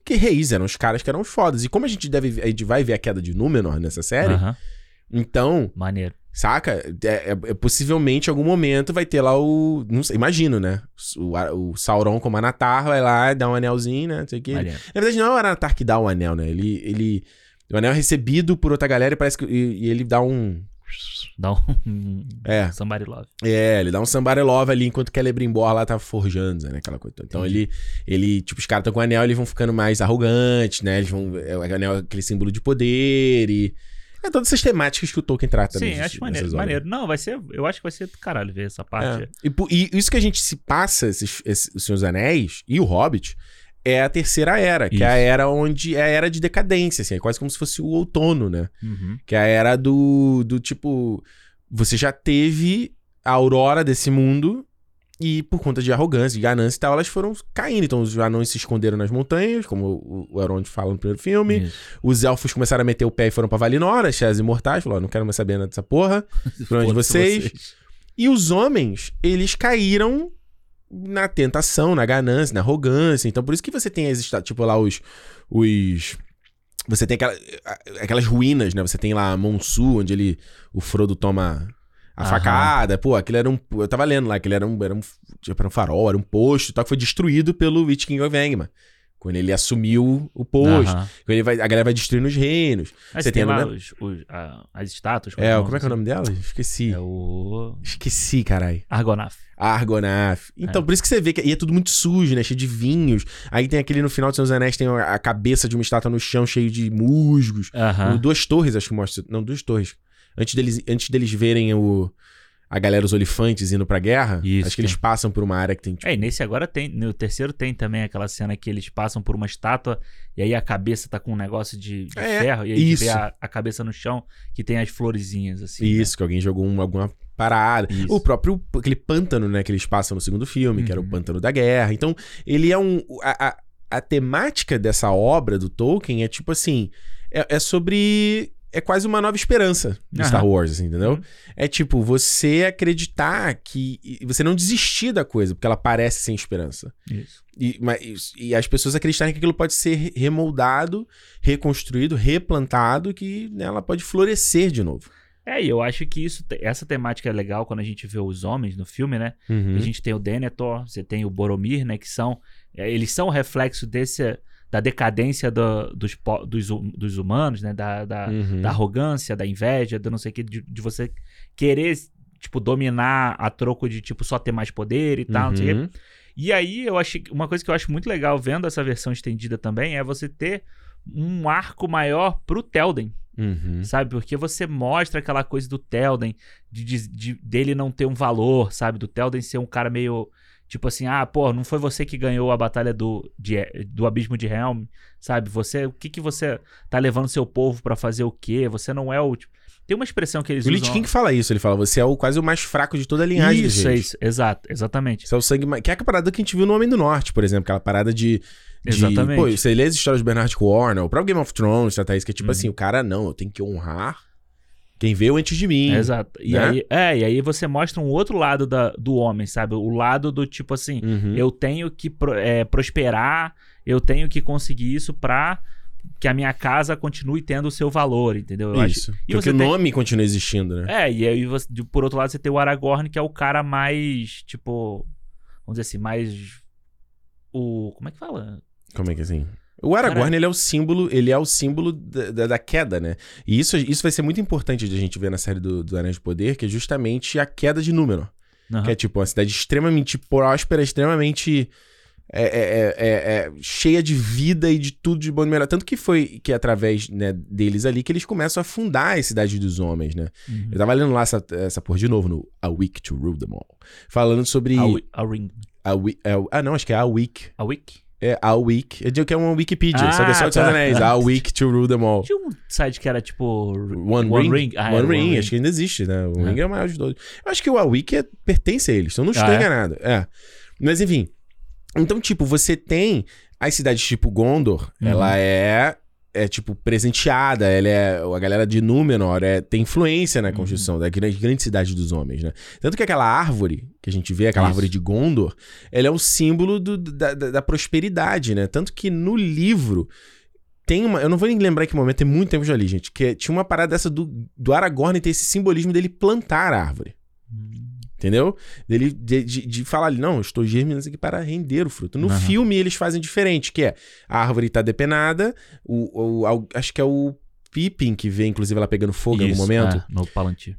S1: Que reis eram os caras que eram fodas. E como a gente deve, a gente vai ver a queda de Númenor nessa série,
S2: Aham.
S1: então
S2: Maneiro.
S1: Saca? É, é- é- possivelmente, em algum momento, vai ter lá o. Não sei, imagino, né? O, a- o Sauron como Anatar vai lá, dá um anelzinho, né? Não sei o quê.
S2: Maneiro.
S1: Na verdade, não é o Anatar que dá o anel, né? Ele. ele o anel é recebido por outra galera e parece que. E, e ele dá um.
S2: Dá um.
S1: É,
S2: Somebody love.
S1: é, ele dá um somebody love ali enquanto que a Celebrimbor lá tá forjando, né? Aquela coisa. toda. Então ele, ele, tipo, os caras estão com o anel, eles vão ficando mais arrogantes, né? Eles vão. é, O anel é aquele símbolo de poder e. É todas essas temáticas que o Tolkien trata
S2: Sim,
S1: nesses-
S2: acho maneiro.
S1: nessas obras.
S2: Maneiro. Não, vai ser. Eu acho que vai ser do caralho ver essa parte.
S1: É. E, po- e isso que a gente se passa, esses, esse, os Senhores Anéis e o Hobbit, é a terceira era, que é a
S2: Isso.
S1: era onde é a era de decadência, assim, é quase como se fosse o outono, né?
S2: Uhum.
S1: Que é a era do, do tipo. Você já teve a aurora desse mundo. E por conta de arrogância, de ganância e tal, elas foram caindo. Então os anões se esconderam nas montanhas, como o- o Elrond fala no primeiro filme.
S2: Isso.
S1: Os elfos começaram a meter o pé e foram pra Valinor, as Cheias Imortais. Falaram, não quero mais saber nada dessa porra. Pra onde
S2: Foda-se
S1: vocês? E os homens, eles caíram na tentação, na ganância, na arrogância. Então, por isso que você tem as esta- tipo lá os os você tem aquela- a- aquelas ruínas, né? Você tem lá Monsu, onde ele o Frodo toma a
S2: Aham.
S1: facada. Pô, aquilo era um eu tava lendo lá, aquilo era um era um, tipo, era um farol, era um posto, e tal que foi destruído pelo Witch King of Angmar. Quando ele assumiu o posto,
S2: Aham.
S1: quando ele vai, a galera vai destruindo os reinos.
S2: Mas
S1: Você
S2: tem
S1: tem
S2: lá
S1: nome?
S2: os- os- a- as estátuas.
S1: É, como é que é o nome dela? Esqueci.
S2: É o
S1: Esqueci, carai.
S2: Argonaf.
S1: Argonaf. Então, por isso que você vê que e é tudo muito sujo, né? Cheio de vinhos. Aí tem aquele no final de Seus Anéis, tem a a cabeça de uma estátua no chão, cheio de musgos.
S2: Aham.
S1: O Duas Torres, acho que mostra. Não, Duas Torres. Antes deles, antes deles verem o, a galera, os olifantes indo pra guerra,
S2: Isso,
S1: acho que
S2: tem.
S1: eles passam por uma área que tem. Tipo,
S2: É, e nesse agora tem, no terceiro tem também aquela cena que eles passam por uma estátua e aí a cabeça tá com um negócio de, de
S1: É,
S2: ferro e aí a gente vê
S1: isso.
S2: a, a cabeça no chão que tem as florezinhas assim.
S1: isso, que alguém jogou um- alguma parada.
S2: Isso.
S1: O próprio, aquele pântano, né, que eles passam no segundo filme, que era o
S2: Uhum.
S1: pântano da guerra. Então, ele é um. A, a, a temática dessa obra do Tolkien é tipo assim: é, é sobre. É quase uma nova esperança do
S2: Aham.
S1: Star Wars, assim, entendeu?
S2: Uhum.
S1: É tipo, você acreditar que. e Você não desistir da coisa, porque ela parece sem esperança.
S2: Né? Isso.
S1: E, mas, e as pessoas acreditarem que aquilo pode ser re- remoldado, reconstruído, replantado, que né, ela pode florescer de novo.
S2: É, e eu acho que isso, te- essa temática é legal quando a gente vê os homens no filme, né? A
S1: Uhum.
S2: gente tem o Denethor, você tem o Boromir, né? Que são. é, Eles são o reflexo desse. Da decadência do- dos, po- dos, hu- dos humanos, né? Da, da,
S1: Uhum.
S2: da arrogância, da inveja, do não sei o que, de, de você querer, tipo, dominar a troco de, tipo, só ter mais poder e tal, não sei o quê.
S1: Uhum.
S2: E aí, eu achei, uma coisa que eu acho muito legal vendo essa versão estendida também é você ter um arco maior pro Telden,
S1: Uhum.
S2: sabe? Porque você mostra aquela coisa do Telden, de, de- de- dele não ter um valor, sabe? Do Telden ser um cara meio. Tipo assim, ah, pô, não foi você que ganhou a batalha do, de- do abismo de Helm, sabe? Você, o que que você tá levando seu povo pra fazer o quê? Você não é o. tipo- tem uma expressão que eles
S1: O
S2: usam.
S1: Lich King fala isso, ele fala, você é o, quase o mais fraco de toda a linhagem
S2: isso,
S1: gente.
S2: é isso, exato, exatamente.
S1: Você é o sangue mais... Que é a parada que a gente viu no Homem do Norte, por exemplo. Aquela parada de... de-
S2: Exatamente.
S1: Pô, você lê as histórias de Bernard Cornwell, o próprio Game of Thrones, trata tá, isso, que é tipo
S2: Uhum.
S1: assim, o cara, não, eu tenho que honrar Quem veio antes de mim.
S2: Exato. E,
S1: né?
S2: aí, é, e aí você mostra um outro lado da, do homem, sabe? O lado do tipo assim,
S1: Uhum.
S2: eu tenho que pro- é, prosperar, eu tenho que conseguir isso pra que a minha casa continue tendo o seu valor, entendeu? Eu acho-
S1: Isso.
S2: E
S1: Porque
S2: você
S1: o
S2: tem-
S1: nome continua existindo, né?
S2: É, e aí você- de- por outro lado você tem o Aragorn, que é o cara mais, tipo, vamos dizer assim, mais o, como é que fala?
S1: Como é que é assim? O Aragorn,
S2: Cara-
S1: ele é o símbolo, ele é o símbolo da, da- da queda, né? E isso, isso vai ser muito importante de a gente ver na série do, do Anéis de Poder, que é justamente a queda de Númenor.
S2: Aham.
S1: Que é tipo uma cidade extremamente próspera, extremamente é, é, é, é, é, cheia de vida e de tudo de bom e melhor. Tanto que foi que é através né, deles ali que eles começam a fundar a cidade dos homens, né?
S2: Uhum.
S1: Eu tava lendo lá essa, essa porra de novo no A Week to Rule Them All. Falando sobre.
S2: A, wi- a ring,
S1: A Wi- é o- ah, não, acho que é A Week.
S2: a wiki.
S1: É A Week. Eu digo que é uma Wikipedia, só que é só
S2: Ah,
S1: de Senhor dos
S2: tá.
S1: Anéis. A Week to Rule Them All.
S2: Tinha um site que era tipo
S1: One, Ring.
S2: Ah,
S1: One
S2: era
S1: Ring, acho que ainda existe, né? O
S2: É.
S1: Ring é o maior de todos. Eu acho que o Awiki é, pertence a eles, então eu não estou
S2: Ah, é?
S1: enganado. É. Mas enfim. Então, tipo, você tem as cidades tipo Gondor,
S2: Uhum.
S1: ela é. É, tipo, presenteada, ela é. A galera de Númenor é, tem influência
S2: Uhum.
S1: na construção da grande, grande cidade dos homens, né? Tanto que aquela árvore que a gente vê, aquela
S2: Isso.
S1: árvore de Gondor, ela é o símbolo do- da, da- da prosperidade, né? Tanto que no livro tem uma. Eu não vou nem lembrar em que momento, tem muito tempo que eu já li, gente. Que é- tinha uma parada dessa do, do Aragorn ter esse simbolismo dele plantar a árvore.
S2: Hum,
S1: Entendeu? Dele, de, de, de falar ali, não, eu estou germinando isso aqui para render o fruto. No
S2: Aham.
S1: filme eles fazem diferente, que é a árvore tá depenada, o, o- ao- acho que é o Pippin que vê, inclusive, ela pegando fogo em
S2: isso,
S1: algum momento.
S2: é, no Palantir.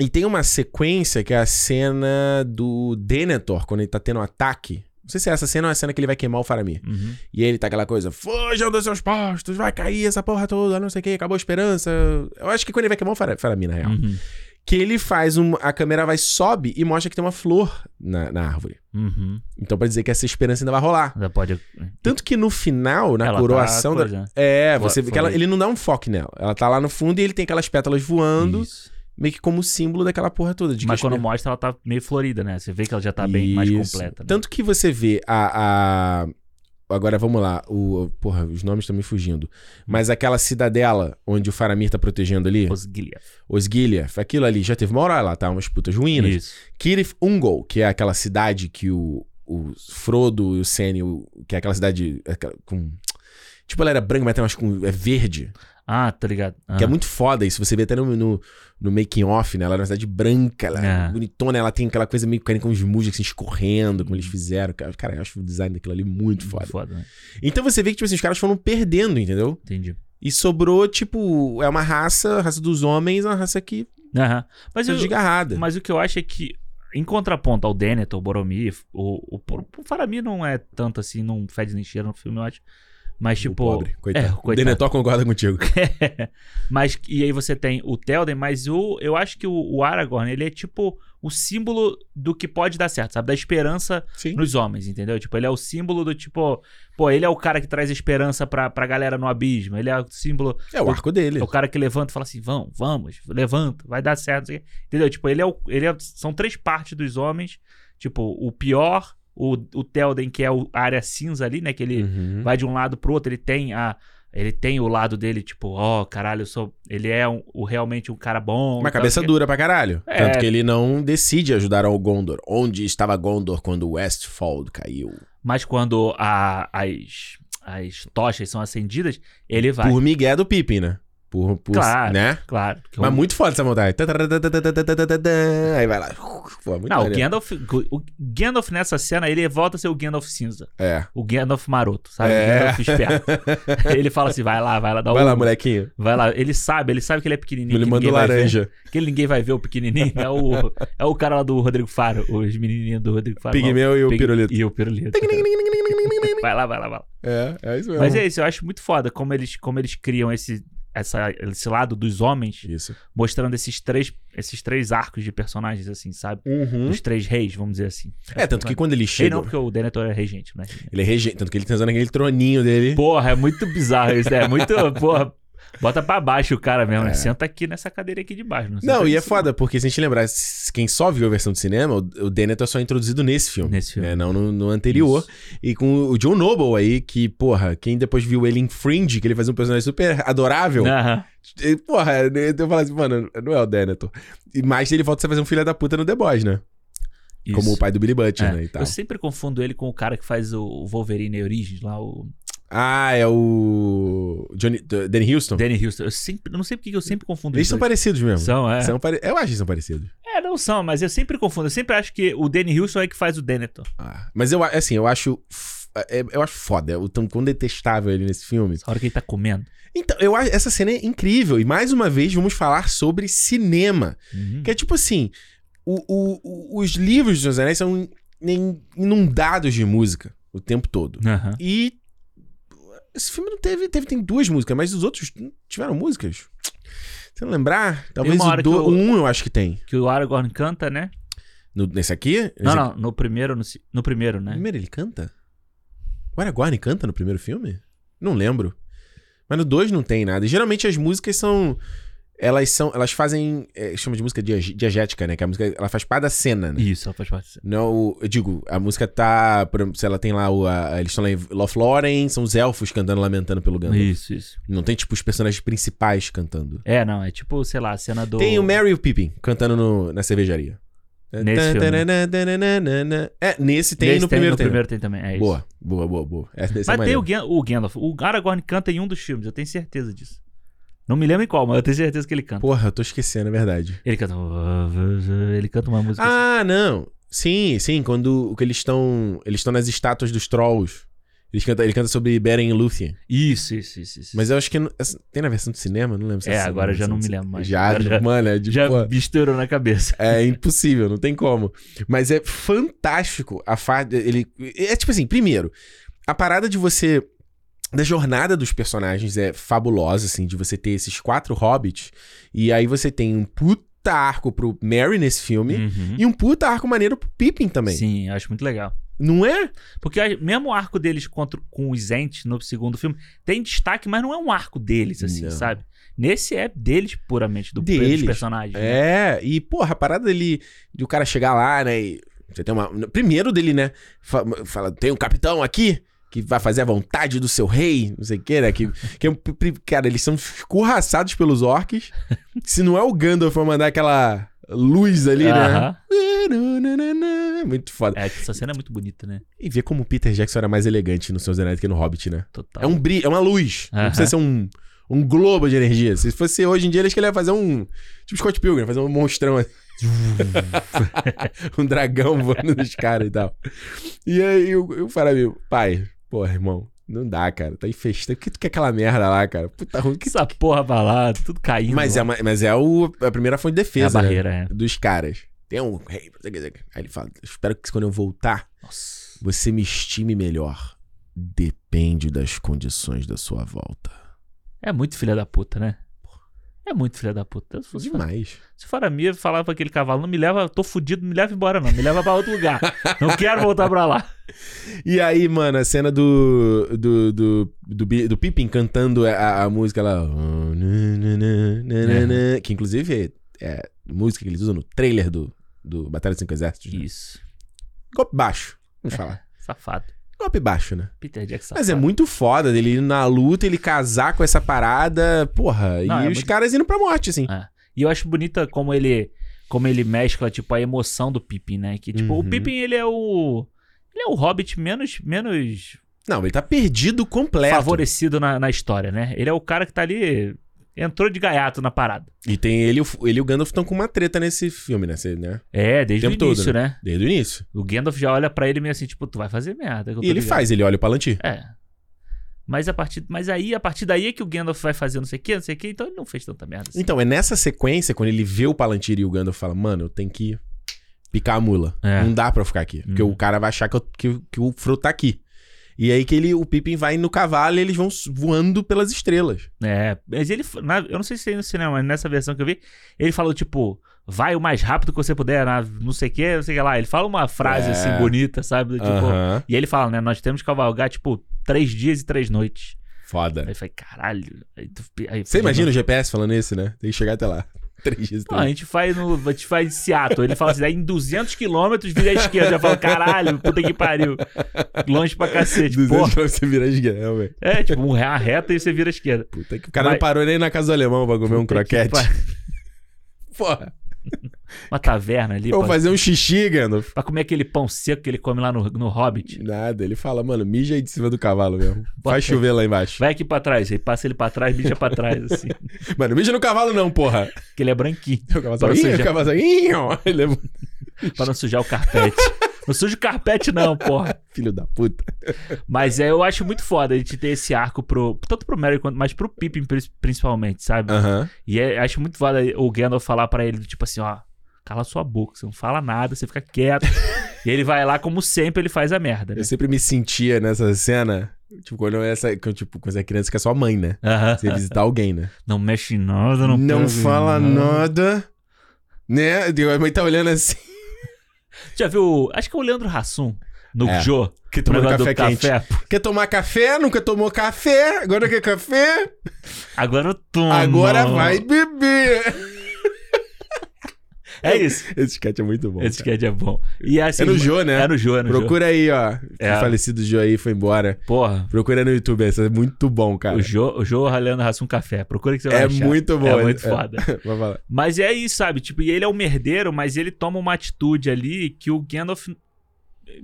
S1: E tem uma sequência que é a cena do Denethor, quando ele tá tendo um ataque. Não sei se é essa cena ou é a cena que ele vai queimar o Faramir.
S2: Uhum.
S1: E ele tá aquela coisa, fujam dos seus postos, vai cair essa porra toda, não sei o que, acabou a esperança. Eu acho que quando ele vai queimar o Fara- Faramir, na real.
S2: Uhum.
S1: Que ele faz um... A câmera vai, sobe e mostra que tem uma flor na, na árvore.
S2: Uhum.
S1: Então pra dizer que essa esperança ainda vai rolar.
S2: Ainda pode...
S1: Tanto que no final, na
S2: Ela tá
S1: coroação da...
S2: coisa, né?
S1: É,
S2: Fla-
S1: você vê que ela-
S2: floresta.
S1: ele não dá um foco nela. Ela tá lá no fundo e ele tem aquelas pétalas voando,
S2: Isso.
S1: meio que como símbolo daquela porra toda. De
S2: Mas
S1: que a
S2: quando mostra, ela tá meio florida, né? Você vê que ela já tá bem mais
S1: Isso.
S2: completa. né?
S1: Tanto que você vê a. a- Agora vamos lá. O... Porra, os nomes estão me fugindo. Mas aquela cidadela onde o Faramir tá protegendo ali,
S2: Os Gilead.
S1: Osgiliath, aquilo ali já teve uma hora lá, tá? Umas putas ruínas.
S2: Isso.
S1: Kirith Ungol, que é aquela cidade que o, o Frodo e o Senny, o- que é aquela cidade aquela- com. Tipo, ela era branca, mas tem umas com. É verde.
S2: Ah, tá ligado. Ah.
S1: Que é muito foda isso. Você vê até no, no, no making off, né? Ela era uma cidade branca, ela era
S2: É.
S1: bonitona, ela tem aquela coisa meio que com os músicos assim, escorrendo, como eles fizeram. Cara, cara, eu acho o design daquilo ali muito foda.
S2: né?
S1: Então você vê que, tipo assim, os caras foram perdendo, entendeu?
S2: Entendi.
S1: E sobrou, tipo, é uma raça, a raça dos homens, é uma raça que
S2: Aham. Mas,
S1: foi
S2: eu,
S1: desgarrada.
S2: mas o que eu acho é que, em contraponto ao Denethor, o Boromir, o, o, o Faramir não é tanto assim, não fede nem cheira no filme, eu acho. Mas,
S1: O
S2: tipo.
S1: pobre, coitado.
S2: é, o coitado.
S1: Denethor concorda contigo.
S2: Mas, e aí você tem o Telden, mas o, eu acho que o, o Aragorn, ele é tipo o símbolo do que pode dar certo, sabe? Da esperança
S1: Sim.
S2: nos homens, entendeu? Tipo, ele é o símbolo do tipo, pô, ele é o cara que traz esperança pra, pra galera no abismo, ele é o símbolo,
S1: É o arco dele.
S2: é o cara que levanta e fala assim, vão, vamos, levanta, vai dar certo, não sei o quê. entendeu? Tipo, ele é o, ele é- são três partes dos homens, tipo, o pior, o, o Telden, que é o- a área cinza ali, né, que ele
S1: Uhum.
S2: vai de um lado pro outro, ele tem a... Ele tem o lado dele, tipo, ó, caralho, eu sou. Ele é um- o, realmente um cara bom.
S1: Uma
S2: e tal,
S1: cabeça
S2: não sei o quê.
S1: dura pra caralho.
S2: É.
S1: Tanto que ele não decide ajudar ao Gondor. Onde estava Gondor quando Westfold caiu?
S2: Mas quando a- as, as tochas são acendidas, ele vai.
S1: Por Miguel do Pippin, né? Por, por
S2: Claro. Então
S1: né?
S2: Claro. que
S1: Mas
S2: o-
S1: muito foda essa montagem. Tatatatatatatatatatã. Aí vai lá. Pô, muito
S2: Não, o
S1: maneiro.
S2: Gandalf, o Gandalf nessa cena, ele volta a ser o Gandalf cinza.
S1: É.
S2: O Gandalf maroto, sabe?
S1: É.
S2: O Gandalf esperto. ele fala assim, vai lá, vai lá, dá
S1: Vai
S2: um...
S1: lá, molequinho.
S2: Vai lá, ele sabe, ele sabe que ele é pequenininho.
S1: Ele
S2: que
S1: mandou
S2: ninguém vai ver,
S1: laranja.
S2: que ninguém vai ver o pequenininho. É o, é o cara lá do Rodrigo Faro, os menininhos do Rodrigo Faro.
S1: Pigmeu e o
S2: Pig-
S1: pirulito.
S2: E o pirulito. vai lá, vai lá, vai lá.
S1: É, é isso mesmo.
S2: Mas é isso, eu acho muito foda como eles, como eles criam esse, essa, esse lado dos homens,
S1: Isso.
S2: mostrando esses três, esses três arcos de personagens, assim, sabe?
S1: Uhum.
S2: Os três reis, vamos dizer assim.
S1: É, tanto que quando ele
S2: Ele
S1: chega.
S2: não, porque o Denethor é regente, né?
S1: Ele é regente. Tanto que ele tá usando aquele troninho dele.
S2: Porra, é muito bizarro isso, né? É muito, porra, Bota pra baixo o cara mesmo, né? Senta aqui nessa cadeira aqui de baixo. senta
S1: É. Não, e
S2: aqui
S1: é
S2: em cima.
S1: foda, porque se a gente lembrar, s- quem só viu a versão de cinema, o, o Dennett é só introduzido nesse filme.
S2: Nesse filme.
S1: Né? Não no, no anterior. E com o John Noble aí, que, porra, quem depois viu ele em Fringe, que ele fazia um personagem super adorável.
S2: Aham.
S1: E, porra, eu falo assim, mano, não é o Denethor. E Mas ele volta a fazer um filho da puta no The Boys, né?
S2: Isso.
S1: Como o pai do Billy Butcher,
S2: É.
S1: né? E tal.
S2: Eu sempre confundo ele com o cara que faz o- o Wolverine Origins lá, o
S1: Ah, é o. Johnny... Danny Houston.
S2: Danny Houston. Eu sempre, eu não sei porque que eu sempre confundo
S1: Eles
S2: os
S1: são
S2: dois.
S1: parecidos mesmo.
S2: São, é.
S1: São pare- Eu acho que são parecidos.
S2: É, não são, mas eu sempre confundo. Eu sempre acho que o Danny Houston é que faz o Denethor.
S1: Ah, Mas eu, a- assim, eu acho. f- é- Eu acho foda. O tão, quão detestável ele nesse filme.
S2: Essa hora que ele tá comendo.
S1: Então, eu acho essa cena é incrível. E mais uma vez, vamos falar sobre cinema.
S2: Uhum.
S1: Que é tipo assim: o- o- o- os livros dos Senhor dos Anéis são in- in- inundados de música o tempo todo.
S2: Aham.
S1: E. Esse filme não teve. Teve tem duas músicas, mas os outros não tiveram músicas. Se eu não lembrar, talvez
S2: uma
S1: o,
S2: hora que
S1: do,
S2: eu-
S1: o um eu acho que tem.
S2: Que o Aragorn canta, né?
S1: No- nesse aqui? Nesse
S2: Não,
S1: aqui?
S2: não, no primeiro, no, se- no primeiro,
S1: No
S2: né?
S1: primeiro ele canta? O Aragorn canta no primeiro filme? Não lembro. Mas no 2 não tem nada. E geralmente as músicas são. Elas são. Elas fazem. É, chama de música diag- diegética, né? Que a música ela faz parte da cena, né?
S2: Isso, ela faz parte.
S1: Não, o- eu digo, a música tá. por exemplo, Se ela tem lá o. a- eles estão lá em Lothlórien, são os elfos cantando, lamentando pelo Gandalf.
S2: Isso, isso.
S1: Não tem, tipo, os personagens principais cantando.
S2: É, não, é tipo, sei lá, a cena do.
S1: Tem o Mary e o Pippin cantando no- na cervejaria.
S2: Nesse filme.
S1: É, nesse tem
S2: Nesse
S1: no primeiro
S2: no
S1: tem.
S2: primeiro tem também. É isso.
S1: Boa, boa, boa, boa. Essa, essa é
S2: Mas tem
S1: maneira.
S2: o, Gan- o Gandalf. O Aragorn canta em um dos filmes, eu tenho certeza disso. Não me lembro em qual, mas eu tenho certeza que ele canta.
S1: Porra, eu tô esquecendo, é verdade.
S2: Ele canta. Ele canta uma música. assim.
S1: Ah, não. Sim, sim, quando que eles estão. Eles estão nas estátuas dos trolls. Eles cantam, ele canta sobre Beren e Lúthien.
S2: assim. Isso, isso, isso, isso.
S1: Mas eu acho que. não- essa- tem na versão do cinema? Não lembro se
S2: É,
S1: essa
S2: agora eu já
S1: versão
S2: não
S1: do
S2: me
S1: cinema.
S2: lembro mais.
S1: Já,
S2: Agora já-
S1: mano, é de
S2: Já
S1: pô,
S2: misturou na cabeça.
S1: É impossível, não tem como. Mas é fantástico a fada. Ele. É tipo assim, primeiro, a parada de você. Da jornada dos personagens é fabulosa, assim, de você ter esses quatro hobbits. E aí você tem um puta arco pro Merry nesse filme.
S2: Uhum.
S1: E um puta arco maneiro pro Pippin também.
S2: Sim, eu acho muito legal.
S1: Não é?
S2: Porque a- mesmo o arco deles contra, com os Ents no segundo filme tem destaque, mas não é um arco deles, assim,
S1: Não.
S2: sabe? Nesse é deles puramente, do,
S1: Deles.
S2: dos personagens. né?
S1: É. E, porra, a parada dele. De o cara chegar lá, né? E você tem uma. Primeiro dele, né? fa- Fala, tem um capitão aqui. Que vai fazer a vontade do seu rei, não sei o que, né? Que, que é um pri- pri- cara, eles são escorraçados pelos orcs. Se não é o Gandalf pra mandar aquela luz ali, né?
S2: Aham.
S1: Muito foda.
S2: É, essa cena é muito bonita, né?
S1: E ver como o Peter Jackson era mais elegante no Senhor dos Anéis que no Hobbit, né?
S2: Total.
S1: É um brilho, é uma luz. Não
S2: Aham.
S1: precisa ser um, um globo de energia. Se fosse hoje em dia, acho que ele ia fazer um. Tipo Scott Pilgrim, fazer um monstrão assim. um dragão voando nos caras e tal. E aí o eu falei, meu, pai, porra, irmão, não dá, cara. Tá infestando. Por que tu quer aquela merda lá, cara? Puta ruim.
S2: Que
S1: Que...
S2: essa porra pra lá, tudo caindo.
S1: Mas, é,
S2: lá.
S1: uma- mas é o, a primeira fonte de
S2: É a
S1: defesa né,
S2: barreira, é.
S1: dos caras. Tem um rei. Aí ele fala: espero que quando eu voltar,
S2: Nossa.
S1: você me estime melhor. Depende das condições da sua volta.
S2: É muito filha da puta, né? É muito filha da puta. Se fosse
S1: Demais.
S2: Se for a minha, eu falava pra aquele cavalo, não me leva, tô fudido, não me leva embora, não. Me leva pra outro lugar. Não quero voltar pra lá.
S1: E aí, mano, a cena do. do. do, do, Bi- do Pippin cantando a, a música lá. "Oh, na, na, na, na, na", Que inclusive é, é música que eles usam no trailer do, do Batalha dos Cinco Exércitos. Né?
S2: Isso.
S1: Golpe baixo, vamos falar.
S2: Safado.
S1: Golpe baixo, né?
S2: Peter Jackson.
S1: Mas é
S2: safado.
S1: muito foda dele ir na luta, ele casar com essa parada, porra.
S2: Não,
S1: e
S2: é
S1: os
S2: muito-
S1: caras indo pra morte, assim.
S2: E eu acho bonita como ele como ele mescla, tipo, a emoção do Pippin, né? Que, tipo,
S1: Uhum.
S2: o Pippin, ele é o... Ele é o Hobbit menos, menos
S1: Não, ele tá perdido completo.
S2: favorecido na, na história, né? Ele é o cara que tá ali... Entrou de gaiato na parada.
S1: E tem ele, e o- ele e o Gandalf estão com uma treta nesse filme, né? Cê, né?
S2: É, desde
S1: O
S2: o,
S1: tempo todo,
S2: início, né?
S1: Desde o início.
S2: O Gandalf já olha pra ele meio assim, tipo, tu vai fazer merda. que eu tô
S1: E ele
S2: ligado.
S1: faz, ele olha o Palantir.
S2: É. Mas, a partir, mas aí, a partir daí é que o Gandalf vai fazer não sei o que, não sei o que, então ele não fez tanta merda. Assim.
S1: Então, é nessa sequência, quando ele vê o Palantir e o Gandalf fala, mano, eu tenho que picar a mula.
S2: É.
S1: Não dá pra eu ficar aqui. Porque
S2: Uhum.
S1: o cara vai achar que, eu- que, que o Frodo tá aqui. E aí que ele, o Pippin vai no cavalo e eles vão s- voando pelas estrelas.
S2: É, mas ele. na- eu não sei se tem no cinema, mas nessa versão que eu vi, ele falou, tipo, vai o mais rápido que você puder, na- não sei o que, não sei o que lá. Ele fala uma frase
S1: É.
S2: assim bonita, sabe? Do Tipo,
S1: Aham.
S2: E aí ele fala, né? Nós temos que cavalgar, tipo, três dias e três noites.
S1: Foda.
S2: Aí eu falei, caralho. Aí tu- aí
S1: Você
S2: eu falei,
S1: imagina o GPS falando isso, né? Tem que chegar até lá. Três dias.
S2: Não, a gente faz no. A gente faz em Seattle. Ele fala assim, daí em 200 quilômetros vira à esquerda. Eu já falo, caralho, puta que pariu. Longe pra cacete,
S1: Dos
S2: porra.
S1: pra você virar de guerra, velho.
S2: É, tipo, um- uma reta e você vira à esquerda.
S1: Puta que... O cara não
S2: Mas-
S1: parou nem na casa do alemão pra comer um
S2: Puta que Ah,
S1: croquete.
S2: pa-
S1: Porra.
S2: Uma taverna ali.
S1: Ou
S2: Pra,
S1: fazer um xixi, Gandalf.
S2: pra comer aquele pão seco que ele come lá no, no Hobbit.
S1: Nada, ele fala, mano, mija aí de cima do cavalo mesmo.
S2: Bota aí.
S1: Faz chover lá embaixo.
S2: Vai aqui pra trás. Aí passa ele pra trás, bicha pra trás, assim. Porque
S1: Mano, mija no cavalo não, porra.
S2: ele é branquinho,
S1: O cavalo só,
S2: Pra
S1: "Ih",
S2: sujar.
S1: o cavalo só, "Ih", ó. Ele é um
S2: pra não sujar o carpete. Não suja o carpete, não, porra.
S1: filho da puta.
S2: Mas é, eu acho muito foda a gente ter esse arco pro. Tanto pro Merry quanto, mas pro Pippin prin- principalmente, sabe?
S1: Aham.
S2: E é- acho muito foda o Gandalf falar pra ele, tipo assim, ó, cala sua boca, você não fala nada, você fica quieto. e ele vai lá, como sempre, ele faz a merda, né?
S1: Eu sempre me sentia nessa cena, tipo, quando eu, essa, quando, tipo, quando você é criança que é sua mãe, né?
S2: Aham.
S1: Você visitar alguém, né?
S2: Não mexe em nada, não
S1: Não
S2: pega em
S1: fala nada. Né? A mãe tá olhando assim.
S2: Já viu? Acho que é o Leandro Hassum no
S1: É.
S2: Jô.
S1: Que
S2: no
S1: tomando café
S2: negócio do
S1: quente.
S2: café. Pô,
S1: Quer tomar café? Nunca tomou café? Agora quer café?
S2: Agora toma.
S1: Agora vai beber.
S2: É isso.
S1: Esse sketch é muito bom.
S2: Esse
S1: cara.
S2: sketch é bom. E assim,
S1: É no Jô, né?
S2: É no Jô, é no Jô.
S1: Procura aí, ó.
S2: É.
S1: O falecido Jô aí foi embora.
S2: Porra.
S1: Procura no YouTube, essa é muito bom, cara.
S2: O Jô, o Jô Leandro Hassum Café. Procura que você vai
S1: É
S2: achar.
S1: muito bom.
S2: É muito
S1: é.
S2: foda.
S1: Vai falar.
S2: Mas é isso, sabe? Tipo, e ele é um merdeiro, mas ele toma uma atitude ali que o Gandalf.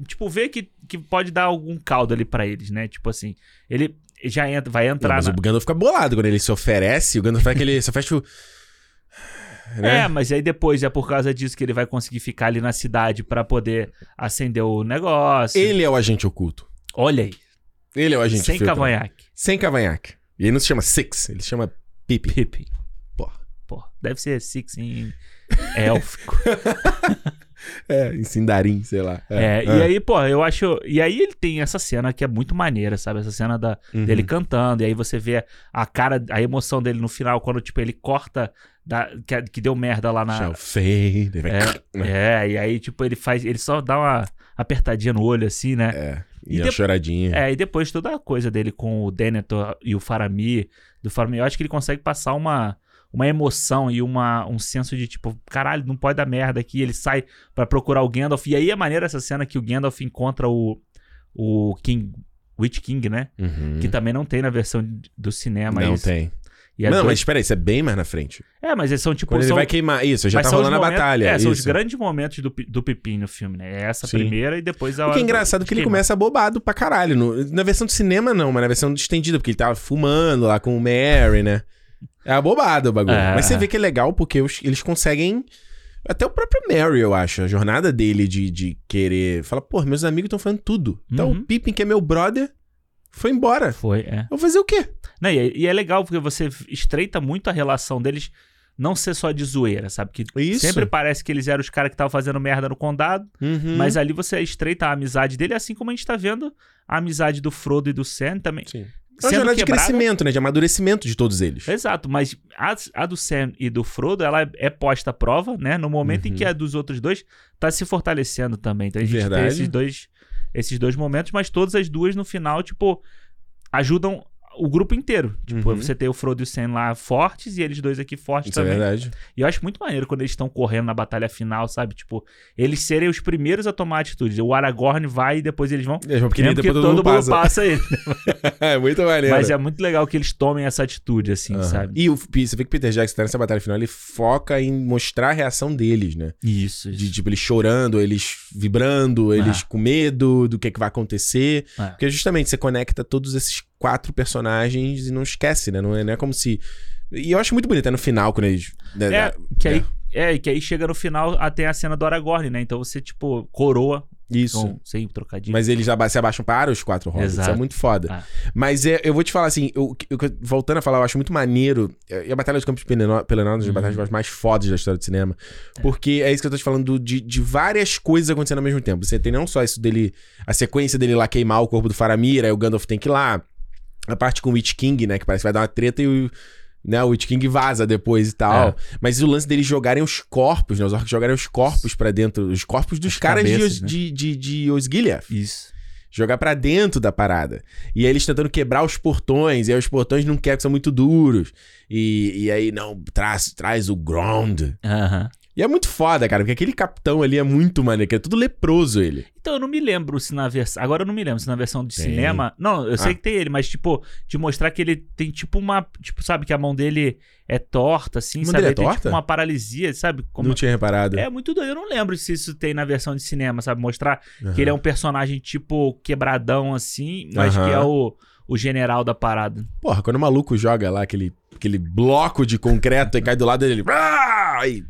S2: Tipo, vê que, que pode dar algum caldo ali pra eles, né? Tipo assim, ele já entra, vai
S1: Não,
S2: entrar
S1: mas
S2: na.
S1: o Gandalf fica bolado quando ele se oferece. O Gandalf faz aquele... Só fecha o... Né?
S2: É, mas aí depois é por causa disso que ele vai conseguir ficar ali na cidade pra poder acender o negócio.
S1: Ele é o agente oculto.
S2: Olha aí,
S1: Ele é o agente
S2: sem
S1: filtro.
S2: cavanhaque.
S1: Sem cavanhaque. E ele não se chama Six, ele se chama Pipe.
S2: Pippin.
S1: Porra.
S2: Porra, deve ser Six em élfico.
S1: É, em Sindarin, sei lá.
S2: É, e aí, pô, eu acho. E aí ele tem essa cena que é muito maneira, sabe? Essa cena da,
S1: Uhum.
S2: dele cantando, e aí você vê a cara, a emoção dele no final, quando, tipo, ele corta da, que, que deu merda lá na.
S1: Shall fade. Ele vai-
S2: É, e aí, tipo, ele faz. Ele só dá uma apertadinha no olho, assim, né?
S1: É.
S2: E
S1: E, a
S2: depois-
S1: choradinha.
S2: É, e depois toda a coisa dele com o Denethor e o Faramir, do Faramir, eu acho que ele consegue passar uma. Uma emoção e uma, um senso de tipo, caralho, não pode dar merda aqui. Ele sai pra procurar o Gandalf. E aí é maneira essa cena que o Gandalf encontra o, o King, Witch King, né?
S1: Uhum.
S2: Que também não tem na versão de- do cinema.
S1: não
S2: isso.
S1: tem.
S2: E é
S1: não,
S2: dois-
S1: mas espera aí, isso é bem mais na frente.
S2: É, mas eles são tipo.
S1: Quando ele
S2: são-
S1: vai queimar. Isso, já
S2: mas
S1: tá
S2: são os
S1: rolando a
S2: momentos-
S1: batalha.
S2: É, são os
S1: isso.
S2: grandes momentos do, pi- do Pepino no filme, né? É essa
S1: Sim.
S2: primeira e depois
S1: O
S2: a hora.
S1: que é
S2: do-
S1: engraçado que ele
S2: queima.
S1: começa bobado pra caralho. No- na versão do cinema, não, mas na versão distendida, porque ele tava fumando lá com o Mary, né? É abobado o bagulho.
S2: É.
S1: Mas você vê que é legal porque os- eles conseguem. Até o próprio Mary, eu acho. A jornada dele de, de querer. Fala, pô, meus amigos estão falando tudo. Então
S2: Uhum.
S1: o Pippin, que é meu brother, foi embora.
S2: Foi, é.
S1: Eu vou fazer o quê?
S2: Não, e, é- e é legal porque você estreita muito a relação deles não ser só de zoeira, sabe? Que
S1: Isso.
S2: sempre parece que eles eram os caras que estavam fazendo merda no condado,
S1: Uhum.
S2: mas ali você estreita a amizade dele, assim como a gente tá vendo a amizade do Frodo e do Sam também.
S1: Sim. É uma
S2: sendo
S1: jornada de
S2: quebrada. É,
S1: crescimento, né? De amadurecimento de todos eles.
S2: Exato, mas a, a do Sam e do Frodo, ela é- é posta à prova, né? No momento em
S1: Uhum.
S2: que a dos outros dois tá se fortalecendo também. Então a gente
S1: Verdade.
S2: tem esses dois, esses dois momentos, mas todas as duas no final, tipo, ajudam o grupo inteiro. Tipo,
S1: Uhum.
S2: você tem o Frodo e o Sam lá fortes e eles dois aqui fortes
S1: Isso é
S2: também.
S1: verdade.
S2: e eu acho muito maneiro quando eles estão correndo na batalha final, sabe? Tipo, eles serem os primeiros a tomar atitude. O Aragorn vai e depois eles vão.
S1: É, porque
S2: Mesmo
S1: depois todo, mundo passa.
S2: ele.
S1: é muito maneiro.
S2: Mas é muito legal que eles tomem essa atitude, assim,
S1: Aham.
S2: sabe?
S1: E o, P- você vê que o Peter Jackson tá nessa batalha final, ele foca em mostrar a reação deles, né?
S2: Isso, isso.
S1: De, tipo, eles chorando, eles vibrando, eles
S2: Ah.
S1: com medo do que, é que vai acontecer.
S2: Ah.
S1: Porque justamente você conecta todos esses quatro personagens e não esquece, né? Não é, não é como se. E eu acho muito bonito, é no final, quando eles. né,
S2: É,
S1: da-
S2: que aí, é. e que aí chega no final até a cena do Aragorn, né? Então você, tipo, coroa.
S1: Isso.
S2: Com, sem trocadilho.
S1: Mas eles aba- se abaixam para os quatro hobbits.
S2: Exato.
S1: Isso é muito foda.
S2: Ah.
S1: Mas é- eu vou te falar assim, eu, eu- voltando a falar, eu acho muito maneiro. é, E a Batalha dos Campos Peleno- Pelenosos é uma
S2: Uhum.
S1: das batalhas mais fodas da história do cinema. Porque é isso que eu tô te falando, de, de várias coisas acontecendo ao mesmo tempo. Você tem não só isso dele, a sequência dele lá queimar o corpo do Faramir, aí o Gandalf tem que ir lá. A parte com o Witch King, né? Que parece que vai dar uma treta e o. Né, o Witch King vaza depois e tal.
S2: É.
S1: Mas o lance deles jogarem os corpos, né? Os orcs jogarem os corpos pra dentro. Os corpos dos
S2: As
S1: caras de
S2: cabeças,
S1: Os-
S2: né?
S1: de, de, de Osgiliath
S2: Isso.
S1: Jogar pra dentro da parada. E aí eles tentando quebrar os portões, e aí os portões não quebram, são muito duros. E, e aí, não, traz, traz o ground.
S2: Aham.
S1: E é muito foda, cara, porque aquele capitão ali é muito maneiro, que é tudo leproso ele.
S2: Então eu não me lembro se na versão. Agora eu não me lembro se na versão de
S1: Tem.
S2: cinema. Não, eu sei
S1: Ah.
S2: que tem ele, mas tipo, de mostrar que ele tem tipo uma. Tipo, sabe, que a mão dele é torta, assim,
S1: A mão
S2: sabe?
S1: dele é
S2: Ele tem
S1: torta?
S2: tipo uma paralisia, sabe? Como...
S1: Não tinha reparado.
S2: É muito doido. Eu não lembro se isso tem na versão de cinema, sabe? Mostrar
S1: Aham.
S2: que ele é um personagem, tipo, quebradão, assim, mas
S1: Aham.
S2: que é o, o general da parada.
S1: Porra, quando o maluco joga lá aquele, aquele bloco de concreto e cai do lado dele. "Ah!" E-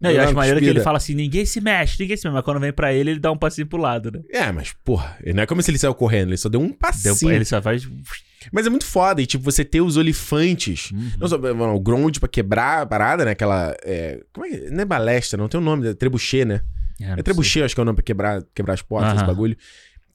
S2: Não,
S1: Dá
S2: eu acho
S1: uma
S2: maneiro que
S1: cuspida.
S2: ele fala assim: ninguém se mexe, ninguém se mexe. Mas quando vem pra ele, ele dá um passinho pro lado, né?
S1: É, mas, porra, não é como se ele saiu correndo, ele só deu um
S2: Deu-
S1: passinho.
S2: ele só faz.
S1: Mas é muito foda, e tipo, você ter os olifantes. Não só mano, o ground pra quebrar a parada, né? Aquela. é, como é que- Não é balestra, não tem o nome, é trebuchê, né? É trebuchê, acho que é o nome pra quebrar, quebrar as portas, esse
S2: Aham.
S1: bagulho.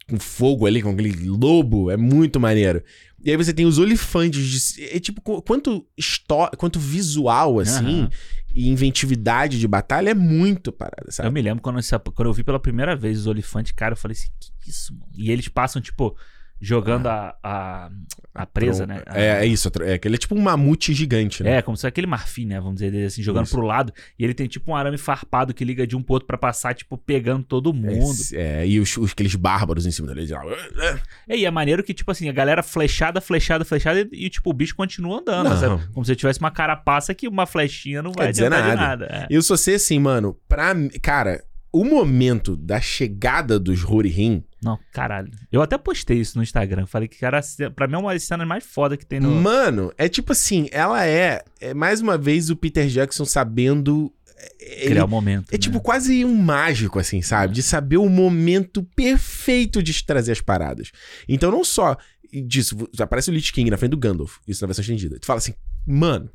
S1: Com fogo ali, com aquele lobo, é muito maneiro. E aí você tem os olifantes. de- é tipo, qu- quanto, histó quanto visual, assim,
S2: Aham.
S1: e inventividade de batalha é muito parada,
S2: Eu
S1: sabe?
S2: me lembro quando, essa- quando eu vi pela primeira vez os olifantes, cara, eu falei assim, que isso, mano? E eles passam, tipo, jogando a, a, a presa, né? A-
S1: Ah. É, é isso, é, que ele é tipo um mamute gigante, né?
S2: É, como se fosse aquele marfim, né? Vamos dizer dele, assim, jogando
S1: Isso.
S2: pro lado. E ele tem tipo um arame farpado que liga de um pro outro pra passar, tipo, pegando todo mundo.
S1: É, e os, os- aqueles bárbaros em cima dele. eles lá, "Ah, ah".
S2: É, e é maneiro que, tipo assim, a galera flechada, flechada, flechada, e, e, tipo, o bicho continua andando,
S1: Não.
S2: sabe? Como se tivesse uma carapaça que uma flechinha não
S1: Quer
S2: vai
S1: dizer
S2: adiantar de
S1: nada.
S2: nada. É.
S1: Eu só sei assim, mano, pra. mim- Cara, o momento da chegada dos Rohirrim,
S2: Não, caralho. Eu até postei isso no Instagram. Falei que, cara, pra mim é uma das cenas mais foda que tem no.
S1: mano, é tipo assim, ela é, é mais uma vez o Peter Jackson sabendo. é, ele-
S2: criar o né? momento.
S1: é tipo quase um mágico, assim, sabe? De saber o momento perfeito de trazer as paradas. Então, não só disso, aparece o Lich King na frente do Gandalf, isso na versão estendida. Tu fala assim, mano,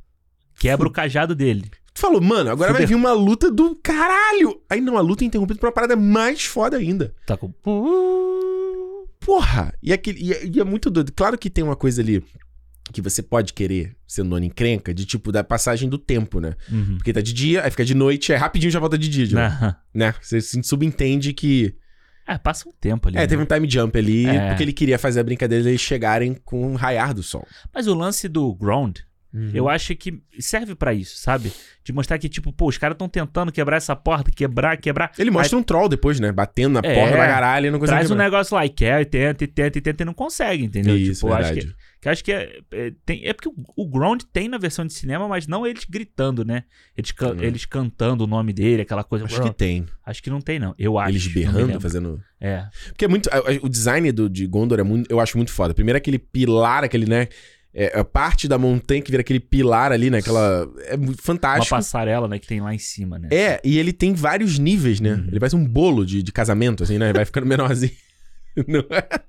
S2: Quebra o cajado dele.
S1: Tu falou, mano, agora vai
S2: Fudeu.
S1: vir uma luta do caralho. Aí não, a luta é interrompida por uma parada mais foda ainda.
S2: Tá com. Uhum.
S1: Porra! E, aquele, e, é- e é muito doido. Claro que tem uma coisa ali que você pode querer, sendo nona encrenca, de tipo, da passagem do tempo, né?
S2: Uhum.
S1: Porque tá de dia, aí fica de noite, aí rapidinho já volta de dia, de novo,
S2: Aham.
S1: né? Você se subentende que...
S2: É, passa um tempo ali.
S1: É,
S2: né?
S1: teve um time jump ali,
S2: É.
S1: porque ele queria fazer a brincadeira deles chegarem com o raiar do sol.
S2: Mas o lance do ground,
S1: Uhum.
S2: eu acho que serve pra isso, sabe? De mostrar que, tipo, pô, os caras estão tentando quebrar essa porta, quebrar, quebrar.
S1: Ele mostra um troll depois, né? Batendo na
S2: É.
S1: porta da caralho e não consegue
S2: Traz um
S1: quebrar.
S2: negócio lá e quer, e tenta, e tenta, e tenta, e não consegue, entendeu?
S1: Isso,
S2: tipo, eu acho
S1: verdade.
S2: que, que eu acho que é, é, tem- é porque o, o ground tem na versão de cinema, mas não eles gritando, né? Eles, can-
S1: Hum.
S2: eles cantando o nome dele, aquela coisa.
S1: Acho que tem.
S2: Acho que não tem, não. Eu acho.
S1: Eles
S2: não me
S1: berrando,
S2: lembro.
S1: fazendo...
S2: É.
S1: Porque é muito. a- a- O design do, de Gondor é muito, eu acho muito foda. Primeiro aquele pilar, aquele, né? É, a parte da montanha que vira aquele pilar ali, né? Aquela. É muito
S2: Uma
S1: fantástico.
S2: passarela, né, que tem lá em cima, né?
S1: É, e ele tem vários níveis, né?
S2: Uhum.
S1: Ele parece um bolo de, de casamento, assim, né? Vai ficando menorzinho. Não é?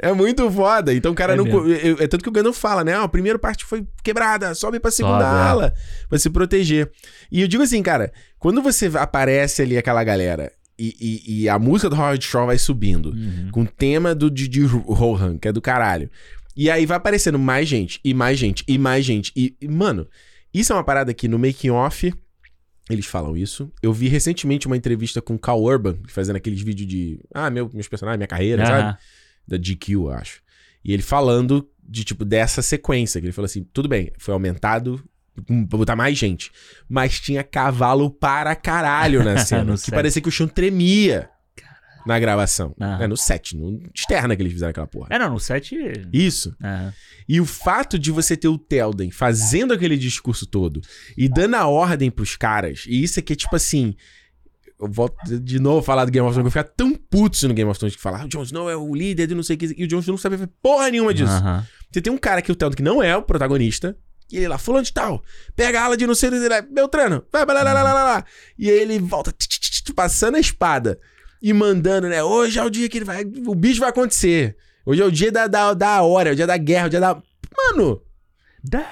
S1: É muito foda. Então o cara
S2: É
S1: não. co- eu- É, tanto que o Gandalf fala, né? Ó, a primeira parte foi quebrada, sobe pra segunda
S2: Sobe, é.
S1: ala, pra se proteger. E eu digo assim, cara, quando você aparece ali aquela galera e, e- e a música do Howard Shaw vai subindo
S2: Uhum.
S1: com o tema do Didi Rohan, que é do caralho. E aí vai aparecendo mais gente, e mais gente, e mais gente. E, e, mano, isso é uma parada que no making off eles falam isso. Eu vi recentemente uma entrevista com o Cal Urban, fazendo aqueles vídeos de. Ah, meu, meus personagens, minha carreira, sabe?
S2: Aham.
S1: Da GQ, eu acho. E ele falando de, tipo, dessa sequência. Que ele falou assim: tudo bem, foi aumentado. hum, Pra botar mais gente. Mas tinha cavalo para caralho na cena.
S2: No
S1: que
S2: set.
S1: parecia que o chão tremia na gravação.
S2: Aham.
S1: É, no set, no externa que eles fizeram aquela porra.
S2: É, não, no set.
S1: Isso.
S2: aham.
S1: E o fato de você ter o Telden fazendo aquele discurso todo e dando a ordem pros caras, e isso é que é tipo assim. Eu volto de novo a falar do Game of Thrones, que eu ficar tão puto se no Game of Thrones que falar, "Ah, o Jon Snow é o líder de não sei o que, e o Jon Snow não sabe fazer porra nenhuma disso.
S2: Aham.
S1: Você tem um cara que o Telden que não é o protagonista, e ele lá, fulano de tal, pega a ala de não sei o que, Beltrano, vai, blá, blá, blá, blá, blá, blá. E aí ele volta, tch, tch, tch, tch, passando a espada e mandando, né? Hoje é o dia que ele vai, o bicho vai acontecer. Hoje é o dia da, da, da hora, é o dia da guerra, é o dia da. Mano,
S2: Dá!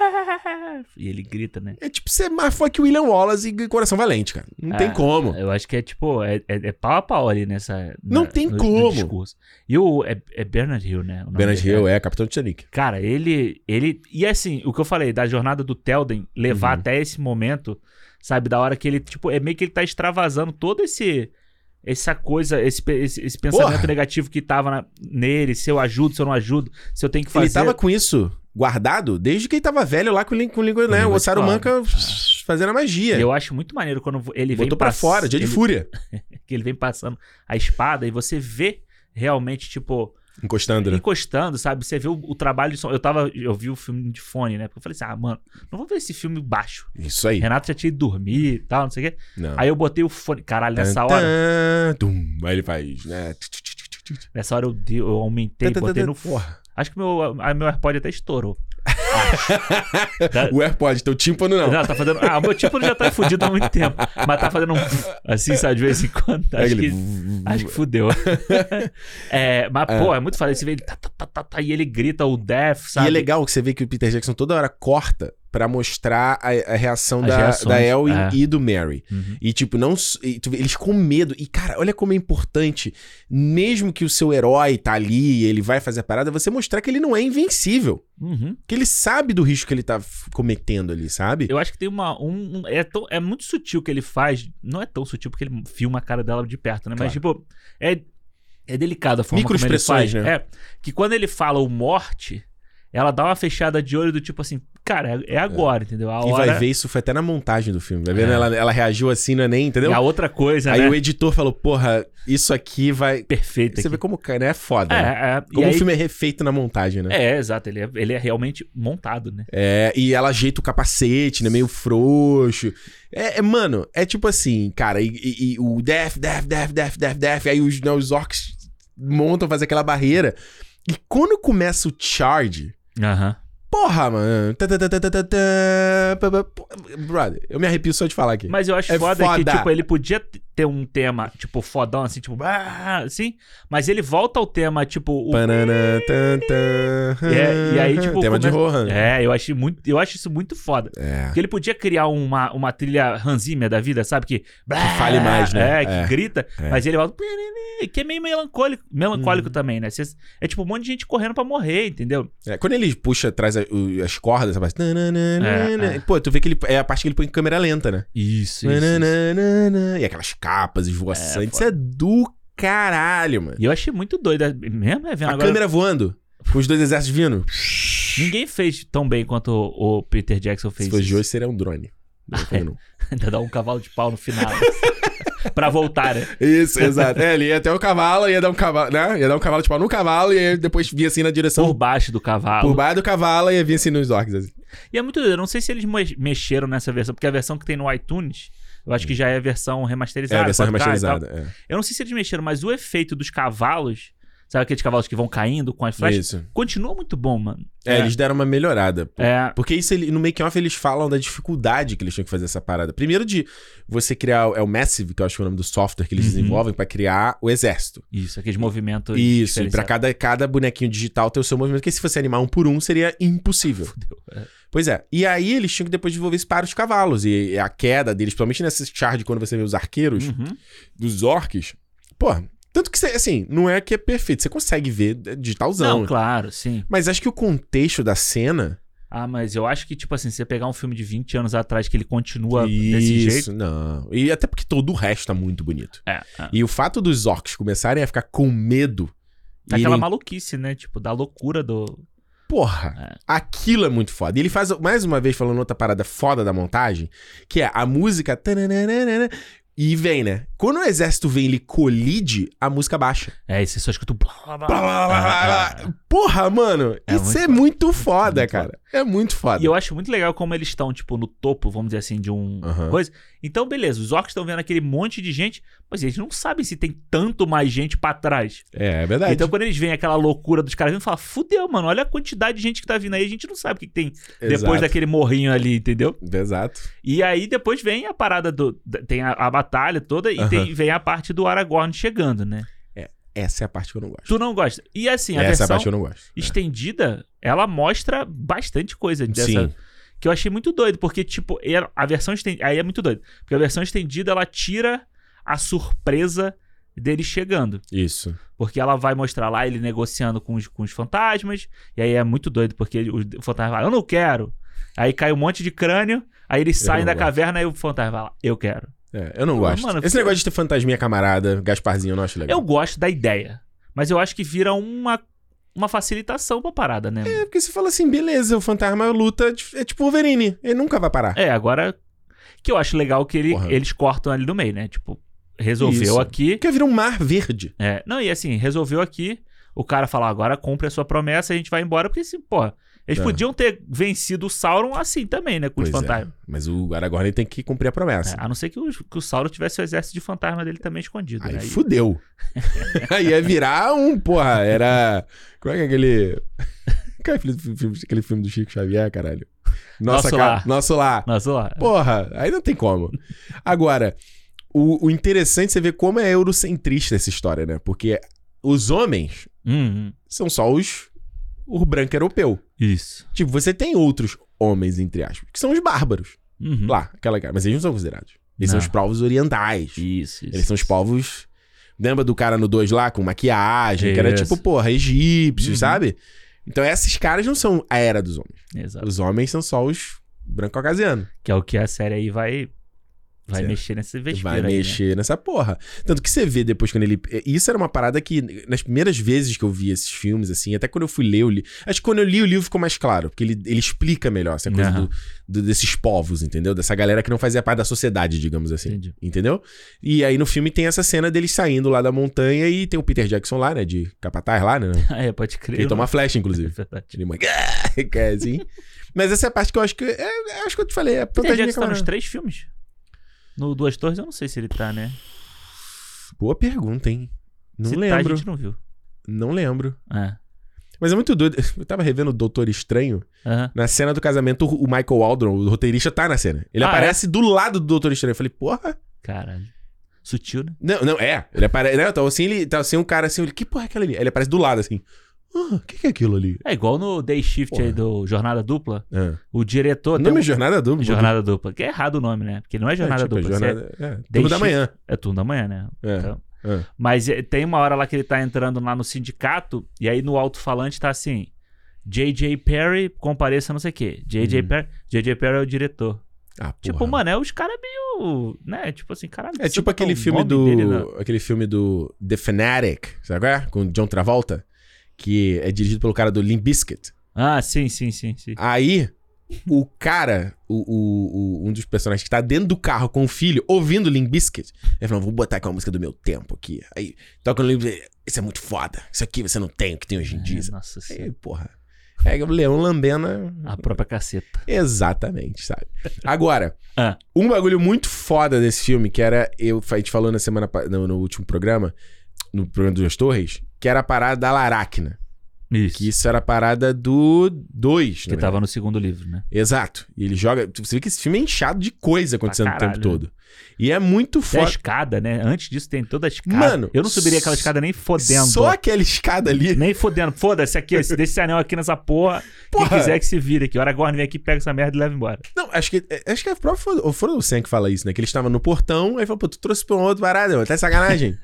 S2: E ele grita, né?
S1: é tipo ser mais foda que William Wallace e Coração Valente, cara. Não
S2: É,
S1: tem como.
S2: Eu acho que é tipo, é, é, é pau a pau ali nessa.
S1: Não tem como.
S2: discurso. E o. É, é Bernard Hill, né? o nome
S1: Bernard
S2: dele.
S1: Hill é Capitão Titanic.
S2: Cara, ele, ele. E assim, o que eu falei, da jornada do Telden levar
S1: Uhum.
S2: até esse momento, sabe? Da hora que ele, tipo, é meio que ele tá extravasando todo esse. essa coisa, esse, pe- esse, esse pensamento
S1: Porra!
S2: negativo que tava na- nele, se eu ajudo, se eu não ajudo, se eu tenho que fazer.
S1: Ele tava com isso guardado desde que ele tava velho lá com o Link, com o Link né?
S2: Linguiça
S1: O Osaru
S2: Clara.
S1: Manca pss, fazendo a magia.
S2: É. E eu acho muito maneiro quando ele vem
S1: Botou pra
S2: pass-
S1: fora, dia
S2: ele,
S1: de fúria.
S2: que ele vem passando a espada e você vê realmente, tipo,
S1: Encostando, né?
S2: encostando, sabe? Você vê o, o trabalho de som. Eu tava. Eu vi o filme de fone, né? Porque eu falei assim, ah, mano, não vou ver esse filme baixo.
S1: Isso aí.
S2: Renato já tinha ido dormir e tal, não sei o quê.
S1: Não.
S2: Aí eu botei o fone. Caralho, nessa
S1: Ah. Tan,
S2: hora.
S1: tan, tum. Aí ele faz, né? Tch, tch, tch, tch, tch, tch.
S2: Nessa hora eu, dei- eu aumentei,
S1: Tan, tan,
S2: botei
S1: tan,
S2: no.
S1: tan. Porra.
S2: Acho que meu, a- meu AirPod até estourou.
S1: O AirPod, teu tímpano não.
S2: Não, tá fazendo. Ah, meu tímpano já tá fudido há muito tempo. Mas tá fazendo um. Assim, sabe, de vez em quando.
S1: Aí
S2: Acho
S1: ele-
S2: que. Acho
S1: Uhum.
S2: que fudeu. É, mas, pô, é muito foda. Você vê ele. Tá, tá, tá, tá, tá, e ele grita o death, sabe?
S1: E é legal que você vê que o Peter Jackson toda hora corta pra mostrar a, a reação
S2: As
S1: da,
S2: reações,
S1: da Elwin
S2: é.
S1: e do Mary.
S2: Uhum.
S1: E, tipo, não. s- e tu vê, eles com medo. E, cara, olha como é importante. Mesmo que o seu herói tá ali e ele vai fazer a parada, você mostrar que ele não é invencível.
S2: Uhum.
S1: Que ele sabe do risco que ele tá f- cometendo ali, sabe?
S2: Eu acho que tem uma. Um, um- é, tão, é muito sutil que ele faz. Não é tão sutil porque ele filma a cara dela de perto, né? Mas, tipo, é, é delicado a forma como ele
S1: Microexpressões,
S2: faz.
S1: né?
S2: É. Que quando ele fala o morte, ela dá uma fechada de olho do tipo assim, cara, é, é agora, entendeu? A
S1: e
S2: hora.
S1: vai ver, isso foi até na montagem do filme. Vai vendo?
S2: É.
S1: Ela, ela reagiu assim, não é nem, entendeu?
S2: E a outra coisa,
S1: Aí
S2: né?
S1: o editor falou, porra, isso aqui vai.
S2: Perfeita.
S1: Você vê
S2: aqui.
S1: como cara, né? é foda. né?
S2: É, é. E
S1: Como
S2: aí-
S1: o filme é refeito na montagem, né?
S2: É, exato. Ele é, ele é realmente montado, né?
S1: É, e ela ajeita o capacete, né? Meio frouxo. É, é, mano, é tipo assim, cara, e, e- e o Death, Death, Death, Death, Death, Death, aí os, né, os orcs montam, fazem aquela barreira. E quando começa o charge,
S2: Aham.
S1: porra, mano. tá, tá, tá, tá, tá, tá, tá, pá, pá, pô, Brother, eu me arrepio só de falar aqui.
S2: Mas eu acho
S1: É
S2: foda, que,
S1: foda.
S2: tipo, ele podia t- ter um tema, tipo, fodão, assim, tipo, ah, assim, mas ele volta ao tema, tipo, o-
S1: Pananã, tan, tan,
S2: E é- e aí, tipo,
S1: Tema de
S2: começa-
S1: Rohan.
S2: É, eu acho muito, eu acho isso muito foda.
S1: É.
S2: Porque ele podia criar uma, uma trilha ranzímia da vida, sabe? Que, blá,
S1: fale mais, né?
S2: É, que
S1: É.
S2: grita,
S1: É. Uhum.
S2: mas ele volta. Que é meio melancólico, melancólico também, né? Cês- é tipo um monte de gente correndo pra morrer, entendeu?
S1: É, quando ele puxa atrás a- o- as cordas, a parte.
S2: É, é.
S1: Pô, tu vê que ele. É a parte que ele põe em câmera lenta, né?
S2: Isso,
S1: Nananana. E aquelas capas esvoaçantes. Isso é do caralho, mano.
S2: E eu achei muito doido. é- Mesmo é vendo
S1: A
S2: agora.
S1: câmera voando. Com os dois exércitos vindo.
S2: Ninguém fez tão bem quanto o o Peter Jackson fez.
S1: Se fosse de
S2: isso.
S1: hoje, seria um drone. Não foi, não.
S2: Ainda dá um cavalo de pau no final. pra voltar, né?
S1: Isso, exato. É, ele ia até o cavalo, ia dar um cavalo, né? Ia dar um cavalo, tipo, no cavalo, e aí depois vinha assim na direção
S2: Por baixo do cavalo.
S1: por baixo do cavalo e vinha assim nos orcs. Assim.
S2: E é muito doido. Eu não sei se eles me- mexeram nessa versão, porque a versão que tem no iTunes, eu acho que já é a versão
S1: É,
S2: remasterizada.
S1: a versão
S2: 4K e tal.
S1: remasterizada. é.
S2: Eu não sei se eles mexeram, mas o efeito dos cavalos, sabe aqueles cavalos que vão caindo com as flechas,
S1: Isso.
S2: continua muito bom, mano.
S1: É, eles deram uma melhorada. pô.
S2: É,
S1: Porque isso ele- no make-off eles falam da dificuldade que eles tinham que fazer essa parada. Primeiro de você criar. o- É o Massive, que eu acho que é o nome do software que eles
S2: Uhum.
S1: desenvolvem, pra criar o exército.
S2: isso, aqueles movimentos.
S1: Isso, e pra
S2: diferenciados.
S1: cada, cada bonequinho digital ter o seu movimento, porque se você animar um por um, seria impossível. Pois é, e aí eles tinham que depois desenvolver isso para os cavalos, e e a queda deles, principalmente nesse charge, quando você vê os arqueiros,
S2: Uhum.
S1: dos orcs, pô, tanto que, você- assim, não é que é perfeito, você consegue ver é digitalzão.
S2: Não, claro, sim.
S1: Mas acho que o contexto da cena...
S2: Ah, mas eu acho que, tipo assim, se você pegar um filme de 20 anos atrás que ele continua desse
S1: isso,
S2: jeito.
S1: não. E até porque todo o resto tá muito bonito.
S2: É, é.
S1: E o fato dos orcs começarem a ficar com medo... e
S2: Daquela
S1: irem-
S2: maluquice, né? Tipo, da loucura do.
S1: Porra, aquilo é muito foda. E ele faz, mais uma vez, falando outra parada foda da montagem, que é a música. tananana, E vem, né? Quando o exército vem e ele colide, a música baixa.
S2: É, e você só escuta o blá blá Ah. blá.
S1: Blá, blá, blá, blá, blá. Porra, mano,
S2: É
S1: isso
S2: muito
S1: é
S2: foda.
S1: muito foda,
S2: Muito
S1: cara. É muito foda.
S2: E eu acho muito legal como eles estão, tipo, no topo, vamos dizer assim, de um
S1: Aham.
S2: coisa. Então, beleza, os orcs estão vendo aquele monte de gente, mas eles não sabem se tem tanto mais gente pra trás.
S1: É, é verdade.
S2: Então, quando eles veem aquela loucura dos caras vindo, fala, fudeu, mano, olha a quantidade de gente que tá vindo aí, a gente não sabe o que, que tem depois
S1: Exato.
S2: daquele morrinho ali, entendeu?
S1: Exato.
S2: E aí depois vem a parada do. da- Tem a, a batalha toda e
S1: Aham.
S2: tem- vem a parte do Aragorn chegando, né?
S1: Essa é a parte que eu não gosto.
S2: Tu não gosta. E assim,
S1: Essa é
S2: a
S1: a
S2: versão
S1: parte que eu não gosto.
S2: estendida, ela mostra bastante coisa dessa.
S1: Sim.
S2: Que eu achei muito doido, porque, tipo, ela- a versão estendida. Aí é muito doido. Porque a versão estendida, ela tira a surpresa dele chegando.
S1: Isso.
S2: Porque ela vai mostrar lá ele negociando com os, com os fantasmas. E aí é muito doido, porque ele- o fantasma fala, eu não quero. Aí cai um monte de crânio. Aí eles saem
S1: não
S2: da
S1: gosto.
S2: caverna e o fantasma fala, eu quero.
S1: É, eu não
S2: Ah,
S1: gosto.
S2: mano,
S1: Esse
S2: fica-
S1: negócio de ter fantasminha camarada, Gasparzinho, eu não acho legal.
S2: Eu gosto da ideia, mas eu acho que vira uma, uma facilitação pra parada, né?
S1: É porque você fala assim, beleza, o fantasma luta, é tipo Wolverine, ele nunca vai parar.
S2: É, agora. Que eu acho legal que ele-
S1: Porra.
S2: eles cortam ali no meio, né? Tipo, resolveu
S1: Isso.
S2: aqui.
S1: Porque vira um mar verde.
S2: É, não, e assim, resolveu aqui. O cara fala, agora cumpre a sua promessa, a gente vai embora. Porque assim, porra, eles
S1: É.
S2: podiam ter vencido o Sauron assim também, né? Com os
S1: Pois é, assim.
S2: fantasmas.
S1: Mas o Aragorn ele tem que cumprir a
S2: É,
S1: promessa.
S2: a não ser que o, que o Sauron tivesse o exército de fantasma dele também escondido,
S1: Aí
S2: né? E-
S1: fudeu. Aí ia virar um, porra, era. Como é que é aquele. Qual é aquele filme, aquele filme do Chico Xavier, caralho?
S2: Nosso
S1: Ca-
S2: Lar.
S1: Nosso lá.
S2: Mas, ó,
S1: Porra, aí não tem como. Agora, o, o interessante é você ver como é eurocentrista essa história, né? Porque os homens
S2: hum, hum,
S1: são só os. o branco europeu.
S2: isso.
S1: Tipo, você tem outros homens, entre aspas, que são os bárbaros.
S2: Uhum.
S1: Lá, aquela cara. Mas eles não são considerados. Eles
S2: Não.
S1: são os povos orientais.
S2: Isso, isso.
S1: Eles são os povos. Lembra do cara no 2 lá com maquiagem, que era
S2: Isso.
S1: tipo, porra, egípcios,
S2: Uhum.
S1: sabe? Então esses caras não são a era dos homens.
S2: Exato.
S1: Os homens são só os branco caucasianos.
S2: Que é o que a série aí vai. Vai
S1: Certo.
S2: mexer nesse vespeiro
S1: Vai
S2: aí, né?
S1: mexer nessa porra. Tanto que você vê depois quando ele. e Isso era uma parada que, nas primeiras vezes que eu vi esses filmes, assim, até quando eu fui ler, eu li. Acho que quando eu li o livro ficou mais claro, porque ele, ele explica melhor essa coisa
S2: Aham.
S1: do- do- desses povos, entendeu? Dessa galera que não fazia parte da sociedade, digamos assim.
S2: Entendi.
S1: Entendeu? E aí no filme tem essa cena deles saindo lá da montanha e tem o Peter Jackson lá, né? De capataz lá, né?
S2: Ah, é, pode crer.
S1: Ele toma flecha,
S2: É
S1: inclusive.
S2: verdade.
S1: Ele manda- que é assim. Mas essa é a parte que eu acho que. É, acho que eu te falei. É
S2: Peter
S1: fantasminha
S2: Jackson tá nos
S1: camarada.
S2: três filmes? No Duas Torres eu não sei se ele tá, né?
S1: Boa pergunta, hein? Não
S2: se Tá, a
S1: lembro.
S2: gente não viu.
S1: Não lembro.
S2: É.
S1: Mas é muito doido. Eu tava revendo o Doutor Estranho.
S2: Aham.
S1: Na cena do casamento, o Michael Aldron, o roteirista, tá na cena. Ele
S2: Ah,
S1: aparece do lado do Doutor Estranho. Eu falei, porra.
S2: Caralho. Sutil, né?
S1: Não, não, é. Ele aparece. Não, então assim, ele. Tá assim, um cara assim. Ele, que porra é aquela ali? Aí ele aparece do lado, assim. Ah, o que, que é aquilo ali?
S2: É igual no Day Shift aí do Jornada Dupla.
S1: Ah.
S2: O diretor.
S1: O nome é
S2: tem
S1: Jornada
S2: um-
S1: Dupla.
S2: Jornada Dupla. Que é errado o nome, né? Porque não é Jornada
S1: é, tipo, é
S2: Dupla. isso É,
S1: jornada- é, turno
S2: Deixa-
S1: da manhã.
S2: é turno da manhã, né?
S1: É,
S2: Então-
S1: é.
S2: Mas eh, tem uma hora lá que ele tá entrando lá no sindicato. E aí no alto-falante tá assim: J.J. Perry compareça não sei o quê. J.J.
S1: Hum.
S2: Perry. J.J. Perry é o diretor.
S1: Ah,
S2: Tipo,
S1: porra.
S2: mano, é os caras meio. Né? Tipo assim, caralho.
S1: É tipo
S2: você botar
S1: aquele
S2: o
S1: filme
S2: nome dele né?
S1: do.
S2: na-
S1: Aquele filme do The Fanatic, sabe qual é? Com o John Travolta. Que é dirigido pelo cara do Limp Bizkit.
S2: Ah, sim, sim, sim, sim.
S1: Aí, o cara, o, o- o- um dos personagens que tá dentro do carro com o filho, ouvindo Limp Bizkit, ele falou, vou botar aqui uma música do meu tempo aqui. Aí, toca no Limp Bizkit, isso é muito foda. Isso aqui você não tem o que tem hoje em dia.
S2: É, Nossa senhora.
S1: Aí, porra. É o leão lambendo a-
S2: A própria caceta.
S1: Exatamente, sabe? Agora,
S2: Ah.
S1: um bagulho muito foda desse filme, que era. Eu, a gente falou na semana pa- no, no último programa, no programa dos Duas Torres, que era a parada da Laracna.
S2: Isso.
S1: Que isso era a parada do 2,
S2: Que
S1: né?
S2: tava no segundo livro, né?
S1: Exato. E ele joga. Você vê que esse filme é inchado de coisa acontecendo o tempo
S2: caralho.
S1: todo. E é muito
S2: Tem a
S1: foda.
S2: escada, né? Antes disso tem toda a escada.
S1: Mano,
S2: eu não subiria aquela
S1: s-
S2: escada nem fodendo.
S1: Só aquela escada ali.
S2: Nem fodendo. Foda-se aqui, esse, desse anel aqui nessa porra. Quem
S1: Porra.
S2: quiser que se vire aqui. Hora Gorn vem aqui, pega essa merda e leva embora.
S1: Não, acho que. é- Acho que é o próprio Frodo- o Frodo Sen que fala isso, né? Que ele estava no portão, aí falou, pô, tu trouxe pra um outro parada, mano. Tá sacanagem.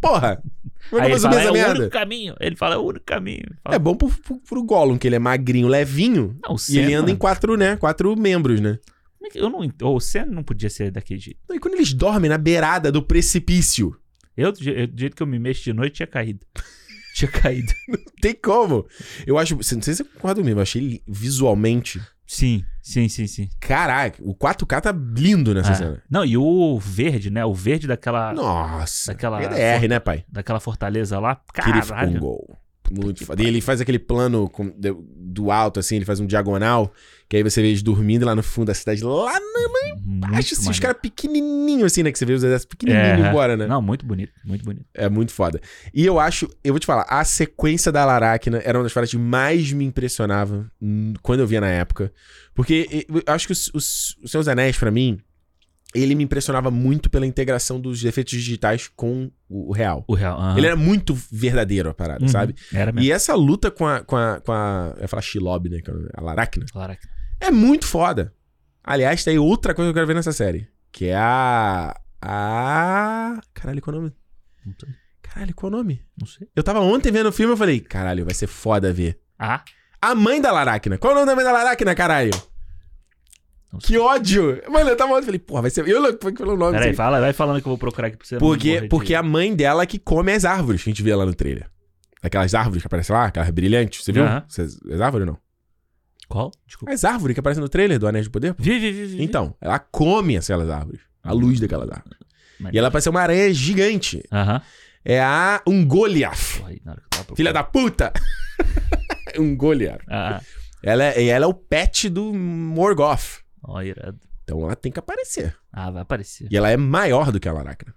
S1: Porra! Como é
S2: Aí
S1: que eu vou
S2: ele
S1: subir
S2: fala, é
S1: essa
S2: o
S1: merda?
S2: único caminho. Ele fala, é o único caminho. Ele Fala,
S1: É bom pro, pro, pro Gollum, que ele é magrinho, levinho.
S2: não, o
S1: e
S2: Sen,
S1: ele anda em
S2: mano,
S1: quatro, né? Quatro membros, né?
S2: como é que- Eu não... ent- Ou o Sen não podia ser daquele jeito.
S1: E quando eles dormem na beirada do precipício,
S2: Eu, do je- do jeito que eu me mexo de noite, tinha caído. tinha caído.
S1: tem como? Eu acho. Não sei se você concorda comigo, eu achei li- visualmente.
S2: Sim, sim, sim, sim.
S1: Caraca, o 4K tá lindo nessa
S2: Ah,
S1: cena.
S2: Não, e o verde, né? O verde daquela,
S1: Nossa.
S2: daquela-
S1: PDR, né, pai?
S2: daquela fortaleza lá.
S1: Kirif
S2: Caralho.
S1: um gol. Muito
S2: que
S1: foda. E
S2: pariu.
S1: ele faz aquele plano com- de- do alto, assim, ele faz um diagonal, que aí você vê eles dormindo lá no fundo da cidade, lá
S2: Muito
S1: embaixo, assim, os
S2: maneiro.
S1: caras pequenininhos, assim, né? Que você vê os exércitos pequenininhos
S2: É.
S1: embora, né?
S2: Não, muito bonito, muito bonito.
S1: É muito foda. E eu acho, eu vou te falar, a sequência da Laracna era uma das paradas que mais me impressionava hum, quando eu via na época. Porque eu acho que os, os, os Seus Anéis, pra mim, ele me impressionava muito pela integração dos efeitos digitais com o o real.
S2: O real. aham.
S1: Ele era muito verdadeiro a parada,
S2: Uhum,
S1: sabe?
S2: Era mesmo.
S1: E essa luta com a. Com a, com a eu ia falar Shilob, né? que é A Laracna.
S2: Caraca.
S1: É muito foda. Aliás, tem outra coisa que eu quero ver nessa série. Que é a. A. Caralho, qual é o nome?
S2: Não sei.
S1: Caralho, qual é o nome?
S2: Não sei.
S1: Eu tava ontem vendo o filme e eu falei, caralho, vai ser foda ver.
S2: Ah,
S1: A mãe da Laracna. Qual é o nome da mãe da Laracna, caralho?
S2: Não sei.
S1: Que ódio! Mano, eu tava olhando e falei, porra, vai ser. Eu que falei o nome.
S2: Peraí,
S1: assim.
S2: fala, vai falando que eu vou procurar aqui pra você. não morrer
S1: porque
S2: de-
S1: porque a mãe dela que come as árvores que a gente vê lá no trailer. Aquelas árvores que aparecem lá, aquelas brilhantes. Você viu?
S2: Aham.
S1: Essas- As árvores não?
S2: Qual? Desculpa.
S1: As árvores que aparecem no trailer do Anéis de Poder?
S2: Vi, vi, vi, vi, vi.
S1: Então, ela come aquelas árvores. A luz daquelas árvores.
S2: Mas-
S1: E ela parece uma aranha gigante.
S2: Aham.
S1: É a Ungoliath.
S2: Porra, aí, na hora que eu tava
S1: Filha da puta! Ungoliath.
S2: Ah,
S1: Ela é, e ela é o pet do Morgoth.
S2: ó, irado.
S1: Então ela tem que aparecer.
S2: Ah, vai aparecer.
S1: E ela é maior do que a Laracna.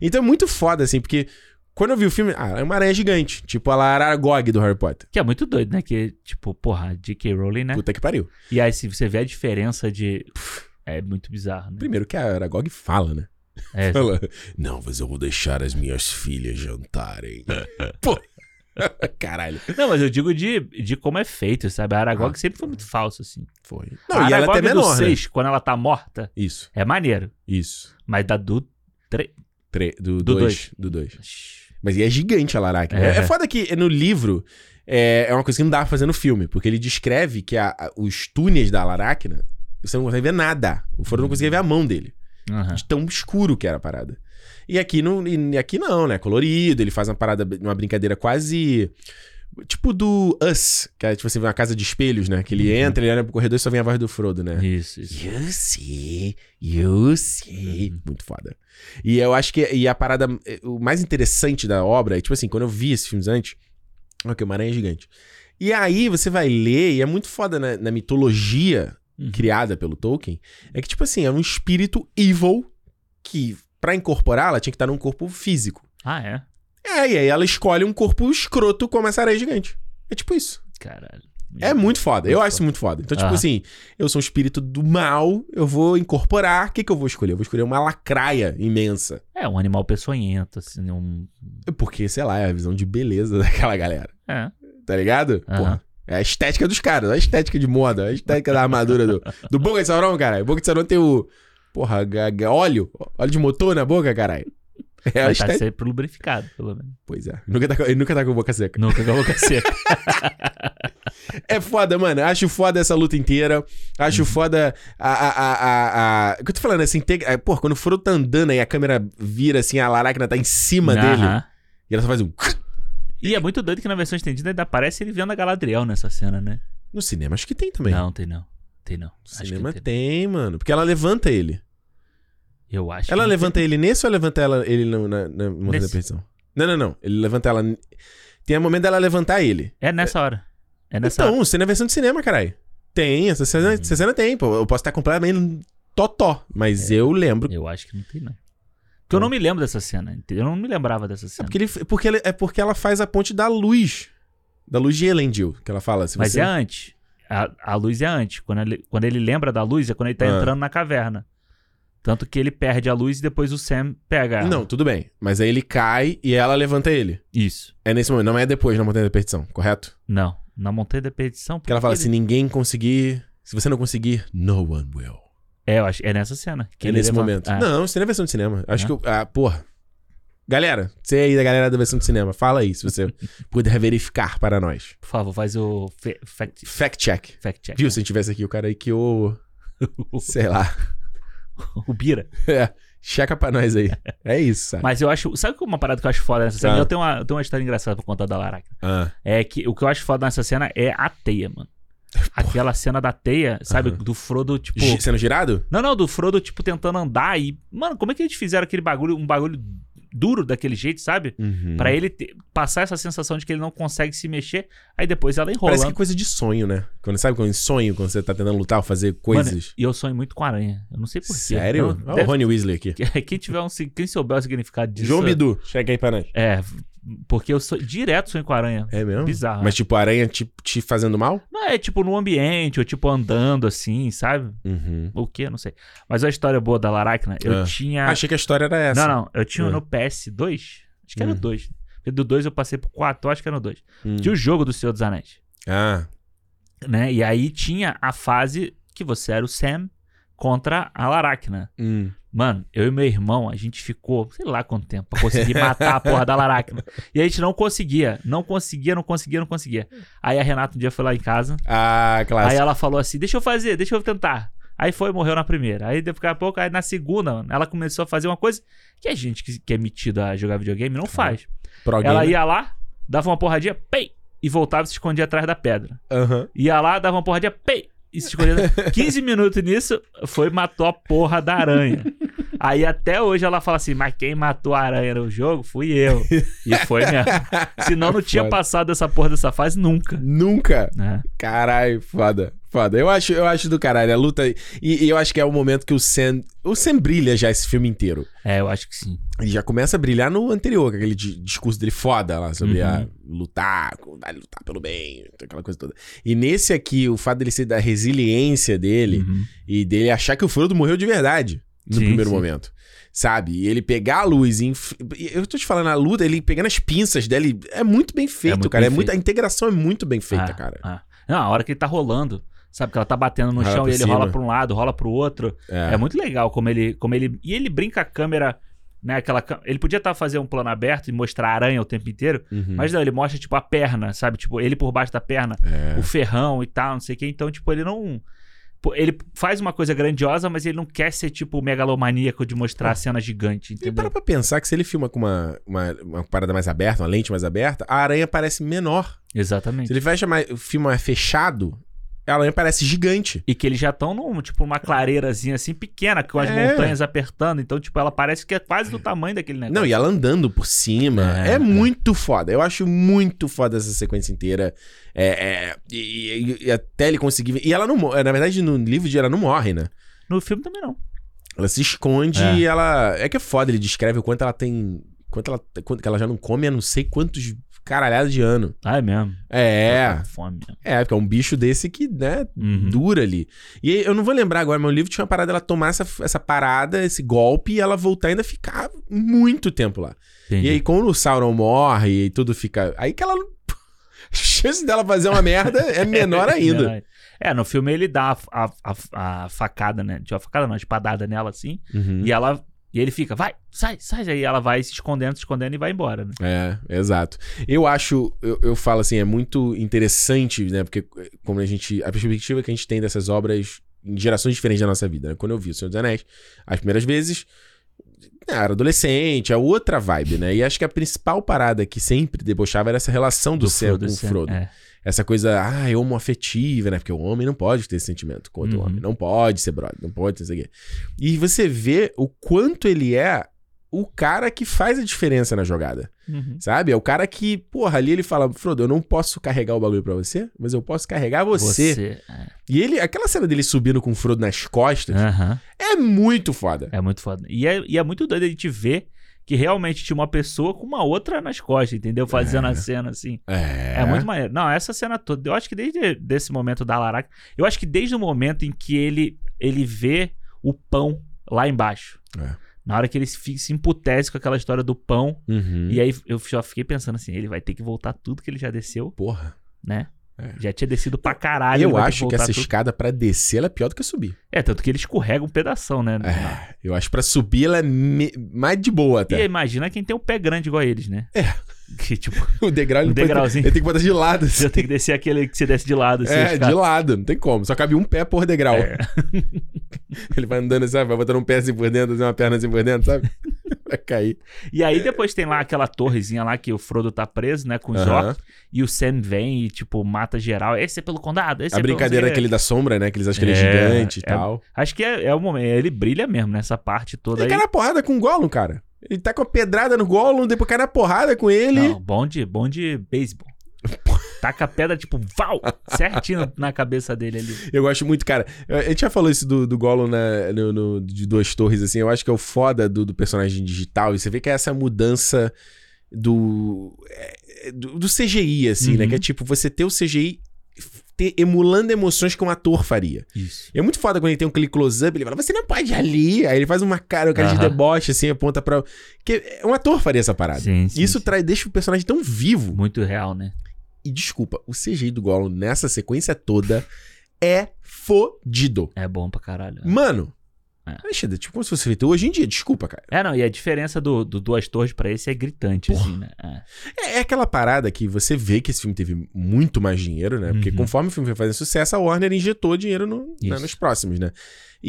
S1: Então é muito foda, assim, porque quando eu vi o filme. Ah, ela é uma aranha gigante. Tipo a Laragog do Harry Potter.
S2: Que é muito doido, né? Que, tipo, porra, J.K. Rowling, né?
S1: Puta que pariu.
S2: E aí, se você vê a diferença de. É muito bizarro, né?
S1: Primeiro que a Aragog fala, né?
S2: É,
S1: Ela, não, mas eu vou deixar as minhas filhas jantarem. Pô. Caralho.
S2: Não, mas eu digo de, de como é feito, sabe? A Aragog sempre foi muito falso, assim.
S1: Foi. Ah. Não,
S2: a
S1: e ela é até
S2: Aragog do
S1: menor, né?
S2: seis, quando ela tá morta,
S1: Isso,
S2: é maneiro.
S1: isso.
S2: Mas da do.
S1: Tre- do
S2: Do
S1: 2.
S2: dois.
S1: Do 2. Mas e é gigante a Laracna. É.
S2: É.
S1: é foda que no livro é, é uma coisa que não dá pra fazer no filme, porque ele descreve que a- a- os túneis da Laracna, você não consegue ver nada. O Frodo não conseguia ver a mão dele.
S2: Aham.
S1: De tão escuro que era a parada. E aqui não, e aqui não, né? Colorido, ele faz uma parada, uma brincadeira quase. Tipo do Us, que é tipo assim, uma casa de espelhos, né? Que ele entra, ele olha pro corredor e só vem a voz do Frodo, né?
S2: Isso, isso.
S1: You see, you see. Muito foda. E eu acho que e a parada, eh, o mais interessante da obra é, tipo assim, quando eu vi esses filmes antes, ok, uma aranha gigante. E aí você vai ler, e é muito foda na, na mitologia
S2: Uhum.
S1: criada pelo Tolkien, é que, tipo assim, é um espírito evil que, pra incorporar, ela tinha que estar num corpo físico.
S2: Ah, é?
S1: É, e aí ela escolhe um corpo escroto como essa aranha gigante. É tipo isso.
S2: Caralho.
S1: É muito foda. Eu
S2: Muito
S1: acho isso muito foda. Então, tipo
S2: Aham.
S1: assim, eu sou um espírito do mal, eu vou incorporar. O que, que eu vou escolher? Eu vou escolher uma lacraia imensa.
S2: É um animal peçonhento, assim, né? um.
S1: Porque, sei lá, é a visão de beleza daquela galera.
S2: É.
S1: Tá ligado?
S2: Aham.
S1: Porra. É a estética dos caras, não é a estética de moda, é a estética da armadura do, do Boca de Sauron, caralho. Boca de Sauron tem o. Porra, ga- ga- óleo. Óleo de motor na boca, caralho. É a
S2: Mas tá
S1: estética.
S2: sempre lubrificado, pelo menos.
S1: Pois é. Nunca tá, com- ele nunca tá com a boca seca.
S2: Nunca acabou com a seca.
S1: É foda, mano. Acho foda essa luta inteira.
S2: Uhum.
S1: Acho foda a. a, a, a, a... O que eu tô falando? Essa integra... é, Pô, quando o Frodo tá andando aí, a câmera vira assim, a Laracna tá em cima dele.
S2: Aham.
S1: E ela só faz um.
S2: E é muito doido que na versão estendida ainda aparece ele vendo a Galadriel nessa cena, né?
S1: No cinema acho que tem também.
S2: Não, tem não. Tem não.
S1: No
S2: Acho
S1: cinema
S2: que
S1: tem. mano. Porque ela levanta ele.
S2: Eu acho.
S1: Ela
S2: que-
S1: levanta ele nesse ou levanta ela, ele na, na, na Montanha da
S2: Nesse.
S1: Perdição? Não, não, não. Ele levanta ela. Tem um momento dela levantar ele.
S2: É nessa hora. É nessa Uhum. hora.
S1: Então, isso é na versão de cinema, caralho. Tem, essa cena, essa cena tem. Pô, eu posso estar completamente totó,
S2: É.
S1: mas eu lembro
S2: Eu acho que não tem, não. Porque eu não me lembro dessa cena. entendeu? Eu não me lembrava dessa
S1: Então É
S2: cena.
S1: porque, ele, porque ele- é porque ela faz a ponte da luz. Da luz de Elendil, que ela fala. Se
S2: Mas
S1: você...
S2: é antes. A, a luz é antes. Quando ele, quando ele lembra da luz é quando ele tá
S1: Ah.
S2: entrando na caverna. Tanto que ele perde a luz e depois o Sam pega. ela.
S1: Não, tudo bem. Mas aí ele cai e ela levanta ele.
S2: Isso.
S1: É nesse momento, não é depois na Montanha da Perdição, correto?
S2: Não. Na Montanha da Perdição.
S1: Que ela fala assim,
S2: ele-
S1: se ninguém conseguir. Se você não conseguir, no one will.
S2: É, eu acho. É nessa cena. Que
S1: é
S2: ele
S1: nesse
S2: levanta-
S1: momento.
S2: Ah,
S1: Não, isso não é versão de cinema. Acho que. eu- Ah, porra. Galera, você aí da galera da versão de cinema, fala aí se você puder verificar para nós.
S2: Por favor, faz o fe- fact,
S1: Fact check.
S2: fact check.
S1: Viu? Se a gente tivesse aqui o cara aí que o. Sei lá.
S2: o Bira.
S1: É. Checa pra nós aí. É isso, sabe?
S2: Mas eu acho. Sabe que uma parada que eu acho foda nessa cena?
S1: Ah.
S2: Eu, tenho uma, eu tenho uma história engraçada pra contar da Laraca.
S1: Ah.
S2: É que o que eu acho foda nessa cena é a teia, mano. Aquela cena da teia, sabe? Do Frodo, tipo.
S1: Gi- Sendo girado?
S2: Não, não, do Frodo, tipo, tentando andar e. Mano, como é que eles fizeram aquele bagulho, um bagulho duro daquele jeito, sabe?
S1: Uhum.
S2: Pra ele ter- passar essa sensação de que ele não consegue se mexer, aí depois ela enrola.
S1: Parece que é coisa de sonho, né? Quando sabe quando em sonho, quando você tá tentando lutar ou fazer
S2: Mano,
S1: coisas.
S2: e eu sonho muito com aranha. Eu não sei porquê.
S1: Sério? Olha o
S2: deve...
S1: Rony Weasley aqui.
S2: Quem tiver um. sig- Quem souber o significado disso.
S1: João Bidu. Chega aí pra nós.
S2: É, porque eu sou direto sonho com aranha.
S1: É mesmo?
S2: Bizarro. né?
S1: Mas tipo, aranha te, te fazendo mal?
S2: Não, é tipo no ambiente, ou tipo andando assim, sabe?
S1: Uhum.
S2: Ou o que, não sei. Mas a história boa da Laracna, eu
S1: Ah.
S2: tinha.
S1: Achei que a história era essa.
S2: Não, não, eu tinha um
S1: Ah.
S2: no PS2. Acho que era o
S1: Hum.
S2: 2. Porque do 2 eu passei pro 4, acho que era o 2.
S1: Hum.
S2: Tinha o jogo do Senhor dos Anéis.
S1: Ah,
S2: Né? E aí tinha a fase que você era o Sam contra a Laracna.
S1: hum.
S2: Mano, eu e meu irmão, a gente ficou, sei lá quanto tempo, pra conseguir matar a porra da Laracna. E a gente não conseguia. Não conseguia, não conseguia, não conseguia. Aí a Renata um dia foi lá em casa.
S1: Ah,
S2: Aí
S1: clássico.
S2: ela falou assim: deixa eu fazer, deixa eu tentar. Aí foi, morreu na primeira. Aí daqui a pouco, aí na segunda, mano, ela começou a fazer uma coisa que a gente que, que é metida a jogar videogame não faz.
S1: Pro
S2: ela
S1: gamer.
S2: ia lá, dava uma porradinha, pei, e voltava e se escondia atrás da pedra.
S1: Aham.
S2: Ia lá, dava uma porradinha, pei, e se escondia. 15 minutos nisso, foi e matou a porra da aranha. Aí até hoje ela fala assim, mas quem matou a aranha no jogo fui eu. E foi mesmo. Senão não tinha
S1: Foda.
S2: passado essa porra dessa fase nunca.
S1: Nunca.
S2: né?
S1: Caralho, foda. Foda. Eu acho, eu acho do caralho a luta. E, e eu acho que é o momento que o Sam. O Sam brilha já esse filme inteiro.
S2: É, eu acho que sim.
S1: Ele já começa a brilhar no anterior, com aquele di- discurso dele foda lá sobre
S2: Uhum.
S1: a lutar, com- ah, lutar pelo bem, aquela coisa toda. E nesse aqui, o fato dele ser da resiliência dele
S2: Uhum.
S1: e dele achar que o Frodo morreu de verdade no
S2: Sim,
S1: primeiro
S2: sim.
S1: momento. Sabe? E ele pegar a luz e. enf- e Eu tô te falando, a luta, ele pegando as pinças dele. É muito bem feito,
S2: muito
S1: cara.
S2: bem
S1: é muito, a
S2: feito.
S1: integração é muito bem feita,
S2: Ah,
S1: cara.
S2: ah. Não, a hora que ele tá rolando. Sabe que ela tá batendo no
S1: Rola
S2: chão
S1: por
S2: e ele
S1: cima.
S2: rola pra um lado, rola pro outro. É,
S1: É.
S2: muito legal como ele, como ele. E ele brinca a câmera, né? Aquela cã- Ele podia estar fazendo um plano aberto e mostrar a aranha o tempo inteiro,
S1: Uhum.
S2: mas não, ele mostra, tipo, a perna, sabe? Tipo, ele por baixo da perna,
S1: É.
S2: o ferrão e tal, não sei o quê. Então, tipo, ele não. pô, Ele faz uma coisa grandiosa, mas ele não quer ser, tipo, megalomaníaco de mostrar a cena gigante,
S1: É. E para
S2: entendeu?
S1: pra pensar que se ele filma com uma, uma, uma parada mais aberta, uma lente mais aberta, a aranha parece menor. Se
S2: Exatamente.
S1: ele fecha mais, o filme é fechado, a aranha parece gigante.
S2: E que eles já estão num, tipo, uma clareirazinha assim pequena, com as
S1: É.
S2: montanhas apertando. Então, tipo, ela parece que é quase do tamanho daquele negócio.
S1: Não, e ela andando por cima. É,
S2: É, é.
S1: muito foda. Eu acho muito foda essa sequência inteira. É, é, e, e- e até ele conseguir. E ela não morre. Na verdade, no livro de ela não morre, né?
S2: No filme também não.
S1: Ela se esconde
S2: É.
S1: e ela. É que é foda, ele descreve o quanto ela tem. Quanto ela, quanto que ela já não come há não sei quantos caralhadas de ano.
S2: Ah, é mesmo. Tô
S1: É.
S2: com Fome mesmo.
S1: É, porque é um bicho desse que, né,
S2: Uhum.
S1: dura ali. E aí, eu não vou lembrar agora, mas o livro tinha uma parada, ela tomar essa, essa parada, esse golpe, e ela voltar e ainda ficar muito tempo lá.
S2: Entendi.
S1: E aí, quando o Sauron morre e tudo fica. Aí que ela. A chance dela fazer uma merda é menor ainda.
S2: Menor. É, no filme ele dá a, a- a- a facada, né? Tipo, a facada não, a espadada nela assim.
S1: Uhum.
S2: E ela. E ele fica, vai, sai, sai. Aí ela vai se escondendo, se escondendo e vai embora, né?
S1: É, exato. Eu acho, eu, eu falo assim, é muito interessante, né? Porque como a gente. A perspectiva que a gente tem dessas obras em gerações diferentes da nossa vida, né? Quando eu vi o Senhor dos Anéis, as primeiras vezes. ah, Era adolescente, é outra vibe, né? E acho que a principal parada que sempre debochava era essa relação do, Sam com o
S2: Sam.
S1: Frodo.
S2: É.
S1: Essa coisa, ah, é homoafetiva, né? Porque o homem não pode ter esse sentimento com outro
S2: Uhum.
S1: homem. Não pode ser brother, não pode ter isso aqui. E você vê o quanto ele é o cara que faz a diferença na jogada.
S2: Uhum.
S1: Sabe? É o cara que, porra, ali ele fala, Frodo, eu não posso carregar o bagulho pra você, mas eu posso carregar você.
S2: é.
S1: E ele, aquela cena dele subindo com o Frodo nas costas
S2: Aham.
S1: é muito foda.
S2: É muito foda. E é, e é muito doido a gente ver que realmente tinha uma pessoa com uma outra nas costas, entendeu? Fazendo
S1: É.
S2: a cena assim.
S1: É.
S2: É. muito maneiro. Não, essa cena toda. Eu acho que desde desse momento da Laraca. Eu acho que desde o momento em que ele, ele vê o pão lá embaixo.
S1: É.
S2: Na hora que ele se, fi- se emputece com aquela história do pão.
S1: Uhum.
S2: E é aí eu só fiquei pensando assim: ele vai ter que voltar tudo que ele já desceu,
S1: Porra.
S2: né?
S1: É.
S2: Já tinha descido pra caralho. Ah, ele
S1: eu
S2: vai ter
S1: acho que
S2: voltar
S1: essa
S2: tudo.
S1: escada pra descer ela é pior do que subir.
S2: É, tanto que ele escorrega um pedação, né?
S1: É. Eu acho que pra subir ela é me- mais de boa
S2: E aí,
S1: até.
S2: imagina quem tem um pé grande igual a eles, né? É. Que tipo,
S1: o degrau ele, não
S2: o
S1: pode-
S2: degrauzinho.
S1: ele tem que botar de lado. assim.
S2: eu tenho que descer aquele que você desce de lado. Assim,
S1: É,
S2: os caras-
S1: de lado, não tem como. Só cabe um pé por degrau.
S2: É.
S1: Ele vai andando, sabe? Vai botando um pé assim por dentro, assim, uma perna assim por dentro, sabe? Vai cair.
S2: E aí depois tem lá aquela torrezinha lá que o Frodo tá preso, né? Com os
S1: Aham.
S2: orcs. E o Sam vem e, tipo, mata geral. Esse é pelo condado, esse
S1: A
S2: é pelo não sei o
S1: brincadeira
S2: quê.
S1: daquele da sombra, né? Que eles acham que ele é
S2: É,
S1: gigante e
S2: é.
S1: tal.
S2: Acho que é, é o momento. Ele brilha mesmo nessa parte toda
S1: Ele
S2: aí.
S1: cai na porrada com o Gollum, cara. Ele tá com a pedrada no Gollum, depois cai na porrada com ele.
S2: Não, bom de, bom de beisebol. Taca a pedra, tipo, val! Certinho na cabeça dele ali.
S1: Eu gosto muito, cara. Eu- A gente já falou isso do, do Gollum na- no, no- de Duas Torres, assim. Eu acho que é o foda do, do personagem digital. E você vê que é essa mudança do, é, é, do, do CGI, assim, né?
S2: Uhum.
S1: Que é tipo, você ter o CGI ter- emulando emoções que um ator faria.
S2: Isso.
S1: E é muito foda quando ele tem aquele close-up, ele fala, você não pode ir ali. Aí ele faz uma cara, uma cara de
S2: Aham.
S1: deboche, assim, aponta pra. Que é- um ator faria essa parada.
S2: Sim, sim,
S1: Isso
S2: sim.
S1: traz, deixa o personagem tão vivo.
S2: Muito real, né?
S1: E desculpa, o CGI do Gollum nessa sequência toda é fodido.
S2: É bom pra caralho.
S1: Mano, Alexandre, tipo como se fosse feito hoje em dia, desculpa, cara.
S2: É, não, e a diferença do, do Duas Torres pra esse é gritante, assim, né? É.
S1: É, é aquela parada que você vê que esse filme teve muito mais dinheiro, né? Porque
S2: Uhum.
S1: conforme o filme foi fazendo sucesso, a Warner injetou dinheiro no- né,
S2: Isso.
S1: nos próximos, né?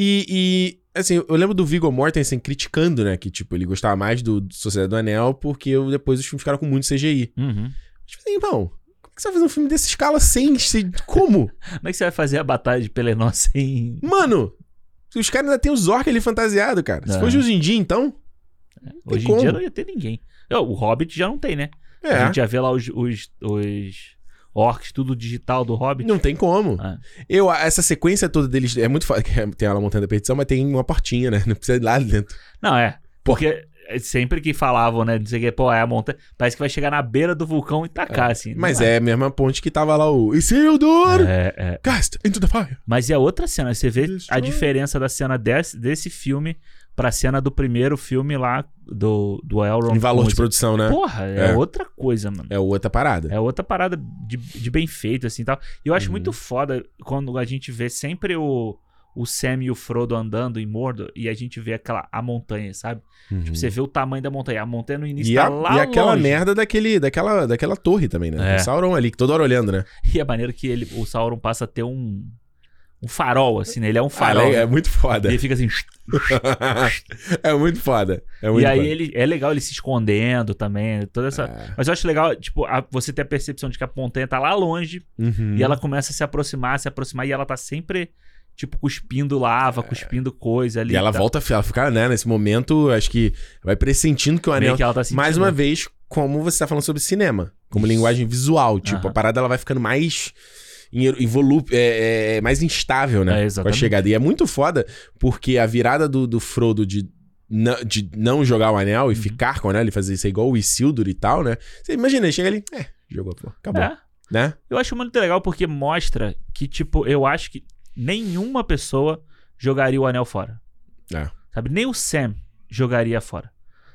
S1: E, e, assim, eu lembro do Viggo Mortensen criticando, né? Que, tipo, ele gostava mais do Sociedade do Anel porque o- depois os filmes ficaram com muito CGI.
S2: Uhum.
S1: Tipo assim, irmão, como é que você vai fazer um filme dessa escala sem... sem como?
S2: Como é que você vai fazer a batalha de Pelenó sem.
S1: Mano, os caras ainda tem os orcs ali fantasiado, cara. Se
S2: É.
S1: fosse hoje em dia, então...
S2: Hoje em
S1: como.
S2: dia não ia ter ninguém. Ó, O Hobbit já não tem, né? A
S1: É,
S2: gente já vê lá os, os, os orcs, tudo digital do Hobbit.
S1: não tem como.
S2: Ah.
S1: Eu, essa sequência toda deles é muito fácil. Tem ela montando a petição, mas tem uma portinha, né? Não precisa ir lá dentro.
S2: Não, é. Porque sempre que falavam, né? Não sei o que, pô, é a montanha. Parece que vai chegar na beira do vulcão e tacar, assim. Não
S1: Mas é a mesma ponte que tava lá o Isildur!
S2: É, é.
S1: Cast into the fire!
S2: Mas é outra cena. Você vê
S1: Destrói.
S2: a diferença da cena desse, desse filme pra cena do primeiro filme lá do, do Elrond.
S1: Em valor de
S2: Coisa.
S1: produção, né?
S2: Porra, é,
S1: É.
S2: outra coisa, mano.
S1: É outra parada.
S2: É outra parada de, de bem feito, assim, e tal. E eu acho
S1: Uhum.
S2: muito foda quando a gente vê sempre o, o Sam e o Frodo andando em Mordor e a gente vê aquela a montanha, sabe?
S1: Uhum.
S2: Tipo, você vê o tamanho da montanha. A montanha no início
S1: E,
S2: tá
S1: a-
S2: lá
S1: e aquela
S2: longe.
S1: merda daquele, daquela, daquela torre também, né?
S2: É.
S1: O Sauron ali, que toda hora olhando, né?
S2: E é maneiro que ele, o Sauron passa a ter um, um farol, assim, né? Ele é um
S1: Cara,
S2: farol.
S1: é, é muito
S2: E
S1: foda.
S2: ele fica assim...
S1: é muito foda. É muito
S2: e aí
S1: foda.
S2: ele é legal ele se escondendo também, toda essa.
S1: É.
S2: Mas eu acho legal, tipo, a- você ter a percepção de que a montanha tá lá longe
S1: Uhum.
S2: e ela começa a se aproximar, se aproximar e ela tá sempre tipo cuspindo lava, cuspindo coisa ali.
S1: É. E ela
S2: tá?
S1: volta, ela fica, né? Nesse momento, acho que vai pressentindo que o anel
S2: Meio que ela tá sentindo.
S1: né? mais uma vez, como você tá falando sobre cinema, como
S2: Isso.
S1: linguagem visual, tipo,
S2: Aham.
S1: a parada ela vai ficando mais em- involu- é, é, mais instável,
S2: É,
S1: né? com a
S2: exatamente.
S1: chegada. E é muito foda, porque a virada do, do Frodo de, na- de não jogar o anel e
S2: Uhum.
S1: ficar com o anel, ele fazer isso é igual o Isildur e tal, né? Você imagina, ele chega ali, é, jogou, pô, acabou,
S2: É.
S1: né?
S2: Eu acho muito legal porque mostra que, tipo, eu acho que nenhuma pessoa jogaria o anel fora.
S1: É.
S2: Sabe? Nem o Sam jogaria fora.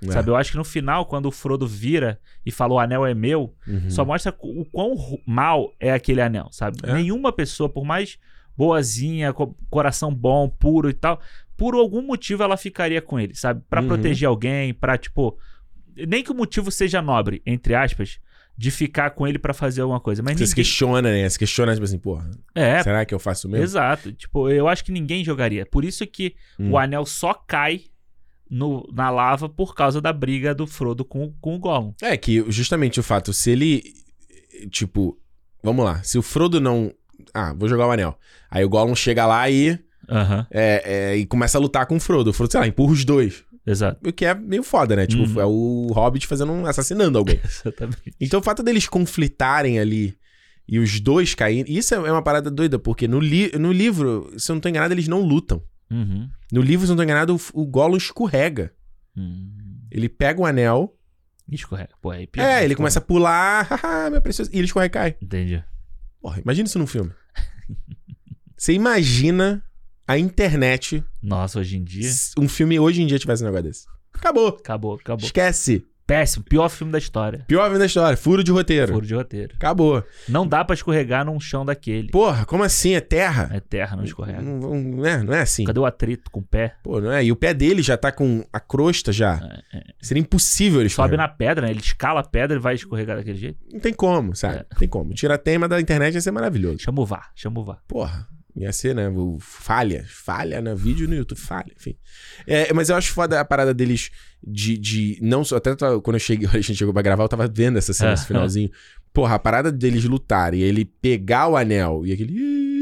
S1: É.
S2: Sabe? Eu acho que no final, quando o Frodo vira e fala o anel é meu,
S1: Uhum.
S2: Só mostra co- o quão ru- mal é aquele anel, sabe?
S1: É.
S2: Nenhuma pessoa, por mais boazinha, co- coração bom, puro e tal, por algum motivo ela ficaria com ele, sabe? Pra
S1: Uhum.
S2: proteger alguém, pra, tipo. Nem que o motivo seja nobre, entre aspas, de ficar com ele pra fazer alguma coisa. Mas
S1: Você se
S2: ninguém.
S1: questiona, né? Se questiona, tipo assim, porra,
S2: É,
S1: será que eu faço mesmo?
S2: exato. Tipo, eu acho que ninguém jogaria. Por isso que
S1: Hum.
S2: o anel só cai no- na lava por causa da briga do Frodo com, com o Gollum.
S1: É que justamente o fato, se ele. Tipo, vamos lá. Se o Frodo não. Ah, vou jogar o anel. Aí o Gollum chega lá e,
S2: Aham,
S1: é, é, e começa a lutar com o Frodo. O Frodo, sei lá, empurra os dois.
S2: exato.
S1: O que é meio foda, né? Tipo,
S2: Uhum.
S1: é o Hobbit fazendo um. assassinando alguém.
S2: Exatamente.
S1: Então o fato deles conflitarem ali e os dois caírem. Isso é uma parada doida, porque no, li... no livro, se eu não tô enganado, eles não lutam.
S2: Uhum.
S1: No livro, se eu não tô enganado, o, o Gollum escorrega.
S2: Hum.
S1: Ele pega o anel.
S2: Escorrega. Pô, aí pior.
S1: É, ele começa a pular. Haha, minha preciosa. E ele escorrega e cai.
S2: Entendi.
S1: Porra, imagina isso num filme. Você imagina a internet
S2: Nossa, hoje em dia.
S1: se um filme hoje em dia tivesse um negócio desse. Acabou.
S2: Acabou, acabou.
S1: Esquece.
S2: Péssimo, pior filme da história.
S1: Pior filme da história. Furo de roteiro.
S2: Furo de roteiro.
S1: Acabou.
S2: Não dá pra escorregar num chão daquele.
S1: Porra, como assim? É terra?
S2: É terra, não escorrega.
S1: Não, não- não é, não é assim.
S2: Cadê o atrito com o pé?
S1: Pô, não é. E o pé dele já tá com a crosta já. Seria impossível ele
S2: É, Sobe
S1: escorrer.
S2: na pedra, né? Ele escala a pedra e vai escorregar daquele jeito.
S1: Não tem como, sabe?
S2: É.
S1: Não tem como. Tira a tema da internet ia ser maravilhoso.
S2: Chama o VAR, chama o VAR.
S1: Porra, ia ser, né? o- Falha, falha, né? Vídeo no YouTube, falha, enfim. É, mas eu acho foda a parada deles de. de não só. Até tava- quando eu cheguei, a gente chegou pra gravar, eu tava vendo essa cena, esse
S2: Ah.
S1: finalzinho. Porra, a parada deles lutarem, ele pegar o anel e aquele.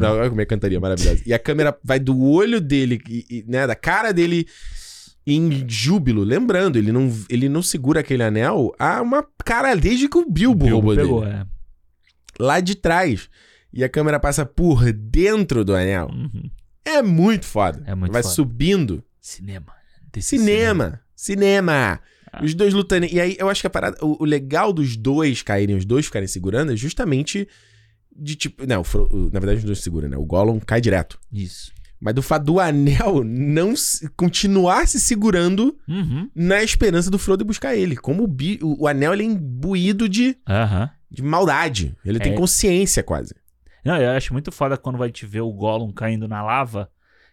S1: Não, olha como é que cantaria, maravilhosa. E a câmera vai do olho dele, e- e, né? Da cara dele em júbilo. Lembrando, ele não, ele não segura aquele anel há uma cara desde que o Bilbo, roubou dele né?
S2: pegou, é.
S1: lá de trás e a câmera passa por dentro do anel.
S2: Uhum.
S1: É muito foda.
S2: É muito
S1: Vai
S2: foda.
S1: subindo.
S2: Cinema. Desse
S1: Cinema. Cinema.
S2: Ah.
S1: Os dois lutando. E aí eu acho que a parada. O, o legal dos dois caírem, os dois ficarem segurando, é justamente de tipo. Não, o Fro- o- na verdade, os dois seguram, né? O Gollum cai direto.
S2: Isso.
S1: Mas do fato do anel não se- continuar se segurando
S2: Uhum.
S1: na esperança do Frodo ir buscar ele. Como o, bi- o- o anel ele é imbuído de,
S2: Aham.
S1: de maldade. Ele tem
S2: É.
S1: consciência quase.
S2: Não, eu acho muito foda quando vai te ver o Gollum caindo na lava.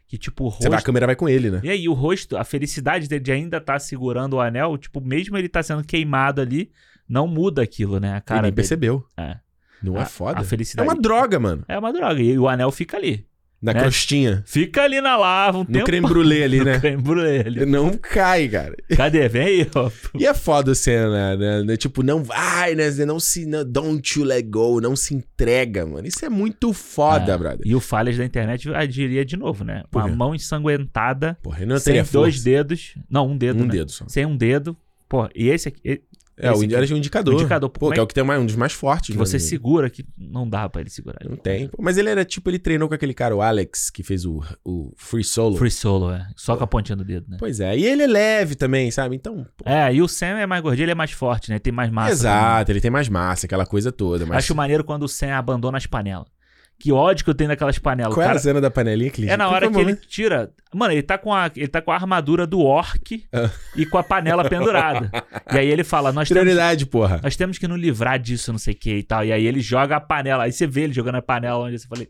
S2: Que, tipo, o rosto.
S1: Você vai, a câmera vai com ele, né?
S2: E aí, o rosto, a felicidade dele de ainda estar segurando o anel, tipo, mesmo ele tá sendo queimado ali, não muda aquilo, né? A cara
S1: ele nem
S2: dele.
S1: percebeu.
S2: É.
S1: Não é
S2: A-
S1: foda.
S2: A
S1: É
S2: felicidade. É
S1: uma droga, mano.
S2: droga. E o anel fica ali.
S1: Na
S2: Né?
S1: crostinha.
S2: Fica ali na lava um
S1: No
S2: tempo.
S1: creme brulee ali,
S2: No
S1: né?
S2: creme brulee ali.
S1: Não cai, cara.
S2: Cadê? Vem aí, ó.
S1: E é foda a cena, né? né? Tipo, não vai, né? Não se. Não, don't you let go, não se entrega, mano. Isso é muito foda,
S2: É.
S1: brother.
S2: E o falhas da internet ah, diria de novo, né?
S1: Por
S2: Uma
S1: quê?
S2: mão ensanguentada,
S1: Porra, Renan
S2: sem
S1: teria
S2: dois
S1: força.
S2: dedos. Não, um dedo,
S1: Um
S2: né?
S1: dedo só.
S2: Sem um dedo. Pô, e esse aqui, e-
S1: É, o
S2: Esse
S1: indi- era o indicador.
S2: o indicador,
S1: Pô,
S2: como é
S1: que é o que tem mais, um dos mais fortes.
S2: que
S1: né,
S2: você
S1: no-
S2: segura que não dá pra ele segurar.
S1: Não tem. Pô, Mas ele era tipo, ele treinou com aquele cara, o Alex, que fez o, o Free Solo.
S2: Free solo, é. Só com a pontinha do dedo, né?
S1: Pois é. E ele é leve também, sabe? Então. pô,
S2: É, e o Sam é mais gordinho, ele é mais forte, né? Tem mais massa.
S1: Exato, ele tem mais massa, aquela coisa toda.
S2: também.
S1: Mas...
S2: Acho maneiro quando o Sam abandona as panelas. Que ódio que eu tenho daquelas panelas. O
S1: Qual é era
S2: cara-
S1: a cena da panelinha que ele
S2: É na
S1: Qual
S2: hora
S1: o
S2: que ele
S1: momento?
S2: tira. Mano, ele tá com a, ele tá com a armadura do orc
S1: Ah.
S2: e com a panela pendurada. E aí ele fala: nós temos,
S1: Prioridade, porra.
S2: nós temos que nos livrar disso, não sei o que e tal. E aí ele joga a panela. Aí você vê ele jogando a panela onde você fala.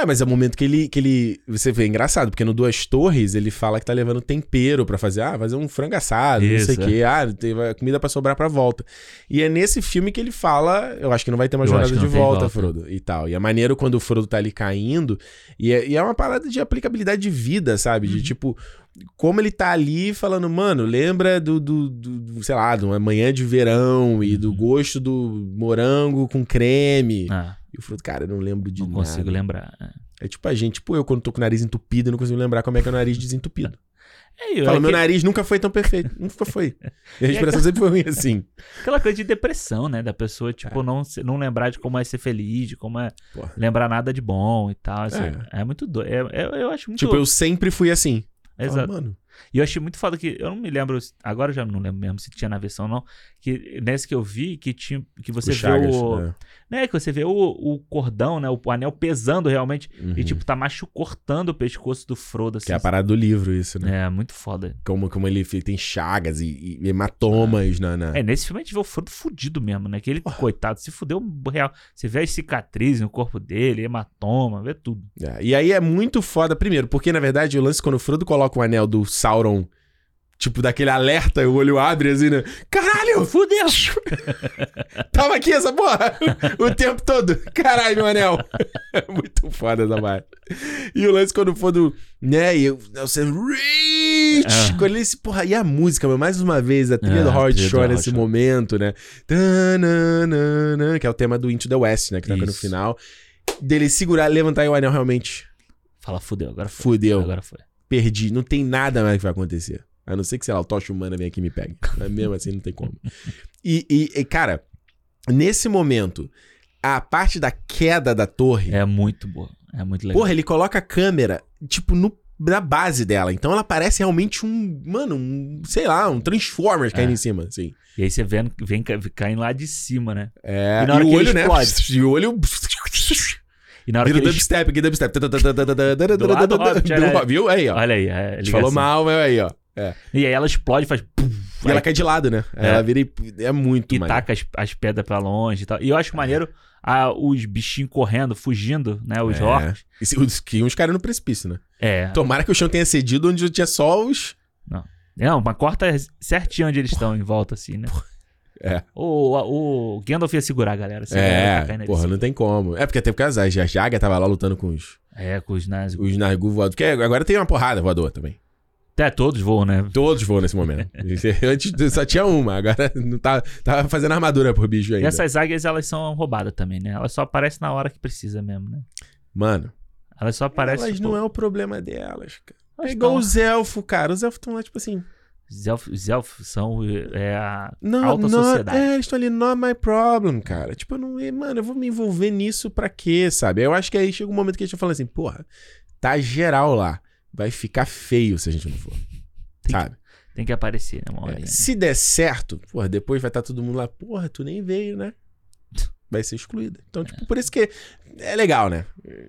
S1: É, mas é o momento que ele, que ele. Você vê, é engraçado, porque no Duas Torres ele fala que tá levando tempero pra fazer. Ah, fazer um frango assado,
S2: Isso, é.
S1: não sei o quê. Ah, tem vai- comida pra sobrar pra volta. E é nesse filme que ele fala. Eu acho que não vai ter uma
S2: Eu
S1: jornada
S2: acho que
S1: de
S2: não tem
S1: volta,
S2: volta.
S1: Frodo. E tal. E é maneiro quando o Frodo tá ali caindo. E é, e é uma parada de aplicabilidade de vida, sabe?
S2: Uhum.
S1: De tipo. Como ele tá ali falando, mano, lembra do, do, do- do, sei lá, de uma manhã de verão e
S2: Uhum.
S1: do gosto do morango com creme.
S2: Ah,
S1: E o Frodo, cara, eu não lembro de
S2: não
S1: nada.
S2: consigo lembrar.
S1: É tipo a gente, tipo eu, quando tô com o nariz entupido, eu não consigo lembrar como é que é o nariz desentupido.
S2: É, eu-
S1: Fala,
S2: é
S1: meu
S2: que-
S1: nariz nunca foi tão perfeito. Nunca foi. Minha respiração sempre foi ruim assim.
S2: aquela coisa de depressão, né? Da pessoa, tipo, não, se- não lembrar de como é ser feliz, de como é
S1: É. Porra.
S2: lembrar nada de bom e tal. assim.
S1: É.
S2: é. muito doido. É- é- eu acho muito.
S1: Tipo, eu sempre fui assim. Fala,
S2: Exato.
S1: mano.
S2: E eu achei muito foda que. Eu não me lembro. se- Agora eu já não lembro mesmo se tinha na versão ou não. Que nessa que eu vi, que tinha. Que você
S1: o
S2: vê
S1: Chagas,
S2: o.
S1: né?
S2: Né, que você vê o, o cordão, né? O anel pesando realmente.
S1: Uhum.
S2: E tipo, tá machu cortando o pescoço do Frodo, assim.
S1: Que é a parada do livro, isso, né?
S2: É, muito foda.
S1: Como, como ele fi- tem chagas e, e hematomas na. na-
S2: É, nesse filme a gente vê o Frodo fudido mesmo, né? Que ele, coitado, se fudeu real. Você vê as cicatrizes no corpo dele, hematoma, vê tudo.
S1: É, E aí é muito foda, primeiro, porque na verdade o lance quando o Frodo coloca o anel do Sauron, tipo, daquele alerta, o olho abre assim, né? Caralho!
S2: Fudeu!
S1: Tava aqui essa porra o tempo todo. Caralho, meu anel. Muito foda essa parte. E o lance quando for do. Né? E eu, você. Rich!
S2: Ah.
S1: Quando ele se. Porra, e a música, meu? Mais uma vez, a trilha
S2: Ah,
S1: do Howard
S2: a trilha do
S1: Shore
S2: Howard
S1: nesse
S2: Shore.
S1: momento, né? Tananana, que é o tema do Into the West, né? Que toca no
S2: Isso.
S1: final. Dele segurar, levantar e o anel realmente.
S2: Fala, fudeu, agora foi.
S1: Fudeu.
S2: Agora foi.
S1: Perdi. Não tem nada mais que vai acontecer. A não ser que, sei lá, o Tocha Humana venha aqui e me pegue. Mas mesmo assim, não tem como. E, e- e, cara, nesse momento, a parte da queda da torre.
S2: É muito boa. É muito legal.
S1: Porra, ele coloca a câmera, tipo, no, na base dela. Então ela parece realmente um. Mano, um, sei lá, um Transformers caindo
S2: É.
S1: em cima, assim.
S2: E aí você vem, vem ca- caindo lá de cima, né?
S1: É,
S2: E na hora que ele
S1: né?
S2: explode.
S1: E o olho.
S2: E na hora
S1: Vira
S2: que ele
S1: dubstep aqui, dubstep. Do
S2: lado do Hobbit, olha aí.
S1: Viu? Aí, ó.
S2: Olha aí, é,
S1: A gente
S2: ligação.
S1: falou mal, mas aí, ó.
S2: E aí ela explode, faz. pum,
S1: E ela
S2: aí-
S1: cai de lado, né?
S2: É.
S1: Ela vira e. É muito
S2: e tá.
S1: maneiro.
S2: taca as, as pedras pra longe e tal. E eu
S1: É.
S2: acho maneiro ah, os bichinhos correndo, fugindo, né? Os
S1: É.
S2: orcs.
S1: E se- os- Que uns caras no precipício, né?
S2: É.
S1: Tomara que o chão tenha cedido onde tinha só os.
S2: Não, mas corta certinho onde eles estão em volta, assim, né?
S1: É.
S2: O, o, o Gandalf ia segurar a galera. assim, a galera tá
S1: É,
S2: caindo ali,
S1: porra,
S2: assim.
S1: não tem como. É porque até porque as, a Jaga tava lá lutando com os,
S2: É, com os nazis.
S1: os Nargu voadores. Porque agora tem uma porrada voadora também.
S2: Até todos voam, né?
S1: Todos voam nesse momento. Antes só tinha uma, agora não tá, tava fazendo armadura por bicho
S2: E
S1: ainda.
S2: essas águias, elas são roubadas também, né? Elas só aparecem na hora que precisa mesmo, né?
S1: Mano,
S2: Elas só aparecem.
S1: elas
S2: tipo,
S1: não é o problema delas, cara.
S2: elas
S1: É igual
S2: tão-
S1: os elfos, cara. Os elfos estão lá, tipo assim.
S2: Os elfos, os elfos são é, a
S1: Não,
S2: alta
S1: não,
S2: sociedade.
S1: É, eles estão ali, not my problem, cara. Tipo, eu não. eh, Mano, eu vou me envolver nisso pra quê, sabe? Eu acho que aí chega um momento que eles estão falando assim, porra, tá geral lá. Vai ficar feio se a gente não for.
S2: que-
S1: sabe?
S2: Tem que aparecer, né? Uma hora,
S1: É,
S2: né?
S1: Se der certo, porra, depois vai estar todo mundo lá, porra, tu nem veio, né? Vai ser excluída. Então, tipo, por isso que é legal, né?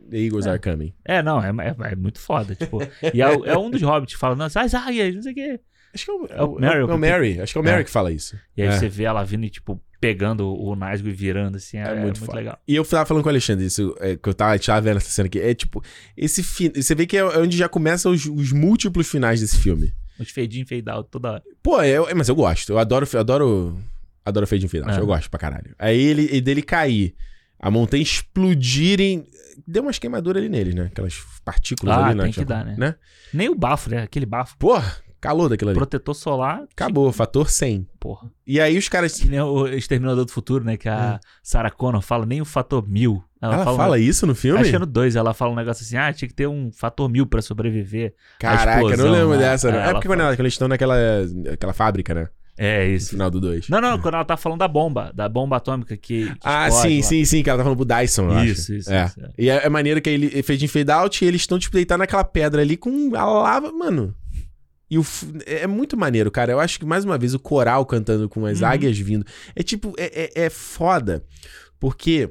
S1: The Eagles are coming.
S2: É, não, é, é- é muito foda. Tipo, e é, o- é um dos hobbits que fala, nossa, as águias, não sei o quê.
S1: Acho que é o,
S2: É o Merry,
S1: é o Mary. Acho que é o Mary que fala isso.
S2: E aí
S1: É.
S2: você vê ela vindo e, tipo, pegando o Nasgo e virando, assim. É, é muito,
S1: foda.
S2: legal.
S1: E eu tava falando com o Alexandre isso, é, que eu tava, tava vendo essa cena aqui. É tipo, esse fi- Você vê que é onde já começam os, os múltiplos finais desse filme.
S2: Os fade in, fade out toda hora.
S1: Pô, eu, é, mas eu gosto. Eu adoro. eu Adoro. Adoro Fade in Final.
S2: É.
S1: Eu gosto pra caralho. Aí ele e dele cair. A montanha explodirem. Deu umas queimaduras ali neles, né? Aquelas partículas
S2: Ah,
S1: ali, né?
S2: tem que dar, né? Nem o bafo, né? Aquele bafo.
S1: Porra, calor daquilo ali.
S2: Protetor solar.
S1: Acabou, fator 100.
S2: Porra.
S1: E aí os caras.
S2: Que nem o Exterminador do Futuro, né? Que a Sarah Connor fala nem o fator mil.
S1: É. Ela fala,
S2: um-
S1: isso no filme?
S2: Acho que é no 2, ela fala um negócio assim, ah, tinha que ter um fator mil pra sobreviver.
S1: Caraca, eu não
S2: explosão
S1: lembro
S2: lá.
S1: dessa. Não.
S2: É,
S1: É,
S2: ela
S1: porque quando,
S2: fala.
S1: ela- quando eles estão naquela aquela fábrica, né?
S2: É
S1: No
S2: isso.
S1: final do 2.
S2: Não, não, quando ela tá falando da bomba, da bomba atômica que. que
S1: Ah,
S2: explode
S1: sim,
S2: lá.
S1: sim, sim, que ela tá falando pro Dyson, eu
S2: Isso,
S1: acho.
S2: isso,
S1: É.
S2: isso, é.
S1: E é, é maneiro que ele fez em fade out e eles estão, tipo, deitados naquela pedra ali com a lava, mano. E o, f- é é muito maneiro, cara. Eu acho que, mais uma vez, o coral cantando com as
S2: Uhum.
S1: águias vindo. É tipo, é, é, é foda. Porque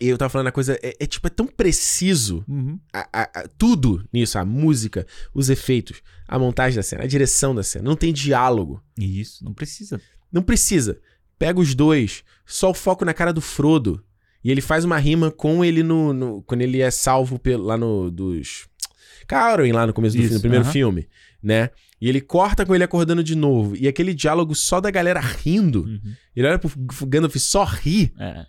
S1: eu tava falando a coisa, é, é tipo, é tão preciso
S2: Uhum.
S1: a- a- a- tudo nisso. A música, os efeitos, a montagem da cena, a direção da cena. Não tem diálogo.
S2: Isso, não precisa.
S1: Não precisa. Pega os dois, só o foco na cara do Frodo. E ele faz uma rima com ele no. no- quando ele é salvo pelo, lá no. dos. Caroin lá no começo do
S2: Isso,
S1: filme, no primeiro
S2: aham.
S1: filme, né? E ele corta com ele acordando de novo. E aquele diálogo só da galera rindo.
S2: Uhum.
S1: Ele olha pro F- Gandalf e só ri.
S2: É.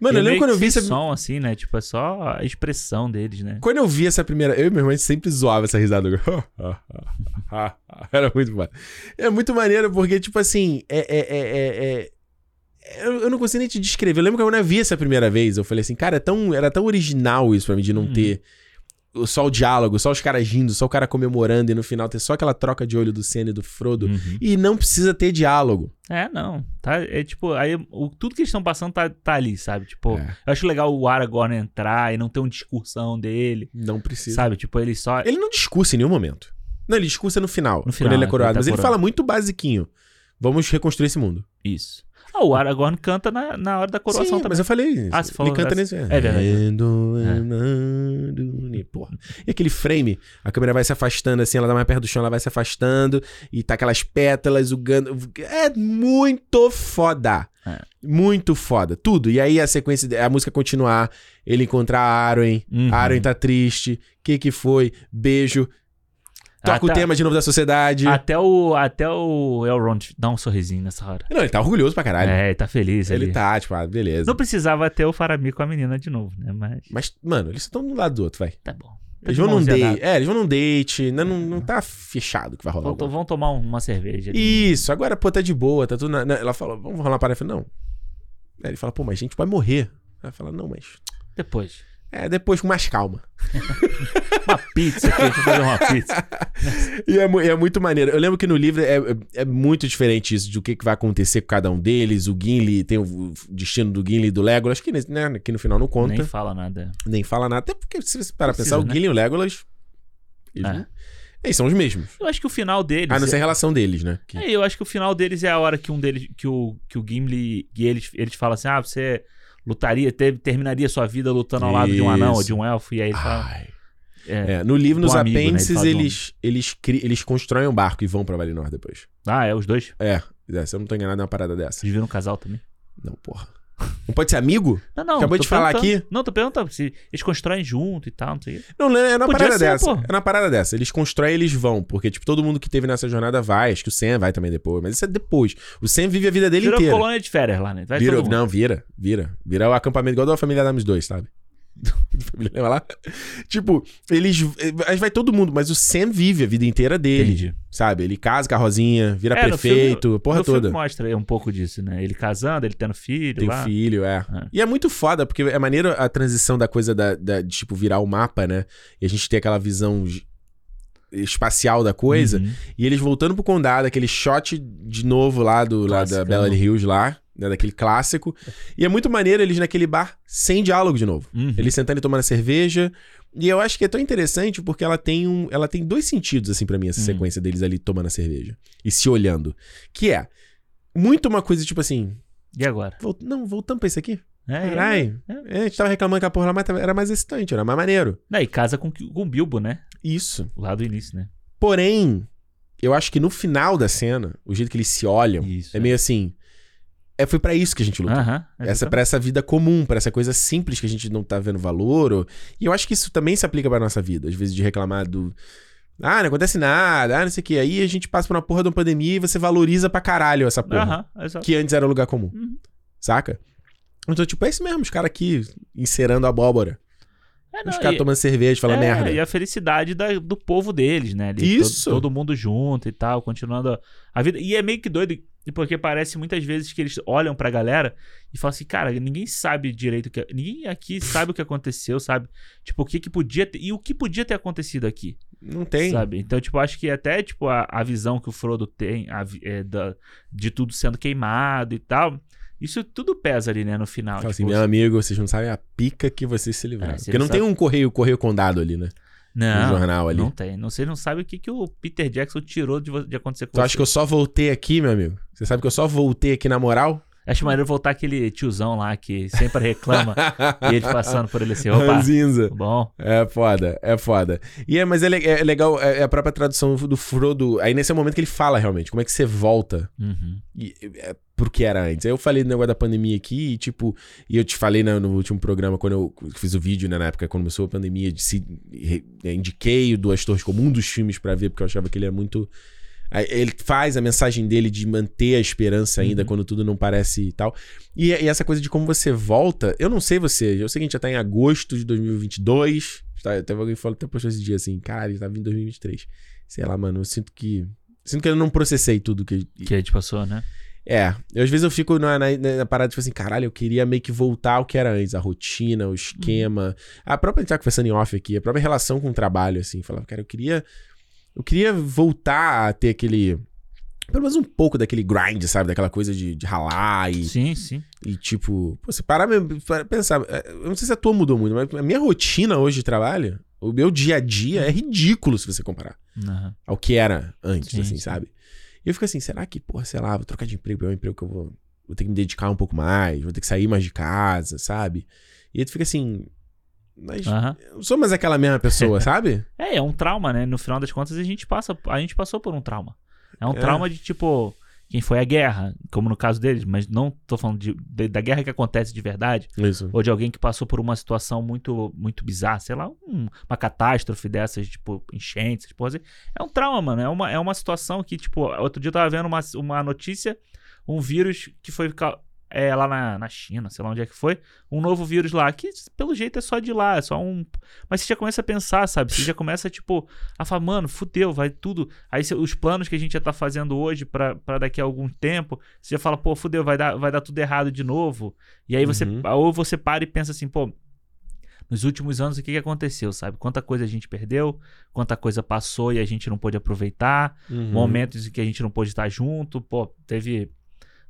S1: Mano,
S2: E
S1: eu lembro
S2: meio
S1: quando
S2: que
S1: eu vi
S2: sem
S1: essa.
S2: som, assim, né? Tipo, é só a expressão deles, né?
S1: Quando eu vi essa primeira. Eu e meu irmão a gente sempre zoava essa risada. Era muito maneiro. É muito maneiro, porque, tipo assim, é. é- é- é- é- Eu, eu não consigo nem te descrever. Eu lembro que quando eu vi essa primeira vez, eu falei assim, cara, é tão, era tão original isso pra mim de não
S2: Hum.
S1: ter só o diálogo, só os caras rindo, só o cara comemorando e no final ter só aquela troca de olho do Senna e do Frodo.
S2: Uhum.
S1: E não precisa ter diálogo.
S2: É, não. Tá, é tipo, aí o, tudo que eles estão passando tá, tá ali, sabe? Tipo,
S1: É.
S2: eu acho legal o Aragorn entrar e não ter um discursão dele,
S1: Não precisa.
S2: sabe? Tipo, ele só.
S1: Ele não discursa em nenhum momento. Não, ele discursa no final,
S2: No final,
S1: quando ele é
S2: né,
S1: coroado.
S2: quando ele tá
S1: mas ele
S2: coroado.
S1: fala muito basiquinho. Vamos reconstruir esse mundo.
S2: Isso. Ah, o Aragorn canta na, na hora da coroação
S1: Sim,
S2: também.
S1: mas eu falei isso.
S2: Ah, você falou
S1: Ele canta
S2: essa-
S1: nesse...
S2: é verdade.
S1: É. Porra. E aquele frame, a câmera vai se afastando assim, ela dá mais perto do chão, ela vai se afastando e tá aquelas pétalas, o gano... É muito foda.
S2: É.
S1: Muito foda. Tudo. E aí a sequência, de- a música continuar, ele encontrar a Arwen,
S2: Uhum.
S1: a Arwen tá triste, que que foi, beijo, toca o
S2: Até-
S1: tema de novo da sociedade.
S2: Até o, até o Elrond dá um sorrisinho nessa hora.
S1: Não, ele tá orgulhoso pra caralho.
S2: É, ele tá feliz
S1: ele
S2: ali.
S1: tá, tipo, ah, beleza.
S2: Não precisava ter o Faramir com a menina de novo, né? Mas
S1: Mas, mano, eles estão um lado do outro, vai.
S2: tá bom. Tá
S1: Eles
S2: de
S1: vão num
S2: mãozinha
S1: date.
S2: dada.
S1: É, eles vão num date. Ainda não, não tá fechado que vai rolar.
S2: Vão,
S1: alguma
S2: vão tomar um- uma
S1: coisa.
S2: cerveja. ali.
S1: Isso, agora, pô, tá de boa, tá tudo na. na- ela fala, vamos rolar uma parada. Eu falo, Não. Aí ele fala, pô, mas a gente vai morrer. Ela fala, não, mas.
S2: Depois.
S1: É, depois com mais calma.
S2: Uma pizza aqui, deixa eu fazer uma pizza.
S1: E é, mu- é muito maneiro. Eu lembro que no livro é, é- é muito diferente isso do que, que vai acontecer com cada um deles. O Gimli tem o destino do Gimli e do Legolas, que, nesse- né, que no final não conta,
S2: Nem
S1: nem,
S2: fala nada.
S1: fala nada. Até porque, se você parar pra
S2: Precisa,
S1: pensar, o
S2: né?
S1: Gimli e o Legolas. Eles,
S2: É.
S1: não- eles são os mesmos.
S2: Eu acho que o final deles.
S1: A não ser a relação deles, né? Que-
S2: É, eu acho que o final deles é a hora que um deles, que o, que o Gimli e eles, eles falam assim: ah, você lutaria, te- terminaria sua vida lutando ao lado de um anão ou de um elfo. E aí ele fala.
S1: Ai.
S2: É.
S1: É, no livro,
S2: Do
S1: nos
S2: amigo, né? Ele
S1: apêndices,
S2: fala do
S1: eles, eles, cri- eles constroem um barco e vão pra Valinor depois.
S2: Ah, é, os dois.
S1: É, é, se eu não tô enganado, é uma parada dessa.
S2: Vocês viram um casal também.
S1: Não, porra. Não pode ser amigo?
S2: Não, não.
S1: Acabou
S2: tô
S1: de falar
S2: perguntando.
S1: aqui.
S2: Não, tô perguntando se eles constroem junto e tal, não sei o quê.
S1: Não, não, é uma
S2: Podia
S1: parada
S2: ser,
S1: dessa.
S2: pô.
S1: É uma parada dessa. Eles constroem e eles vão. Porque, tipo, todo mundo que teve nessa jornada vai. Acho que o Sam vai também depois. Mas isso é depois. O Sam vive a vida dele
S2: Virou
S1: inteira.
S2: colônia de férias lá, né? Vai
S1: Vira,
S2: todo mundo.
S1: não, vira, vira. Vira É o acampamento igual da família Adams 2, sabe? Família, Lembra lá? Tipo, eles. eh, Vai todo mundo, mas o Sam vive a vida inteira dele.
S2: Entendi.
S1: Sabe? Ele casa com a Rosinha, vira
S2: É, no
S1: prefeito,
S2: filme-
S1: porra
S2: No filme
S1: toda.
S2: mostra um pouco disso, né? Ele casando, ele tendo filho
S1: Tem
S2: lá.
S1: filho, é.
S2: É.
S1: E é muito foda, porque é maneiro a transição da coisa da, da- de, tipo, virar o mapa, né? E a gente ter aquela visão j- espacial da coisa.
S2: Uhum.
S1: E eles voltando pro condado, aquele shot de novo lá, do, lá da
S2: Classicão.
S1: Beverly Hills lá, né? daquele clássico. E é muito maneiro eles naquele bar sem diálogo de novo.
S2: Uhum.
S1: Eles sentando e tomando a cerveja. E eu acho que é tão interessante porque ela tem um, ela tem dois sentidos assim pra mim essa
S2: Hum.
S1: sequência deles ali tomando a cerveja e se olhando, que é muito uma coisa tipo assim,
S2: E agora?
S1: vol- não, voltamos pra isso aqui.
S2: É, é.
S1: Caralho. É,
S2: é.
S1: a gente tava reclamando que a porra lá mas tava- era mais excitante, era mais maneiro.
S2: Não, e casa com, com o Bilbo, né?
S1: Isso.
S2: Lá do início, né?
S1: Porém, eu acho que no final da cena, o jeito que eles se olham
S2: Isso.
S1: é meio É assim, É, foi pra isso que a gente lutou.
S2: Aham.
S1: Essa, é pra essa vida comum, pra essa coisa simples que a gente não tá vendo valor. ou- E eu acho que isso também se aplica pra nossa vida. Às vezes de reclamar do. Ah, não acontece nada, ah, não sei o quê. Aí a gente passa por uma porra de uma pandemia e você valoriza pra caralho essa porra.
S2: Aham, exato.
S1: Que antes era um lugar comum.
S2: Uhum.
S1: Saca? Então, tipo, é isso mesmo, os caras aqui encerando abóbora.
S2: É,
S1: Os
S2: não,
S1: caras
S2: e-
S1: tomando cerveja, falando
S2: é,
S1: merda.
S2: E a felicidade da- do povo deles, né? Ali, to-
S1: Isso.
S2: Todo, mundo junto e tal, continuando a, a vida. E é meio que doido, porque parece muitas vezes que eles olham pra galera e falam assim, cara, ninguém sabe direito o que. Ninguém aqui sabe o que aconteceu, sabe? Tipo, o que, que podia ter. E o que podia ter acontecido aqui.
S1: Não tem.
S2: Sabe? Então, tipo, acho que até, tipo, a, a visão que o Frodo tem a vi- é, da- de tudo sendo queimado e tal. Isso tudo pesa ali, né, no final.
S1: Fala assim,
S2: tipo, É,
S1: meu amigo, vocês não sabem a pica que vocês se livraram.
S2: se
S1: Porque
S2: ele
S1: não tem
S2: sabe-
S1: um correio, correio condado ali, né?
S2: não,
S1: no jornal ali.
S2: Não tem. Não, você não sabe o que, que o Peter Jackson tirou de, vo- de acontecer com
S1: Tu
S2: você.
S1: acha que eu só voltei aqui, meu amigo? Você sabe que eu só voltei aqui na moral?
S2: Acho maneiro voltar aquele tiozão lá que sempre reclama e ele passando por ele assim, opa,
S1: Ranzinza.
S2: bom.
S1: É foda, é foda. E é, mas é, le- é legal, é é a própria tradução do Frodo. Aí nesse é o momento que ele fala realmente, como é que você volta
S2: Uhum.
S1: E, é, pro que era antes. Aí eu falei do negócio da pandemia aqui, e tipo, e eu te falei né, no último programa, quando eu fiz o vídeo, né, na época, quando começou a pandemia, de se, re- é, indiquei o Duas Torres como um dos filmes pra ver, porque eu achava que ele é muito. Aí Ele faz a mensagem dele de manter a esperança ainda
S2: Uhum.
S1: quando tudo não parece e tal. E, e essa coisa de como você volta, eu não sei você, eu sei que a gente já tá em agosto de 2022. Tá, até alguém falou, até postou esse dia assim, caralho, tava em 2023. Sei lá, mano, eu sinto que. Sinto que eu não processei tudo que,
S2: Que a gente passou, né?
S1: é, eu, às vezes eu fico na, na- na parada, tipo assim, caralho, eu queria meio que voltar ao que era antes, a rotina, o esquema. A própria, a gente tá conversando em off aqui, a própria relação com o trabalho, assim, falava, cara, eu queria. Eu queria voltar a ter aquele. Pelo menos um pouco daquele grind, sabe? Daquela coisa de, de ralar e,
S2: Sim, sim.
S1: e, tipo. Pô, você parar mesmo pra pensar. é, Eu não sei se a tua mudou muito, mas a minha rotina hoje de trabalho, o meu dia a dia é ridículo se você comparar
S2: Aham.
S1: ao que era antes,
S2: Sim,
S1: assim,
S2: sim.
S1: sabe? E eu fico assim, será que, porra, sei lá, vou trocar de emprego, é um emprego que eu vou, vou ter que me dedicar um pouco mais, vou ter que sair mais de casa, sabe? E aí tu fica assim, mas
S2: Aham.
S1: eu não sou mais aquela mesma pessoa, sabe?
S2: É, é um trauma, né? No final das contas, a gente passa, a gente passou por um trauma. É um
S1: É.
S2: trauma de tipo quem foi à guerra, como no caso deles, mas não tô falando de- de- da guerra que acontece de verdade,
S1: Isso.
S2: ou de alguém que passou por uma situação muito muito bizarra, sei lá, um- uma catástrofe dessas, tipo, enchentes, tipo, assim. é um trauma, mano, é uma, é uma situação que, tipo, outro dia eu tava vendo uma, uma notícia, um vírus que foi ca- é, lá na, na China, sei lá onde é que foi, um novo vírus lá, que pelo jeito é só de lá, é só um... Mas você já começa a pensar, sabe, você já começa, tipo, a falar, mano, fudeu, vai tudo... Aí você- os planos que a gente já tá fazendo hoje pra pra daqui a algum tempo, você já fala, pô, fudeu, vai dar, vai dar tudo errado de novo, e aí você.
S1: Uhum.
S2: Ou você para e pensa assim, pô. Nos últimos anos, o que, que aconteceu, sabe? Quanta coisa a gente perdeu, quanta coisa passou e a gente não pôde aproveitar,
S1: Uhum.
S2: momentos em que a gente não pôde estar junto, pô, teve.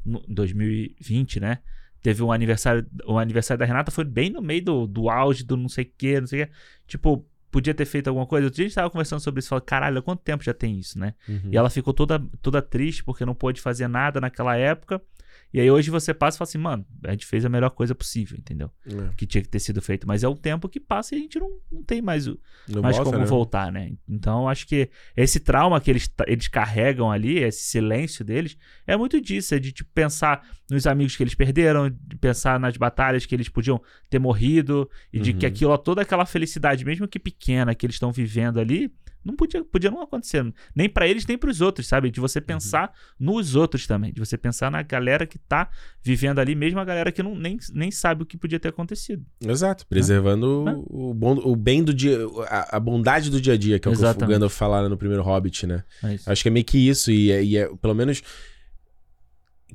S2: no- 2020, né? Teve um aniversário. O aniversário da Renata foi bem no meio do, do auge do não sei o que, não sei o que. Tipo, podia ter feito alguma coisa. Outro dia a gente tava conversando sobre isso, falando, caralho, há quanto tempo já tem isso, né?
S1: Uhum.
S2: E ela ficou toda, toda triste porque não pôde fazer nada naquela época. E aí hoje você passa e fala assim, mano, a gente fez a melhor coisa possível, entendeu?
S1: É,
S2: Que tinha que ter sido feito. Mas é o tempo que passa e a gente não, não tem mais, o-
S1: não
S2: mais
S1: volta,
S2: como
S1: né?
S2: voltar, né? Então acho que esse trauma que eles, ta- eles carregam ali, esse silêncio deles, é muito disso. É de tipo, pensar nos amigos que eles perderam, de pensar nas batalhas que eles podiam ter morrido, e de que
S1: Uhum.
S2: aquilo, toda aquela felicidade, mesmo que pequena, que eles estão vivendo ali, não podia, podia não acontecer. Nem pra eles, nem pros outros, sabe? De
S1: Uhum.
S2: você pensar nos outros também. De você pensar na galera que tá vivendo ali, mesmo a galera que não, nem, nem sabe o que podia ter acontecido.
S1: Exato, preservando
S2: Né?
S1: o, bom, o bem do dia, a, a bondade do dia a dia, que é o que o
S2: Exatamente.
S1: Gandalf fala no primeiro Hobbit, né?
S2: É isso.
S1: Acho que é meio que isso, e, é- e é, pelo menos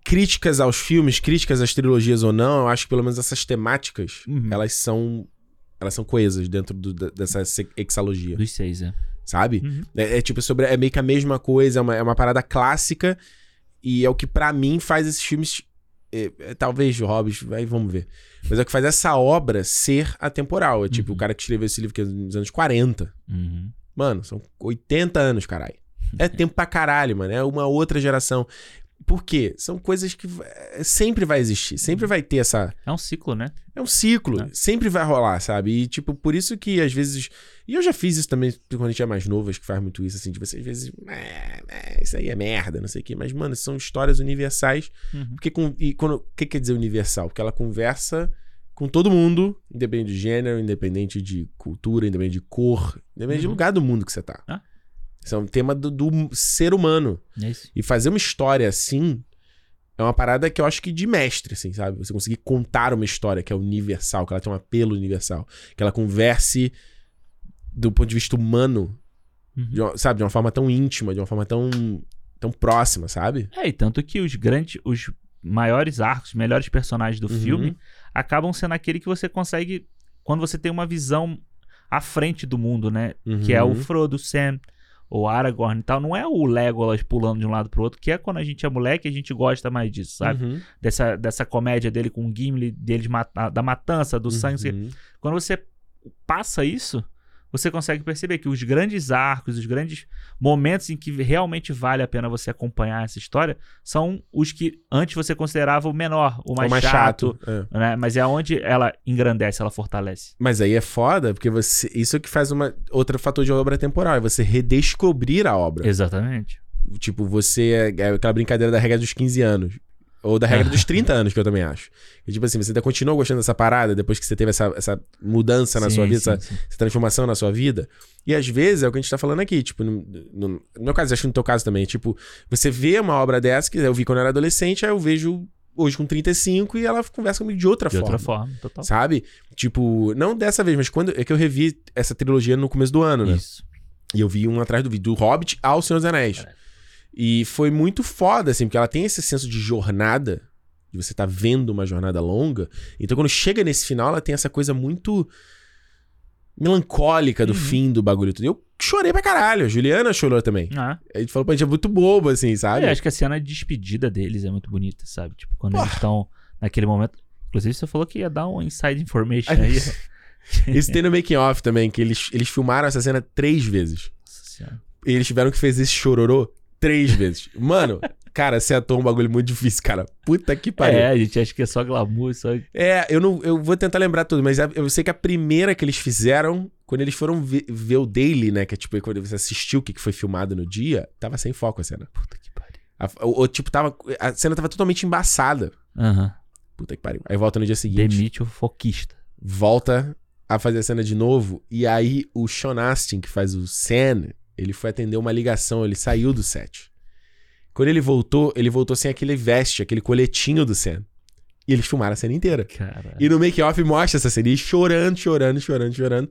S1: críticas aos filmes, críticas às trilogias ou não, eu acho que pelo menos essas temáticas,
S2: Uhum.
S1: elas são elas são coesas dentro do- da- dessa se- hexalogia,
S2: Dos seis, é.
S1: sabe?
S2: Uhum.
S1: É, é tipo sobre é meio que a mesma coisa, é uma, é uma parada clássica e é o que pra mim faz esses filmes é, é, talvez o Hobbit, aí vamos ver. Mas é o que faz essa obra ser atemporal. É tipo
S2: Uhum.
S1: o cara que escreveu esse livro que é nos anos 40,
S2: Uhum.
S1: Mano, são 80 anos, caralho. É tempo pra caralho, mano. É uma outra geração. Por quê? São coisas que eh, sempre vai existir, sempre vai ter essa,
S2: É um ciclo, né?
S1: é um ciclo.
S2: É.
S1: Sempre vai rolar, sabe? E, tipo, por isso que às vezes. E eu já fiz isso também quando a gente é mais novo, acho que faz muito isso, assim, de você às vezes. "Ah, ah, isso aí é merda, não sei o quê. Mas, mano, são histórias universais.
S2: Uhum.
S1: Porque com, e quando, o que quer dizer universal? Porque ela conversa com todo mundo, independente de gênero, independente de cultura, independente de cor, independente de
S2: Uhum.
S1: lugar do mundo que você tá.
S2: Ah.
S1: Isso é um tema do- do ser humano.
S2: É isso.
S1: E fazer uma história assim é uma parada que eu acho que de mestre, assim, sabe? Você conseguir contar uma história que é universal, que ela tem um apelo universal, que ela converse do ponto de vista humano,
S2: Uhum.
S1: de uma- sabe? De uma forma tão íntima, de uma forma tão, tão próxima, sabe?
S2: É, e tanto que os grandes, os maiores arcos, os melhores personagens do
S1: Uhum.
S2: filme acabam sendo aquele que você consegue quando você tem uma visão à frente do mundo, né? Que é o
S1: Uhum.
S2: Frodo, Sam, o Aragorn e tal. Não é o Legolas pulando de um lado pro outro, que é quando a gente é moleque, a gente gosta mais disso, sabe?
S1: Uhum.
S2: Dessa, dessa comédia dele com o Gimli, deles mata- da matança, do sangue. assim, não sei o quê.
S1: Uhum.
S2: Quando você passa isso, você consegue perceber que os grandes arcos, os grandes momentos em que realmente vale a pena você acompanhar essa história, são os que antes você considerava o menor, o
S1: É
S2: mais,
S1: o mais
S2: chato,
S1: chato. é.
S2: né? Mas é onde ela engrandece, ela fortalece.
S1: Mas aí é foda, porque você. Isso é que faz uma. Outro fator de obra temporal, é você redescobrir a obra.
S2: Exatamente.
S1: Tipo, você. É aquela brincadeira da regra dos 15 anos. Ou da regra dos 30 anos, que eu também acho. E, tipo assim, você ainda continua gostando dessa parada depois que você teve essa, essa mudança na sua vida, essa, essa transformação na sua vida. E às vezes é o que a gente tá falando aqui, tipo, no, no, no meu caso, acho que no teu caso também. Tipo, você vê uma obra dessa que eu vi quando eu era adolescente, aí eu vejo hoje com 35 e ela conversa comigo de outra
S2: De
S1: forma.
S2: outra forma, total.
S1: Sabe? Tipo, não dessa vez, mas quando. É que eu revi essa trilogia no começo do ano, né?
S2: Isso.
S1: E eu vi um atrás do vídeo, do Hobbit ao Senhor dos Anéis. E foi muito foda, assim, porque ela tem esse senso de jornada, de você tá vendo uma jornada longa. Então, quando chega nesse final, ela tem essa coisa muito melancólica do
S2: Uhum.
S1: fim do bagulho. e tudo. Eu chorei pra caralho, a Juliana chorou também.
S2: Ah,
S1: A gente falou pra gente, é muito bobo, assim, sabe?
S2: eu acho que a cena de despedida deles é muito bonita, sabe? Tipo, quando eles estão naquele momento. Inclusive, você falou que ia dar um inside information aí.
S1: Isso tem no making off também, que eles, eles filmaram essa cena três vezes.
S2: Nossa senhora.
S1: E eles tiveram que fazer esse chororô três vezes. Mano, cara, ser ator é um bagulho muito difícil, cara. Puta que pariu.
S2: É, a gente acha que é só glamour, só
S1: É, eu não, eu vou tentar lembrar tudo, mas a- eu sei que a primeira que eles fizeram, quando eles foram ver, ver o daily, né, que é tipo quando você assistiu o que que foi filmado no dia, tava sem foco a cena.
S2: Puta que pariu.
S1: A, o, o tipo tava, a cena tava totalmente embaçada.
S2: Aham.
S1: Puta que pariu. Aí volta no dia seguinte,
S2: Demite o foquista.
S1: volta a fazer a cena de novo e aí o Sean Astin que faz o Sam, ele foi atender uma ligação, ele saiu do set. Quando ele voltou, ele voltou sem aquele veste, aquele coletinho do Sam. E eles filmaram a cena inteira.
S2: Cara.
S1: E no make-off mostra essa série chorando, chorando, chorando, chorando.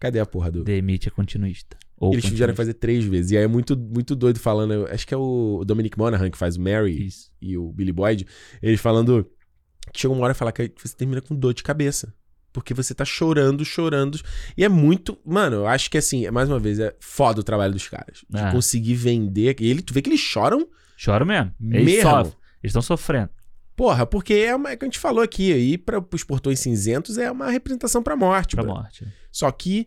S1: Cadê a porra do.
S2: Demite a continuista. Ou
S1: Eles tiveram que fazer três vezes. E aí é muito, muito doido falando. eu Acho que é o Dominic Monaghan que faz o Mary
S2: Isso.
S1: e o Billy Boyd. Eles falando. que Chega uma hora e fala que você termina com dor de cabeça. Porque você tá chorando, chorando. E é muito. Mano, eu acho que assim, é mais uma vez, é foda o trabalho dos caras. De
S2: Ah.
S1: conseguir vender. E ele, tu vê que eles choram
S2: Choro mesmo. Eles
S1: mesmo.
S2: sofrem. Eles estão sofrendo.
S1: Porra, porque é uma, é o que a gente falou aqui. Aí, para os portões cinzentos, é uma representação pra morte.
S2: pra
S1: bro.
S2: morte. né?
S1: Só que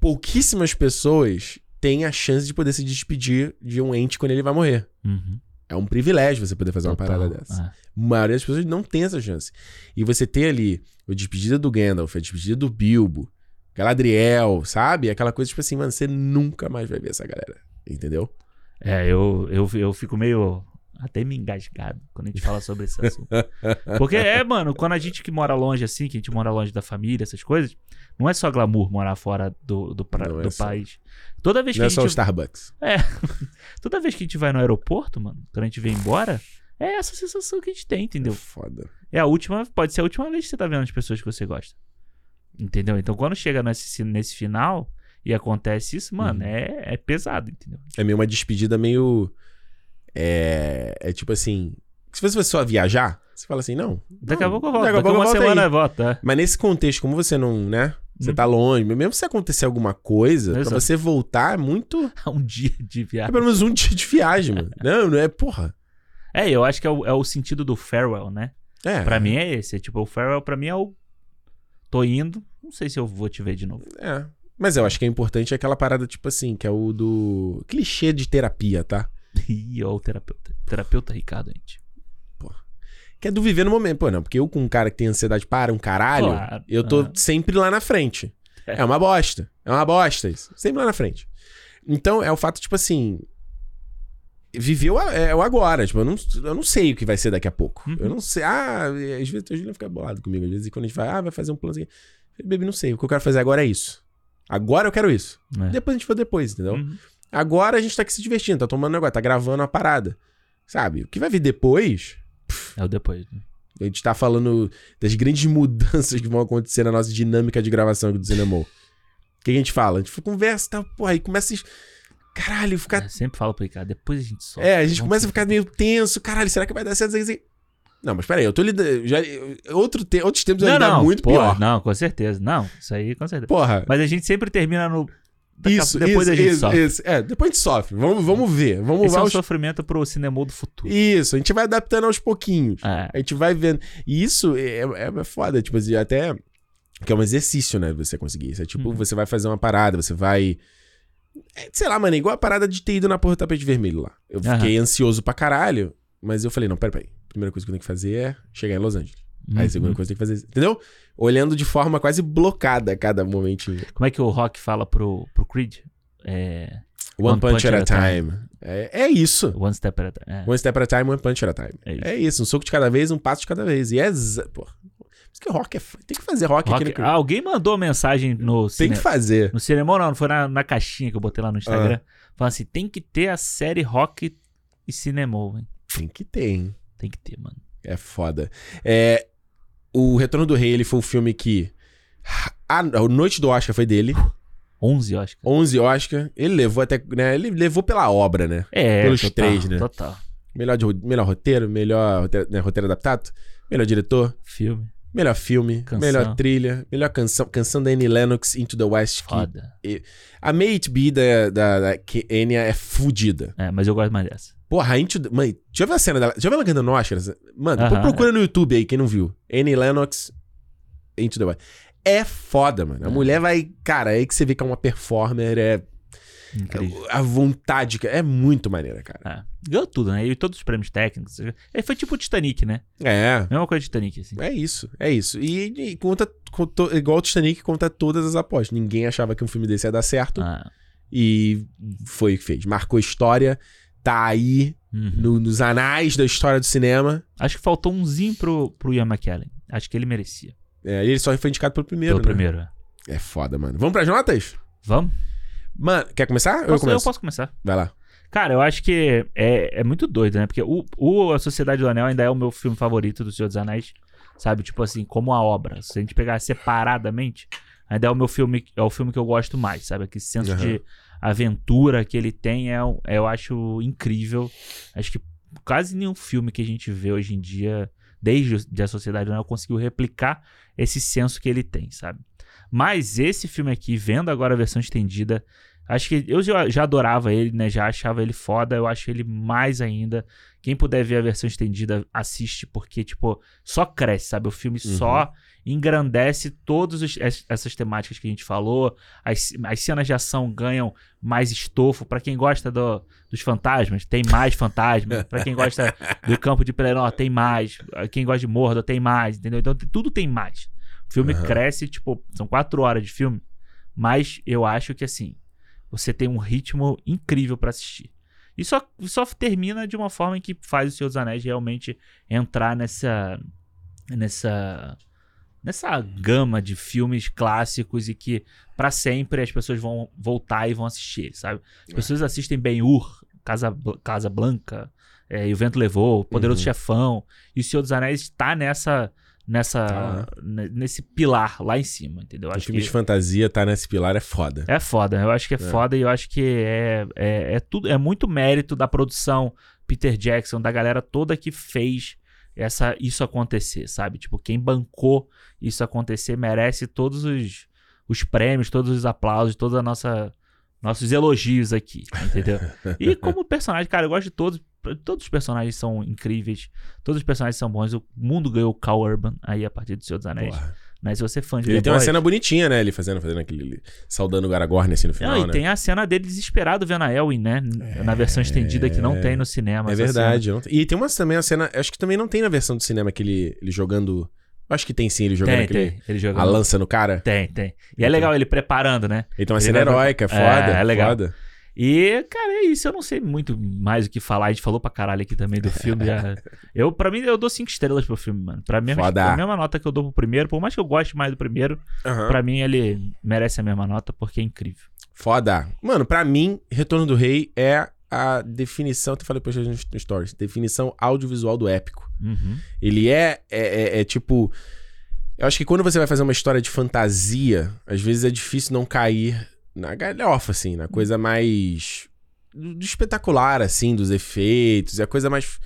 S1: pouquíssimas pessoas têm a chance de poder se despedir de um ente quando ele vai morrer.
S2: Uhum.
S1: É um privilégio você poder fazer uma
S2: Total.
S1: parada dessa.
S2: Ah,
S1: A maioria das pessoas não tem essa chance. E você ter ali a despedida do Gandalf, a despedida do Bilbo, Galadriel, sabe? Aquela coisa tipo assim, mano, você nunca mais vai ver essa galera. Entendeu?
S2: É, eu, eu, eu fico meio. Até me engasgado quando a gente fala sobre esse assunto. Porque é, mano, quando a gente que mora longe assim, que a gente mora longe da família, essas coisas, não é só glamour morar fora do, do, pra-
S1: Não é
S2: do
S1: só.
S2: país. Toda vez que
S1: Não
S2: a
S1: é
S2: gente
S1: só o Starbucks.
S2: Toda vez que a gente vai no aeroporto, mano, quando a gente vem embora, é essa sensação que a gente tem,
S1: É
S2: entendeu?
S1: foda.
S2: É a última, pode ser a última vez que você tá vendo as pessoas que você gosta. Entendeu? Então quando chega nesse, nesse final e acontece isso, mano,
S1: Uhum.
S2: é, é pesado, entendeu?
S1: É meio uma despedida meio. É. É tipo assim. Se você fosse só viajar, você fala assim, não.
S2: Daqui a
S1: não,
S2: pouco eu volto.
S1: Daqui
S2: Daqui,
S1: a pouco
S2: uma
S1: eu volto aí.
S2: semana eu volto. É.
S1: Mas nesse contexto, como você não, né? Você
S2: Hum.
S1: tá longe, mas mesmo se acontecer alguma coisa, pra
S2: Exato.
S1: você voltar é muito.
S2: Um dia de
S1: É
S2: viagem.
S1: pelo menos um dia de viagem, mano. Não, não é, porra.
S2: É, eu acho que é o, é o sentido do farewell, né?
S1: É.
S2: Pra mim é esse. É tipo, o farewell pra mim é o. Tô indo, não sei se eu vou te ver de novo.
S1: É. Mas eu acho que é importante aquela parada, tipo assim, que é o do. Clichê de terapia, tá?
S2: Ih, ó, o terapeuta. Terapeuta Ricardo, gente.
S1: Que é do viver no momento. Pô, não, porque eu com um cara que tem ansiedade para um caralho,
S2: Claro,
S1: eu tô
S2: aham.
S1: sempre lá na frente.
S2: É.
S1: É. uma bosta. É uma bosta isso. Sempre lá na frente. Então, é o fato, tipo assim. Viver o, a- é o agora. Tipo, eu não, eu não sei o que vai ser daqui a pouco.
S2: Uhum.
S1: Eu não sei. Ah, às vezes o Juliano fica bolado comigo. Às vezes quando a gente vai, ah, vai fazer um plano assim. Eu falei, Baby, não sei. O que eu quero fazer agora é isso. Agora eu quero isso.
S2: É.
S1: Depois a gente vai depois, entendeu?
S2: Uhum.
S1: Agora a gente tá aqui se divertindo, tá tomando negócio, tá gravando uma parada. Sabe? O que vai vir depois.
S2: É o depois. né?
S1: A gente tá falando das grandes mudanças que vão acontecer na nossa dinâmica de gravação aqui do Cinemol. O que, que a gente fala? A gente conversa, tá, porra, aí começa a... es- Caralho, ficar...
S2: Eu sempre falo pro Ricardo, depois a gente solta.
S1: É, a gente
S2: Vamos
S1: começa a
S2: ver.
S1: ficar meio tenso. Caralho, será que vai dar certo? Não, mas peraí, eu tô lidando... Já... Outro te... Outros tempos eu
S2: Não,
S1: lidar
S2: não,
S1: muito
S2: porra,
S1: pior.
S2: Não, com certeza. Não, isso aí com certeza.
S1: Porra,
S2: Mas a gente sempre termina no. Daqui a-
S1: isso,
S2: depois
S1: isso,
S2: a gente
S1: isso,
S2: sofre.
S1: isso. É, depois a gente sofre. Vamos, vamos ver, vamos
S2: Esse
S1: lá
S2: é um
S1: aos-
S2: sofrimento pro cinema do futuro.
S1: Isso, a gente vai adaptando aos pouquinhos.
S2: É.
S1: A gente vai vendo. E isso é, é, é foda, tipo assim, até. Que é um exercício, né? Você conseguir isso. É tipo,
S2: Uhum.
S1: você vai fazer uma parada, você vai. é, Sei lá, mano, é igual a parada de ter ido na porra do tapete vermelho lá. Eu
S2: Aham.
S1: fiquei ansioso pra caralho, mas eu falei, não, pera, peraí. Primeira coisa que eu tenho que fazer é chegar em Los Angeles. Hum. Aí a segunda
S2: Uhum.
S1: coisa que eu tenho que fazer. Entendeu? Olhando de forma quase blocada a cada momentinho.
S2: Como é que o Rock fala pro, pro Creed? É,
S1: One, punch, at a time. É, é isso.
S2: one step at a time. É.
S1: One step at a time, one punch at a time.
S2: É isso.
S1: É isso, um soco de cada vez, um passo de cada vez. E é. z- Pô. Por isso que rock é. f- Tem que fazer rock,
S2: Rock- é ah, assim, né?
S1: aqui no Cri-
S2: alguém mandou mensagem no
S1: Tem
S2: cinema.
S1: que fazer.
S2: No cinema não, não foi na, na caixinha que eu botei lá no Instagram.
S1: Ah.
S2: Falando assim, tem que ter a série Rock e Cinema, hein?
S1: Tem que ter, hein?
S2: Tem que ter, mano.
S1: É foda. É, o Retorno do Rei, ele foi o filme que. A, a noite do Oscar foi dele.
S2: 11, eu acho.
S1: 11 Oscar. Ele levou até. Né, ele levou pela obra, né?
S2: É,
S1: Pelos
S2: total,
S1: três, né?
S2: Total.
S1: Melhor, de, ro- melhor roteiro, melhor roteiro, né, roteiro adaptado, melhor diretor,
S2: Filme.
S1: melhor filme,
S2: Canção.
S1: melhor trilha, melhor canção. Canção da Annie Lennox, Into the West, que
S2: Foda.
S1: A Mate B da, da, da Kenya é fudida.
S2: É, mas eu gosto mais dessa.
S1: Porra, a Into... Mãe, já viu a cena dela? Já viu ela cantando Oscar? Mano, depois
S2: Aham,
S1: procura no YouTube aí, quem não viu. Annie Lennox, Into the Wild. É foda, mano. A
S2: É.
S1: mulher vai... Cara, aí que você vê que é uma performer, é...
S2: Incrível.
S1: A vontade... que- É muito maneira, cara.
S2: É. Ganhou tudo, né? E todos os prêmios técnicos. É, foi tipo o Titanic, né?
S1: É...
S2: Mesma coisa de Titanic, assim.
S1: É isso, é isso. E, e conta, contou- igual o Titanic conta todas as apostas. Ninguém achava que um filme desse ia dar certo.
S2: Ah,
S1: E foi o que fez. Marcou história, tá aí
S2: uhum.
S1: no- nos anais da história do cinema.
S2: Acho que faltou umzinho pro, pro Ian McKellen. Acho que ele merecia.
S1: É, ele só foi indicado pelo primeiro.
S2: Pelo
S1: né?
S2: primeiro, é.
S1: É foda, mano. Vamos pras notas?
S2: Vamos?
S1: Mano, quer começar?
S2: Posso-
S1: eu começo.
S2: posso começar.
S1: Vai lá.
S2: Cara, eu acho que é, é muito doido, né? Porque o, o A Sociedade do Anel ainda é o meu filme favorito do Senhor dos Anéis. Sabe? Tipo assim, como a obra. Se a gente pegar separadamente, ainda é o meu filme, é o filme que eu gosto mais, sabe? Aquele senso
S1: Aham.
S2: de aventura que ele tem é, um- é- eu acho incrível. Acho que quase nenhum filme que a gente vê hoje em dia, desde o- de A Sociedade do Anel, conseguiu replicar esse senso que ele tem, sabe? Mas esse filme aqui, vendo agora a versão estendida, acho que eu já, já adorava ele, né? Já achava ele foda, eu acho ele mais ainda. Quem puder ver a versão estendida, assiste, porque, tipo, só cresce, sabe? O filme
S1: Uhum.
S2: só engrandece todas essas temáticas que a gente falou. As, as cenas de ação ganham mais estofo. Pra quem gosta do- dos fantasmas, tem mais fantasmas. Pra quem gosta do campo de Pelennor, tem mais. Quem gosta de Mordo, tem mais, entendeu? Então t- tudo tem mais. O filme
S1: Aham.
S2: cresce, tipo, são quatro horas de filme, mas eu acho que assim, você tem um ritmo incrível pra assistir. E só, só termina de uma forma em que faz o Senhor dos Anéis realmente entrar nessa. nessa. nessa gama de filmes clássicos e que pra sempre as pessoas vão voltar e vão assistir, sabe?
S1: É.
S2: As pessoas assistem Ben-Hur, Casa, Casa Blanca, é, E o Vento Levou, Poderoso
S1: Uhum.
S2: Chefão, e o Senhor dos Anéis está nessa. nessa
S1: Tá.
S2: ne- nesse pilar lá em cima, entendeu? Eu
S1: O
S2: Acho
S1: filme
S2: que
S1: de fantasia tá nesse pilar, é foda.
S2: é foda, eu acho que é, foda e eu acho que é, é, é tudo, é muito mérito da produção Peter Jackson, da galera toda que fez essa, isso acontecer, sabe? Tipo, quem bancou isso acontecer merece todos os, os prêmios, todos os aplausos, todos a nossa nossos elogios aqui, entendeu? e como personagem, cara, eu gosto de todos, todos os personagens são incríveis, todos os personagens são bons, o mundo ganhou o Cal Urban aí a partir do Senhor dos Anéis.
S1: Porra.
S2: Mas se você é fã de
S1: Ele
S2: The
S1: tem uma
S2: Boys-
S1: cena bonitinha, né? Ele fazendo, fazendo aquele. saudando o Garagorn assim no final,
S2: Não, e
S1: né?
S2: tem a cena dele desesperado vendo a Elwin, né? Na versão estendida que não tem no cinema.
S1: É
S2: essa
S1: verdade. não tem- E tem uma também a cena. Acho que também não tem na versão do cinema que ele, ele jogando. Acho que tem sim, ele jogando
S2: cena. Tem,
S1: aquele.
S2: tem. Ele
S1: A
S2: jogando.
S1: lança no cara.
S2: Tem, tem. E é legal ele preparando, né?
S1: Ele tem uma
S2: Ele
S1: cena
S2: vai-
S1: heróica, é
S2: É,
S1: foda.
S2: é legal.
S1: Foda.
S2: E, cara, é isso. Eu não sei muito mais o que falar. A gente falou pra caralho aqui também do filme. já. Eu, pra mim, eu dou cinco estrelas pro filme, mano. Pra mim, é
S1: Foda.
S2: a mesma nota que eu dou pro primeiro. Por mais que eu goste mais do primeiro,
S1: Aham.
S2: pra mim ele merece a mesma nota porque é incrível.
S1: Foda. Mano, pra mim, Retorno do Rei é a definição. Eu falei pra vocês nos nos stories. Definição audiovisual do épico.
S2: Uhum.
S1: Ele é, é, é- é tipo. Eu acho que quando você vai fazer uma história de fantasia, às vezes é difícil não cair na galhofa, assim, na coisa mais. do do espetacular, assim, dos efeitos, é a coisa mais.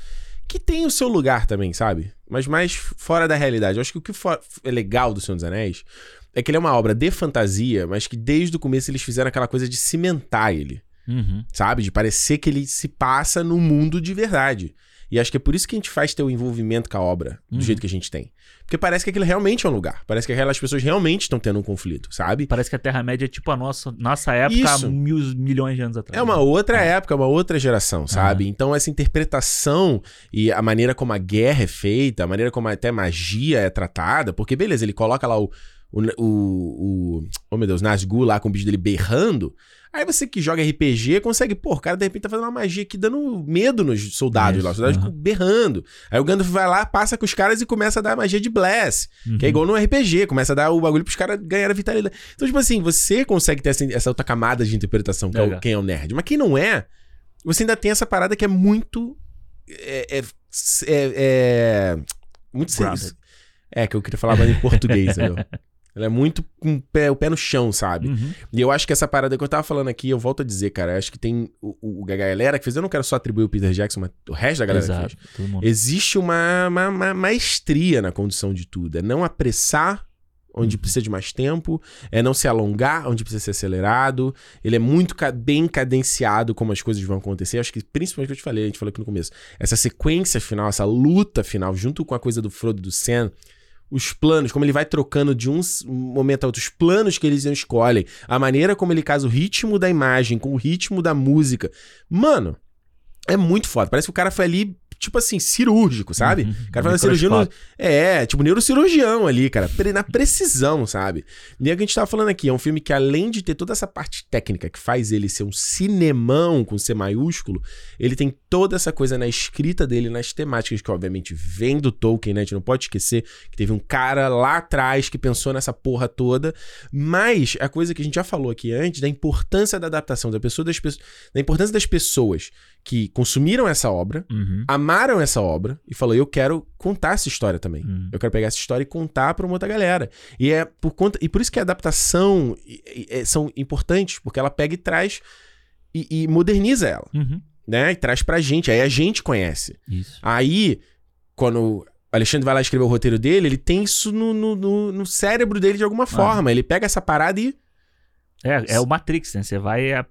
S1: que tem o seu lugar também, sabe? Mas mais fora da realidade. Eu acho que o que fo- é legal do Senhor dos Anéis é que ele é uma obra de fantasia, mas que desde o começo eles fizeram aquela coisa de cimentar ele
S2: Uhum.
S1: sabe? De parecer que ele se passa no mundo de verdade. E acho que é por isso que a gente faz ter o envolvimento com a obra, do
S2: Uhum.
S1: jeito que a gente tem. Porque parece que aquilo realmente é um lugar. Parece que aquelas pessoas realmente estão tendo um conflito, sabe?
S2: Parece que a Terra-média é tipo a nossa, nossa época
S1: Isso.
S2: há mil milhões de anos atrás.
S1: É uma outra época, uma outra geração, sabe? Então, essa interpretação e a maneira como a guerra é feita, a maneira como até magia é tratada, porque, beleza, ele coloca lá o. O, o, o- oh meu Deus, Nazgûl lá com o bicho dele berrando. Aí você que joga RPG consegue, pô, o cara de repente tá fazendo uma magia aqui dando medo nos soldados
S2: Isso,
S1: lá, os soldados
S2: aham.
S1: ficam berrando. Aí o Gandalf vai lá, passa com os caras e começa a dar magia de Bless.
S2: Uhum.
S1: Que é igual no RPG, começa a dar o bagulho pros caras ganharem a vitalidade. Então, tipo assim, você consegue ter essa, essa outra camada de interpretação, que é o,
S2: Legal.
S1: quem é o nerd. Mas quem não é, você ainda tem essa parada que é muito. É. é, é- é- muito
S2: Grounded.
S1: sério. É, que eu queria falar mais em português, entendeu? Ela é muito com o pé, o pé no chão, sabe?
S2: Uhum.
S1: E eu acho que essa parada que eu tava falando aqui, eu volto a dizer, cara, eu acho que tem o, o, a galera que fez. Eu não quero só atribuir o Peter Jackson, mas o resto da galera que fez.
S2: Exato. Todo mundo.
S1: Existe uma, uma- uma maestria na condução de tudo. É não apressar onde precisa de mais tempo, é não se alongar onde precisa ser acelerado. Ele é muito ca- bem cadenciado como as coisas vão acontecer. Acho que principalmente o que eu te falei, a gente falou aqui no começo. Essa sequência final, essa luta final, junto com a coisa do Frodo e do Sam, os planos, como ele vai trocando de um s- momento a outro, os planos que eles escolhem, a maneira como ele casa o ritmo da imagem com o ritmo da música. Mano, é muito foda. Parece que o cara foi ali, tipo assim, cirúrgico, sabe?
S2: Uhum.
S1: O cara foi uma cirurgia no...
S2: Microscópio.
S1: É, tipo neurocirurgião ali, cara. pre- Na precisão, sabe? E é o que a gente tava falando aqui. É um filme que, além de ter toda essa parte técnica que faz ele ser um cinemão com C maiúsculo, ele tem toda essa coisa na escrita dele, nas temáticas que, obviamente, vem do Tolkien, né? A gente não pode esquecer que teve um cara lá atrás que pensou nessa porra toda. Mas a coisa que a gente já falou aqui antes, da importância da adaptação, da pessoa das pessoas. Da importância das pessoas que consumiram essa obra
S2: Uhum.
S1: amaram essa obra e falou: eu quero contar essa história também.
S2: Uhum.
S1: Eu quero pegar essa história e contar pra uma outra galera. E é por conta e por isso que a adaptação e- e- é- são importantes porque ela pega e traz e, e moderniza ela,
S2: Uhum.
S1: né? E traz pra gente. Aí a gente conhece.
S2: Isso.
S1: Aí quando o Alexandre vai lá escrever o roteiro dele, ele tem isso no, no, no- no cérebro dele de
S2: Ah.
S1: alguma forma. Ele pega essa parada e
S2: É, é o Matrix, né? Você vai. é,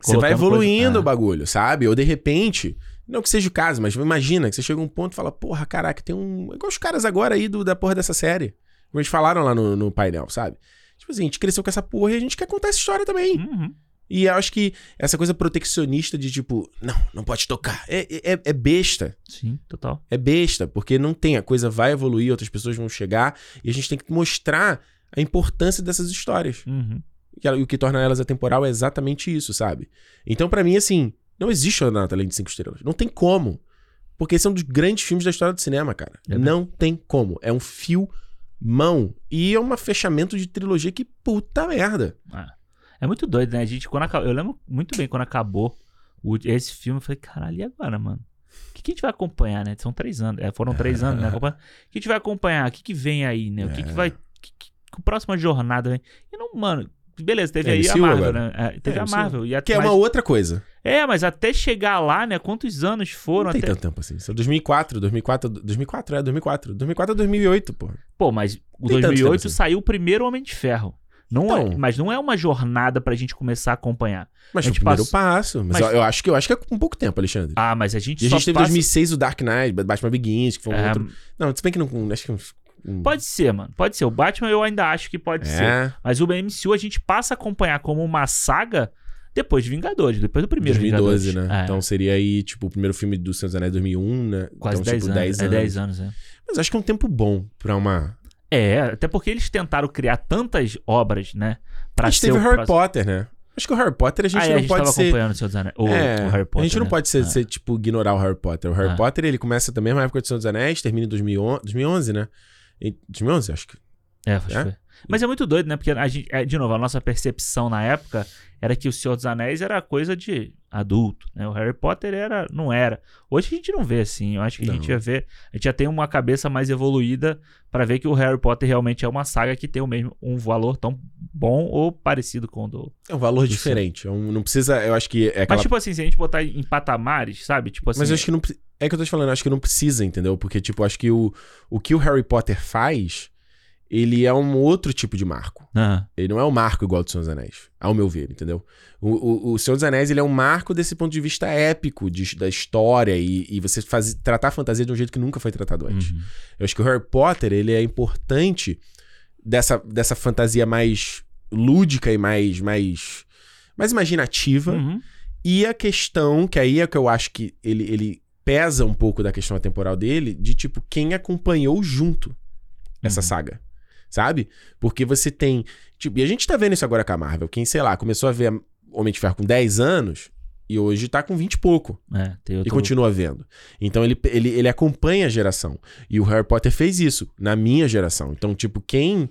S1: Você vai
S2: colocando coisa-
S1: evoluindo
S2: É.
S1: o bagulho, sabe? Ou de repente, não que seja o caso, mas imagina que você chega a um ponto e fala, porra, caraca, tem um. é Igual os caras agora aí do, da porra dessa série. Como eles falaram lá no, no painel, sabe? Tipo assim, a gente cresceu com essa porra e a gente quer contar essa história também.
S2: Uhum.
S1: E eu acho que essa coisa proteccionista de tipo, não, não pode tocar. É- é, é besta.
S2: Sim, total.
S1: É besta, porque não tem, a coisa vai evoluir, outras pessoas vão chegar, e a gente tem que mostrar a importância dessas histórias.
S2: Uhum.
S1: E ela- e o que torna elas atemporal é exatamente isso, sabe? Então, pra mim, assim, não existe o Nata além de cinco estrelas. Não tem como. Porque esse é um dos grandes filmes da história do cinema, cara.
S2: Verdade.
S1: Não tem como. É um filmão. E é um fechamento de trilogia que puta merda.
S2: É muito doido, né? A gente, quando acabou, eu lembro muito bem quando acabou o- esse filme, eu falei, caralho, e agora, mano? O que, que a gente vai acompanhar, né? São três anos, é, foram três anos, né? acompanhando. O que a gente vai acompanhar? O que, que vem aí, né? O
S1: É.
S2: que, que vai. Que, que, que próxima jornada vem? E não, mano. Beleza, teve
S1: É,
S2: aí a
S1: MCU
S2: Marvel,
S1: agora.
S2: né? É, teve
S1: É,
S2: a
S1: MCU.
S2: Marvel. E a,
S1: Que é
S2: mas,
S1: uma outra coisa.
S2: é, mas até chegar lá, né? Quantos anos foram?
S1: Não tem
S2: até-
S1: tanto tempo assim. Isso é 2004, 2004, 2004, é 2004. 2004 a 2008, pô.
S2: Pô, mas o
S1: Tem tanto
S2: 2008
S1: tempo assim.
S2: saiu o primeiro Homem de Ferro. Não é-
S1: Então.
S2: mas não é uma jornada pra gente começar a acompanhar.
S1: Mas foi É
S2: A
S1: o
S2: gente
S1: primeiro
S2: passou-
S1: passo. Mas,
S2: mas-
S1: Eu, eu acho que, eu acho que é com pouco tempo, Alexandre.
S2: Ah, mas a gente
S1: e a
S2: só
S1: gente teve em
S2: passa...
S1: 2006 o Dark Knight, Batman Begins, que foi um
S2: É,
S1: outro... Não, se bem que não... Acho que uns Hum.
S2: Pode ser, mano. Pode ser. O Batman eu ainda acho que pode ser.
S1: É.
S2: Mas o MCU a gente passa a acompanhar como uma saga depois de Vingadores, depois do primeiro
S1: 2012,
S2: Vingadores.
S1: né?
S2: É,
S1: Então seria aí, tipo, o primeiro filme do Senhor dos Anéis 2001, né?
S2: quase
S1: então,
S2: 10
S1: tipo,
S2: anos.
S1: 10
S2: É
S1: anos.
S2: 10 anos, é.
S1: Mas acho que é um tempo bom pra uma.
S2: É, até porque eles tentaram criar tantas obras, né? Pra
S1: a gente
S2: ser
S1: teve
S2: o
S1: Harry
S2: próximo-
S1: Potter, né? Acho que o Harry Potter a gente
S2: Ah, é,
S1: não
S2: a gente
S1: pode
S2: tava
S1: ser.
S2: acompanhando o Senhor dos Anéis. O,
S1: é,
S2: o Harry Potter.
S1: a gente não
S2: né?
S1: pode ser,
S2: Ah.
S1: ser, tipo, ignorar o Harry Potter. O Harry
S2: Ah.
S1: Potter, ele começa também na época do Senhor dos Anéis, termina em 2011, 2011 né? Em 2011, acho que.
S2: É, acho que
S1: É?
S2: foi. Mas é muito doido, né? Porque, a gente, é, de novo, a nossa percepção na época era que o Senhor dos Anéis era coisa de adulto, né? O Harry Potter era, não era. Hoje a gente não vê assim. Eu acho que a gente
S1: Não.
S2: já vê. A gente já tem uma cabeça mais evoluída pra ver que o Harry Potter realmente é uma saga que tem o mesmo, um valor tão bom ou parecido com o do.
S1: É um valor
S2: Isso.
S1: diferente. é um- não precisa. Eu acho que é aquela
S2: Mas, tipo assim, se a gente botar em patamares, sabe? Tipo assim.
S1: Mas eu acho que não. pre- É que eu tô te falando, eu acho que não precisa, entendeu? Porque, tipo, eu acho que o, o que o Harry Potter faz, ele é um outro tipo de marco.
S2: Aham.
S1: Ele não é um marco igual ao do Senhor dos Anéis, ao meu ver, entendeu? O, o, o Senhor dos Anéis, ele é um marco desse ponto de vista épico, de- da história, e, e você faz, tratar a fantasia de um jeito que nunca foi tratado antes.
S2: Uhum.
S1: Eu acho que o Harry Potter, ele é importante dessa, dessa fantasia mais lúdica e mais, mais, mais imaginativa.
S2: Uhum.
S1: E a questão, que aí é que eu acho que ele, ele pesa um pouco da questão atemporal dele, de tipo, quem acompanhou junto essa
S2: Uhum.
S1: saga. Sabe? Porque você tem. Tipo, e a gente tá vendo isso agora com a Marvel. Quem, sei lá, começou a ver Homem de Ferro com 10 anos e hoje tá com 20 e pouco.
S2: É, tem
S1: E
S2: outro.
S1: continua vendo. Então ele, ele, ele acompanha a geração. E o Harry Potter fez isso na minha geração. Então, tipo, quem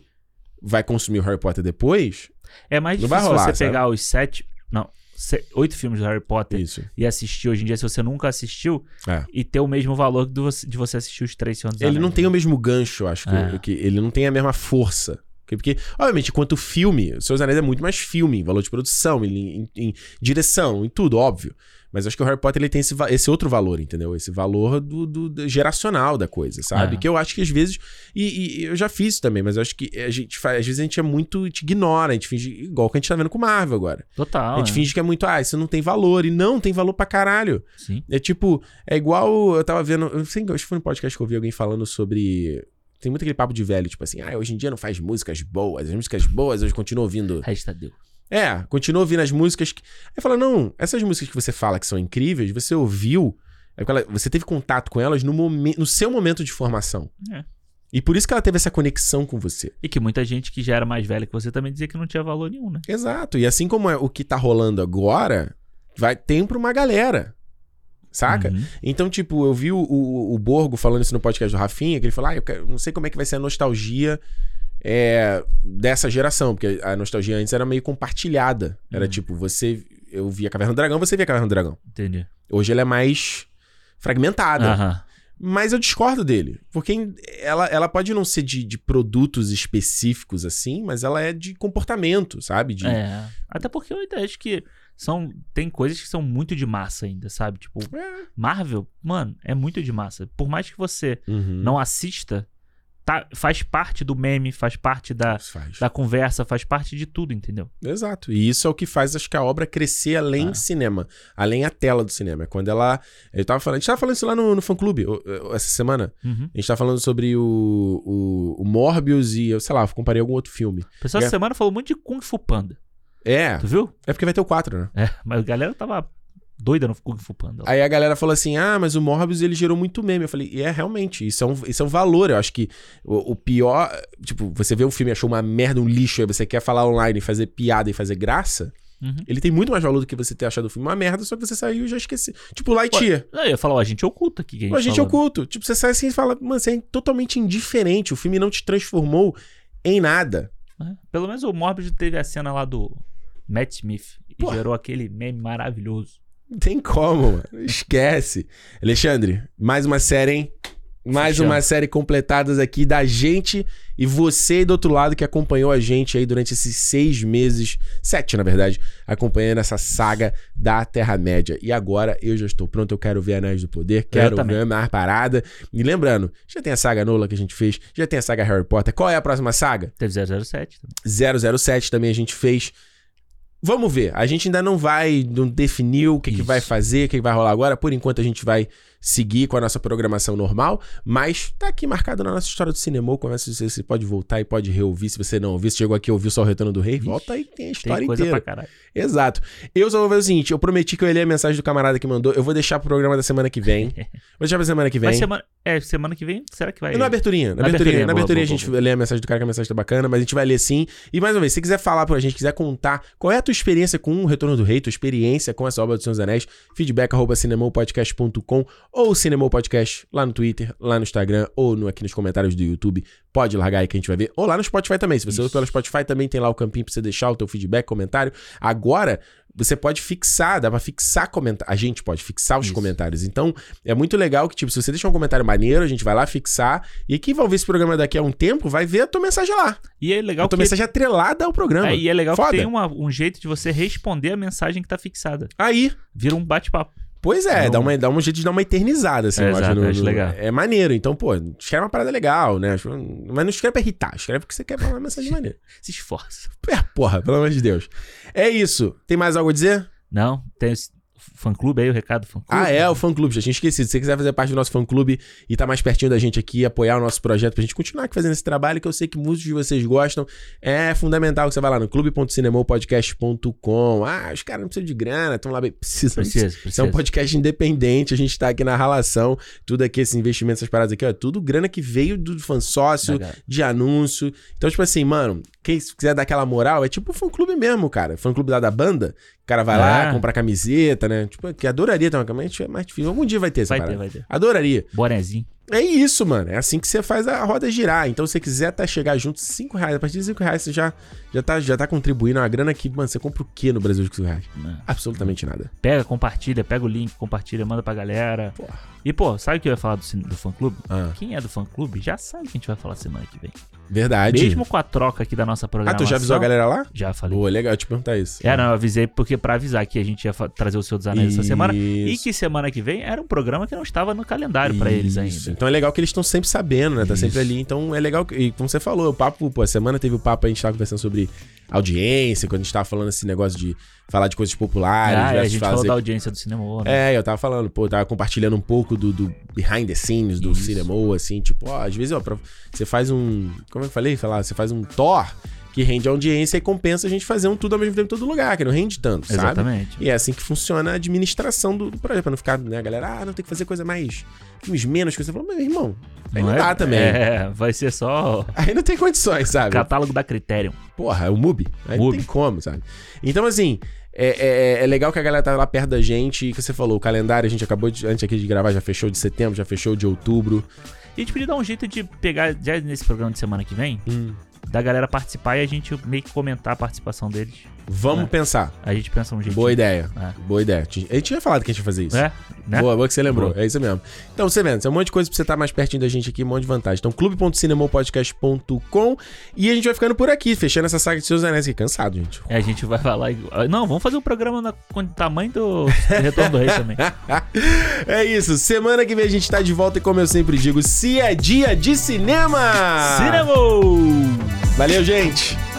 S1: vai consumir o Harry Potter depois.
S2: É mais
S1: Não
S2: difícil
S1: vai rolar,
S2: você
S1: sabe?
S2: pegar os sete. Não, se- oito filmes do Harry Potter
S1: é Isso.
S2: e assistir hoje em dia, se você nunca assistiu,
S1: É.
S2: e ter o mesmo valor do você- de você assistir os três Senhor dos
S1: Ele
S2: Anéis.
S1: não tem o mesmo gancho, eu acho que,
S2: É.
S1: que ele não tem a mesma força. Porque, porque, obviamente, quanto filme, o Senhor dos Anéis é muito mais filme, em valor de produção, em, em- em direção, em tudo, óbvio. Mas acho que o Harry Potter ele tem esse, va- esse outro valor, entendeu? Esse valor do, do- do geracional da coisa, sabe?
S2: É.
S1: Que eu acho que às vezes. E, e eu já fiz isso também, mas eu acho que a gente faz. Às vezes a gente é muito. A gente ignora, a gente finge. Igual que a gente tá vendo com Marvel agora.
S2: Total.
S1: a gente
S2: é.
S1: finge que é muito. Ah, isso não tem valor. E não, tem valor pra caralho.
S2: Sim.
S1: É tipo, é igual. Eu tava vendo. Eu não sei, acho que foi no podcast que eu ouvi alguém falando sobre. Tem muito aquele papo de velho, tipo assim, ah, hoje em dia não faz músicas boas, as músicas boas, hoje continua ouvindo.
S2: Resta Deus.
S1: É, continua ouvindo as músicas. Que... Aí fala, não, essas músicas que você fala que são incríveis, você ouviu, é porque ela- você teve contato com elas no, momen... no seu momento de formação.
S2: É.
S1: E por isso que ela teve essa conexão com você.
S2: E que muita gente que já era mais velha que você também dizia que não tinha valor nenhum, né?
S1: Exato. E assim como é o que tá rolando agora, vai tem pra uma galera. Saca?
S2: Uhum.
S1: Então, tipo, eu vi o, o- o Borgo falando isso no podcast do Rafinha, que ele falou: ah, eu quero- não sei como é que vai ser a nostalgia é, dessa geração, porque a nostalgia antes era meio compartilhada. Era
S2: Uhum.
S1: tipo, você. Eu via Caverna do Dragão, você via Caverna do Dragão.
S2: Entendi.
S1: Hoje ela é mais fragmentada.
S2: Aham.
S1: Mas eu discordo dele. Porque em- ela, ela pode não ser de, de produtos específicos assim, mas ela é de comportamento, sabe? De,
S2: É. Até porque eu ainda acho que são, tem coisas que são muito de massa ainda, sabe? Tipo,
S1: É.
S2: Marvel, mano, é muito de massa. Por mais que você
S1: Uhum.
S2: não assista, tá- faz parte do meme, faz parte da,
S1: Isso faz.
S2: da conversa, faz parte de tudo, entendeu?
S1: Exato. E isso é o que faz, acho que a obra crescer além
S2: Ah.
S1: cinema, além a tela do cinema. É Quando ela. Eu tava falando. A gente tava falando isso lá no, no fã clube o- o- essa semana.
S2: Uhum.
S1: A gente tava falando sobre o, o, o Morbius e, eu sei lá, comparei algum outro filme.
S2: O pessoal
S1: E
S2: essa semana falou muito de Kung Fu Panda.
S1: É,
S2: Tu viu?
S1: é porque vai ter o 4, né?
S2: É, mas a galera tava doida no Kung Fu Panda. lá.
S1: Aí a galera falou assim: ah, mas o Morbius ele gerou muito meme. Eu falei: e é realmente, isso é um, isso é um valor. Eu acho que o, o pior. Tipo, você vê um filme e achou uma merda, um lixo, aí você quer falar online, fazer piada e fazer graça.
S2: Uhum.
S1: Ele tem muito mais valor do que você ter achado o filme uma merda, só que você saiu e já esqueceu. Tipo, Lightyear.
S2: Não, eu ia falar, ó, a gente oculta aqui. Que a gente,
S1: A gente é
S2: falou.
S1: oculto. Tipo, você sai assim e fala, mano, você é totalmente indiferente. O filme não te transformou em nada.
S2: É. Pelo menos o Morbius teve a cena lá do Matt Smith e
S1: Porra.
S2: gerou aquele meme maravilhoso.
S1: Não tem como, mano. Esquece. Alexandre, mais uma série, hein? Mais
S2: Fechamos.
S1: uma série completadas aqui da gente e você aí do outro lado que acompanhou a gente aí durante esses seis meses, sete na verdade, acompanhando essa saga da Terra-média. E agora eu já estou pronto, eu quero ver Anéis do Poder, quero
S2: também.
S1: ver mais parada. E lembrando, já tem a saga Nola que a gente fez, já tem a saga Harry Potter. Qual é a próxima saga?
S2: Teve 007 também.
S1: 007 também a gente fez. Vamos ver. A gente ainda não vai, não definiu o que, que
S2: Isso.
S1: vai fazer, o que, que vai rolar agora. Por enquanto a gente vai seguir com a nossa programação normal, mas tá aqui marcado na nossa história do cinema. Conversa, você, você pode voltar e pode reouvir. Se você não ouvir, se chegou aqui e ouviu só o Retorno do Rei, volta aí que tem a história
S2: Tem coisa
S1: inteira.
S2: pra caralho.
S1: Exato. Eu só vou fazer o seguinte: eu prometi que eu ia ler a mensagem do camarada que mandou. Eu vou deixar pro programa da semana que vem. vou deixar pra semana que vem.
S2: Mas semana, é, semana que vem, será que vai?
S1: Na aberturinha, na,
S2: Na
S1: aberturinha,
S2: aberturinha, é
S1: na
S2: boa,
S1: aberturinha a
S2: boa,
S1: gente lê a mensagem do cara que a mensagem tá bacana, mas a gente vai ler sim. E mais uma vez, se quiser falar pra gente, quiser contar qual é a tua experiência com o Retorno do Rei, tua experiência com essa obra do Senhor dos Anéis, feedback arroba cinemopodcast.com ou cinemopodcast lá no Twitter, lá no Instagram ou no, aqui nos comentários do YouTube. Pode largar aí que a gente vai ver. Ou lá no Spotify também. Se você
S2: Isso.
S1: ouve pelo Spotify, também tem lá o campinho pra você deixar o teu feedback, comentário. Agora, você pode fixar, dá pra fixar comentários. A gente pode fixar os
S2: Isso.
S1: comentários. Então, é muito legal que, tipo, se você deixar um comentário maneiro, a gente vai lá fixar. E quem vai ver esse programa daqui a um tempo vai ver a tua mensagem lá.
S2: E é legal
S1: a tua
S2: que
S1: mensagem atrelada ao programa.
S2: É,
S1: Aí.
S2: e é legal
S1: Foda.
S2: que tem uma- um jeito de você responder a mensagem que tá fixada. Vira um bate-papo.
S1: Pois é,
S2: Não-
S1: dá, uma, dá um jeito de dar uma eternizada, assim,
S2: É,
S1: eu acho,
S2: exato, acho legal.
S1: É maneiro. Então, pô, escreve uma parada legal, né? Mas não escreve pra irritar, escreve porque você quer falar uma mensagem maneira.
S2: Se esforça.
S1: É, porra, pelo amor de Deus. É isso. Tem mais algo a dizer?
S2: Não, tem esse fã-clube aí, o recado do fã-clube.
S1: Ah, é, o fã-clube, já tinha esquecido. Se você quiser fazer parte do nosso fã-clube e tá mais pertinho da gente aqui, apoiar o nosso projeto pra gente continuar aqui fazendo esse trabalho, que eu sei que muitos de vocês gostam, é fundamental que você vá lá no clube.cinemopodcast.com. Ah, os caras não precisam de grana, estão lá bem... Precisa, precisa.
S2: Precisa,
S1: Isso
S2: precisa.
S1: é um podcast independente, a gente tá aqui na ralação, tudo aqui, esse investimento, essas paradas aqui, ó, é tudo grana que veio do fã sócio, de anúncio. Então, tipo assim, mano, quem quiser dar aquela moral, é tipo o fã-clube mesmo, cara. Fã-clube lá da banda, o cara vai lá,
S2: É.
S1: compra camiseta, né? Tipo, que adoraria ter uma camiseta, é mais difícil. Algum dia vai ter essa
S2: Vai ter,
S1: parada.
S2: vai ter.
S1: Adoraria.
S2: Bonezinho.
S1: É isso, mano. É assim que você faz a roda girar. Então, se você quiser até chegar junto, 5 reais. A partir de 5 reais, você já, já, tá, já tá contribuindo. É Uma grana que, mano, você compra o quê no Brasil de 5 reais?
S2: né?
S1: Absolutamente nada.
S2: Pega, compartilha, pega o link, compartilha, manda pra galera.
S1: Porra.
S2: E, pô, sabe o que eu ia falar do, cin- do fã-clube?
S1: Ah,
S2: Quem é do fã-clube já sabe o que a gente vai falar semana que vem.
S1: verdade.
S2: Mesmo com a troca aqui da nossa
S1: É ah,
S2: programação.
S1: tu já avisou a galera lá?
S2: Já falei.
S1: Boa, legal. Eu te perguntar isso.
S2: É, não, eu avisei porque pra avisar que a gente ia fa- trazer o Senhor dos Anéis essa semana. E que semana que vem era um programa que não estava no calendário pra eles
S1: Isso.
S2: ainda.
S1: Então é legal que eles estão sempre sabendo, né? Tá sempre
S2: Isso.
S1: ali. Então é legal. que- E como você falou, o papo, pô, a semana teve o papo, a gente tava conversando sobre audiência, quando a gente tava falando esse negócio de falar de coisas populares,
S2: Ah, é, a
S1: versus
S2: gente
S1: fazer.
S2: falou da audiência do cinema. World, né?
S1: É, eu tava falando, pô, eu tava compartilhando um pouco do, do behind the scenes do
S2: Isso.
S1: cinema, assim, tipo, ó, às vezes, ó, pra- você faz um. Como é que eu falei? Falar, você faz um Thor que rende audiência e compensa a gente fazer um tudo ao mesmo tempo em todo lugar, que não rende tanto, sabe?
S2: Exatamente.
S1: E é assim que funciona a administração do, do projeto, pra não ficar, né, a galera, ah, não tem que fazer coisa mais, filmes menos, que você falou, meu irmão, aí não,
S2: é-
S1: dá também.
S2: É, vai ser só o
S1: Aí não tem condições, sabe?
S2: catálogo da Criterion.
S1: Porra, é o MUBI. Aí
S2: Mubi.
S1: não tem como, sabe? Então, assim, é, é- é legal que a galera tá lá perto da gente. E que você falou, o calendário a gente acabou de, antes aqui de gravar, já fechou de setembro, já fechou de outubro.
S2: E a gente podia dar um jeito de pegar já nesse programa de semana que vem,
S1: Hum.
S2: da galera participar e a gente meio que comentar a participação deles.
S1: Vamos
S2: É.
S1: pensar.
S2: A gente pensa um jeito.
S1: Boa ideia.
S2: É.
S1: Boa ideia. A gente tinha falado que a gente ia fazer isso.
S2: É, né?
S1: Boa, boa que você lembrou. É isso mesmo. Então, você vendo, é um monte de coisa pra você estar mais pertinho da gente aqui, um monte de vantagem. Então, clube.cinemopodcast.com e a gente vai ficando por aqui, fechando essa saga de seus anéis, que é cansado, gente.
S2: E a gente vai falar igual. Não, vamos fazer um programa na- com o tamanho do Retorno do Rei também.
S1: É isso, semana que vem a gente tá de volta e como eu sempre digo, se é dia de cinema!
S2: Cinema!
S1: Valeu, gente!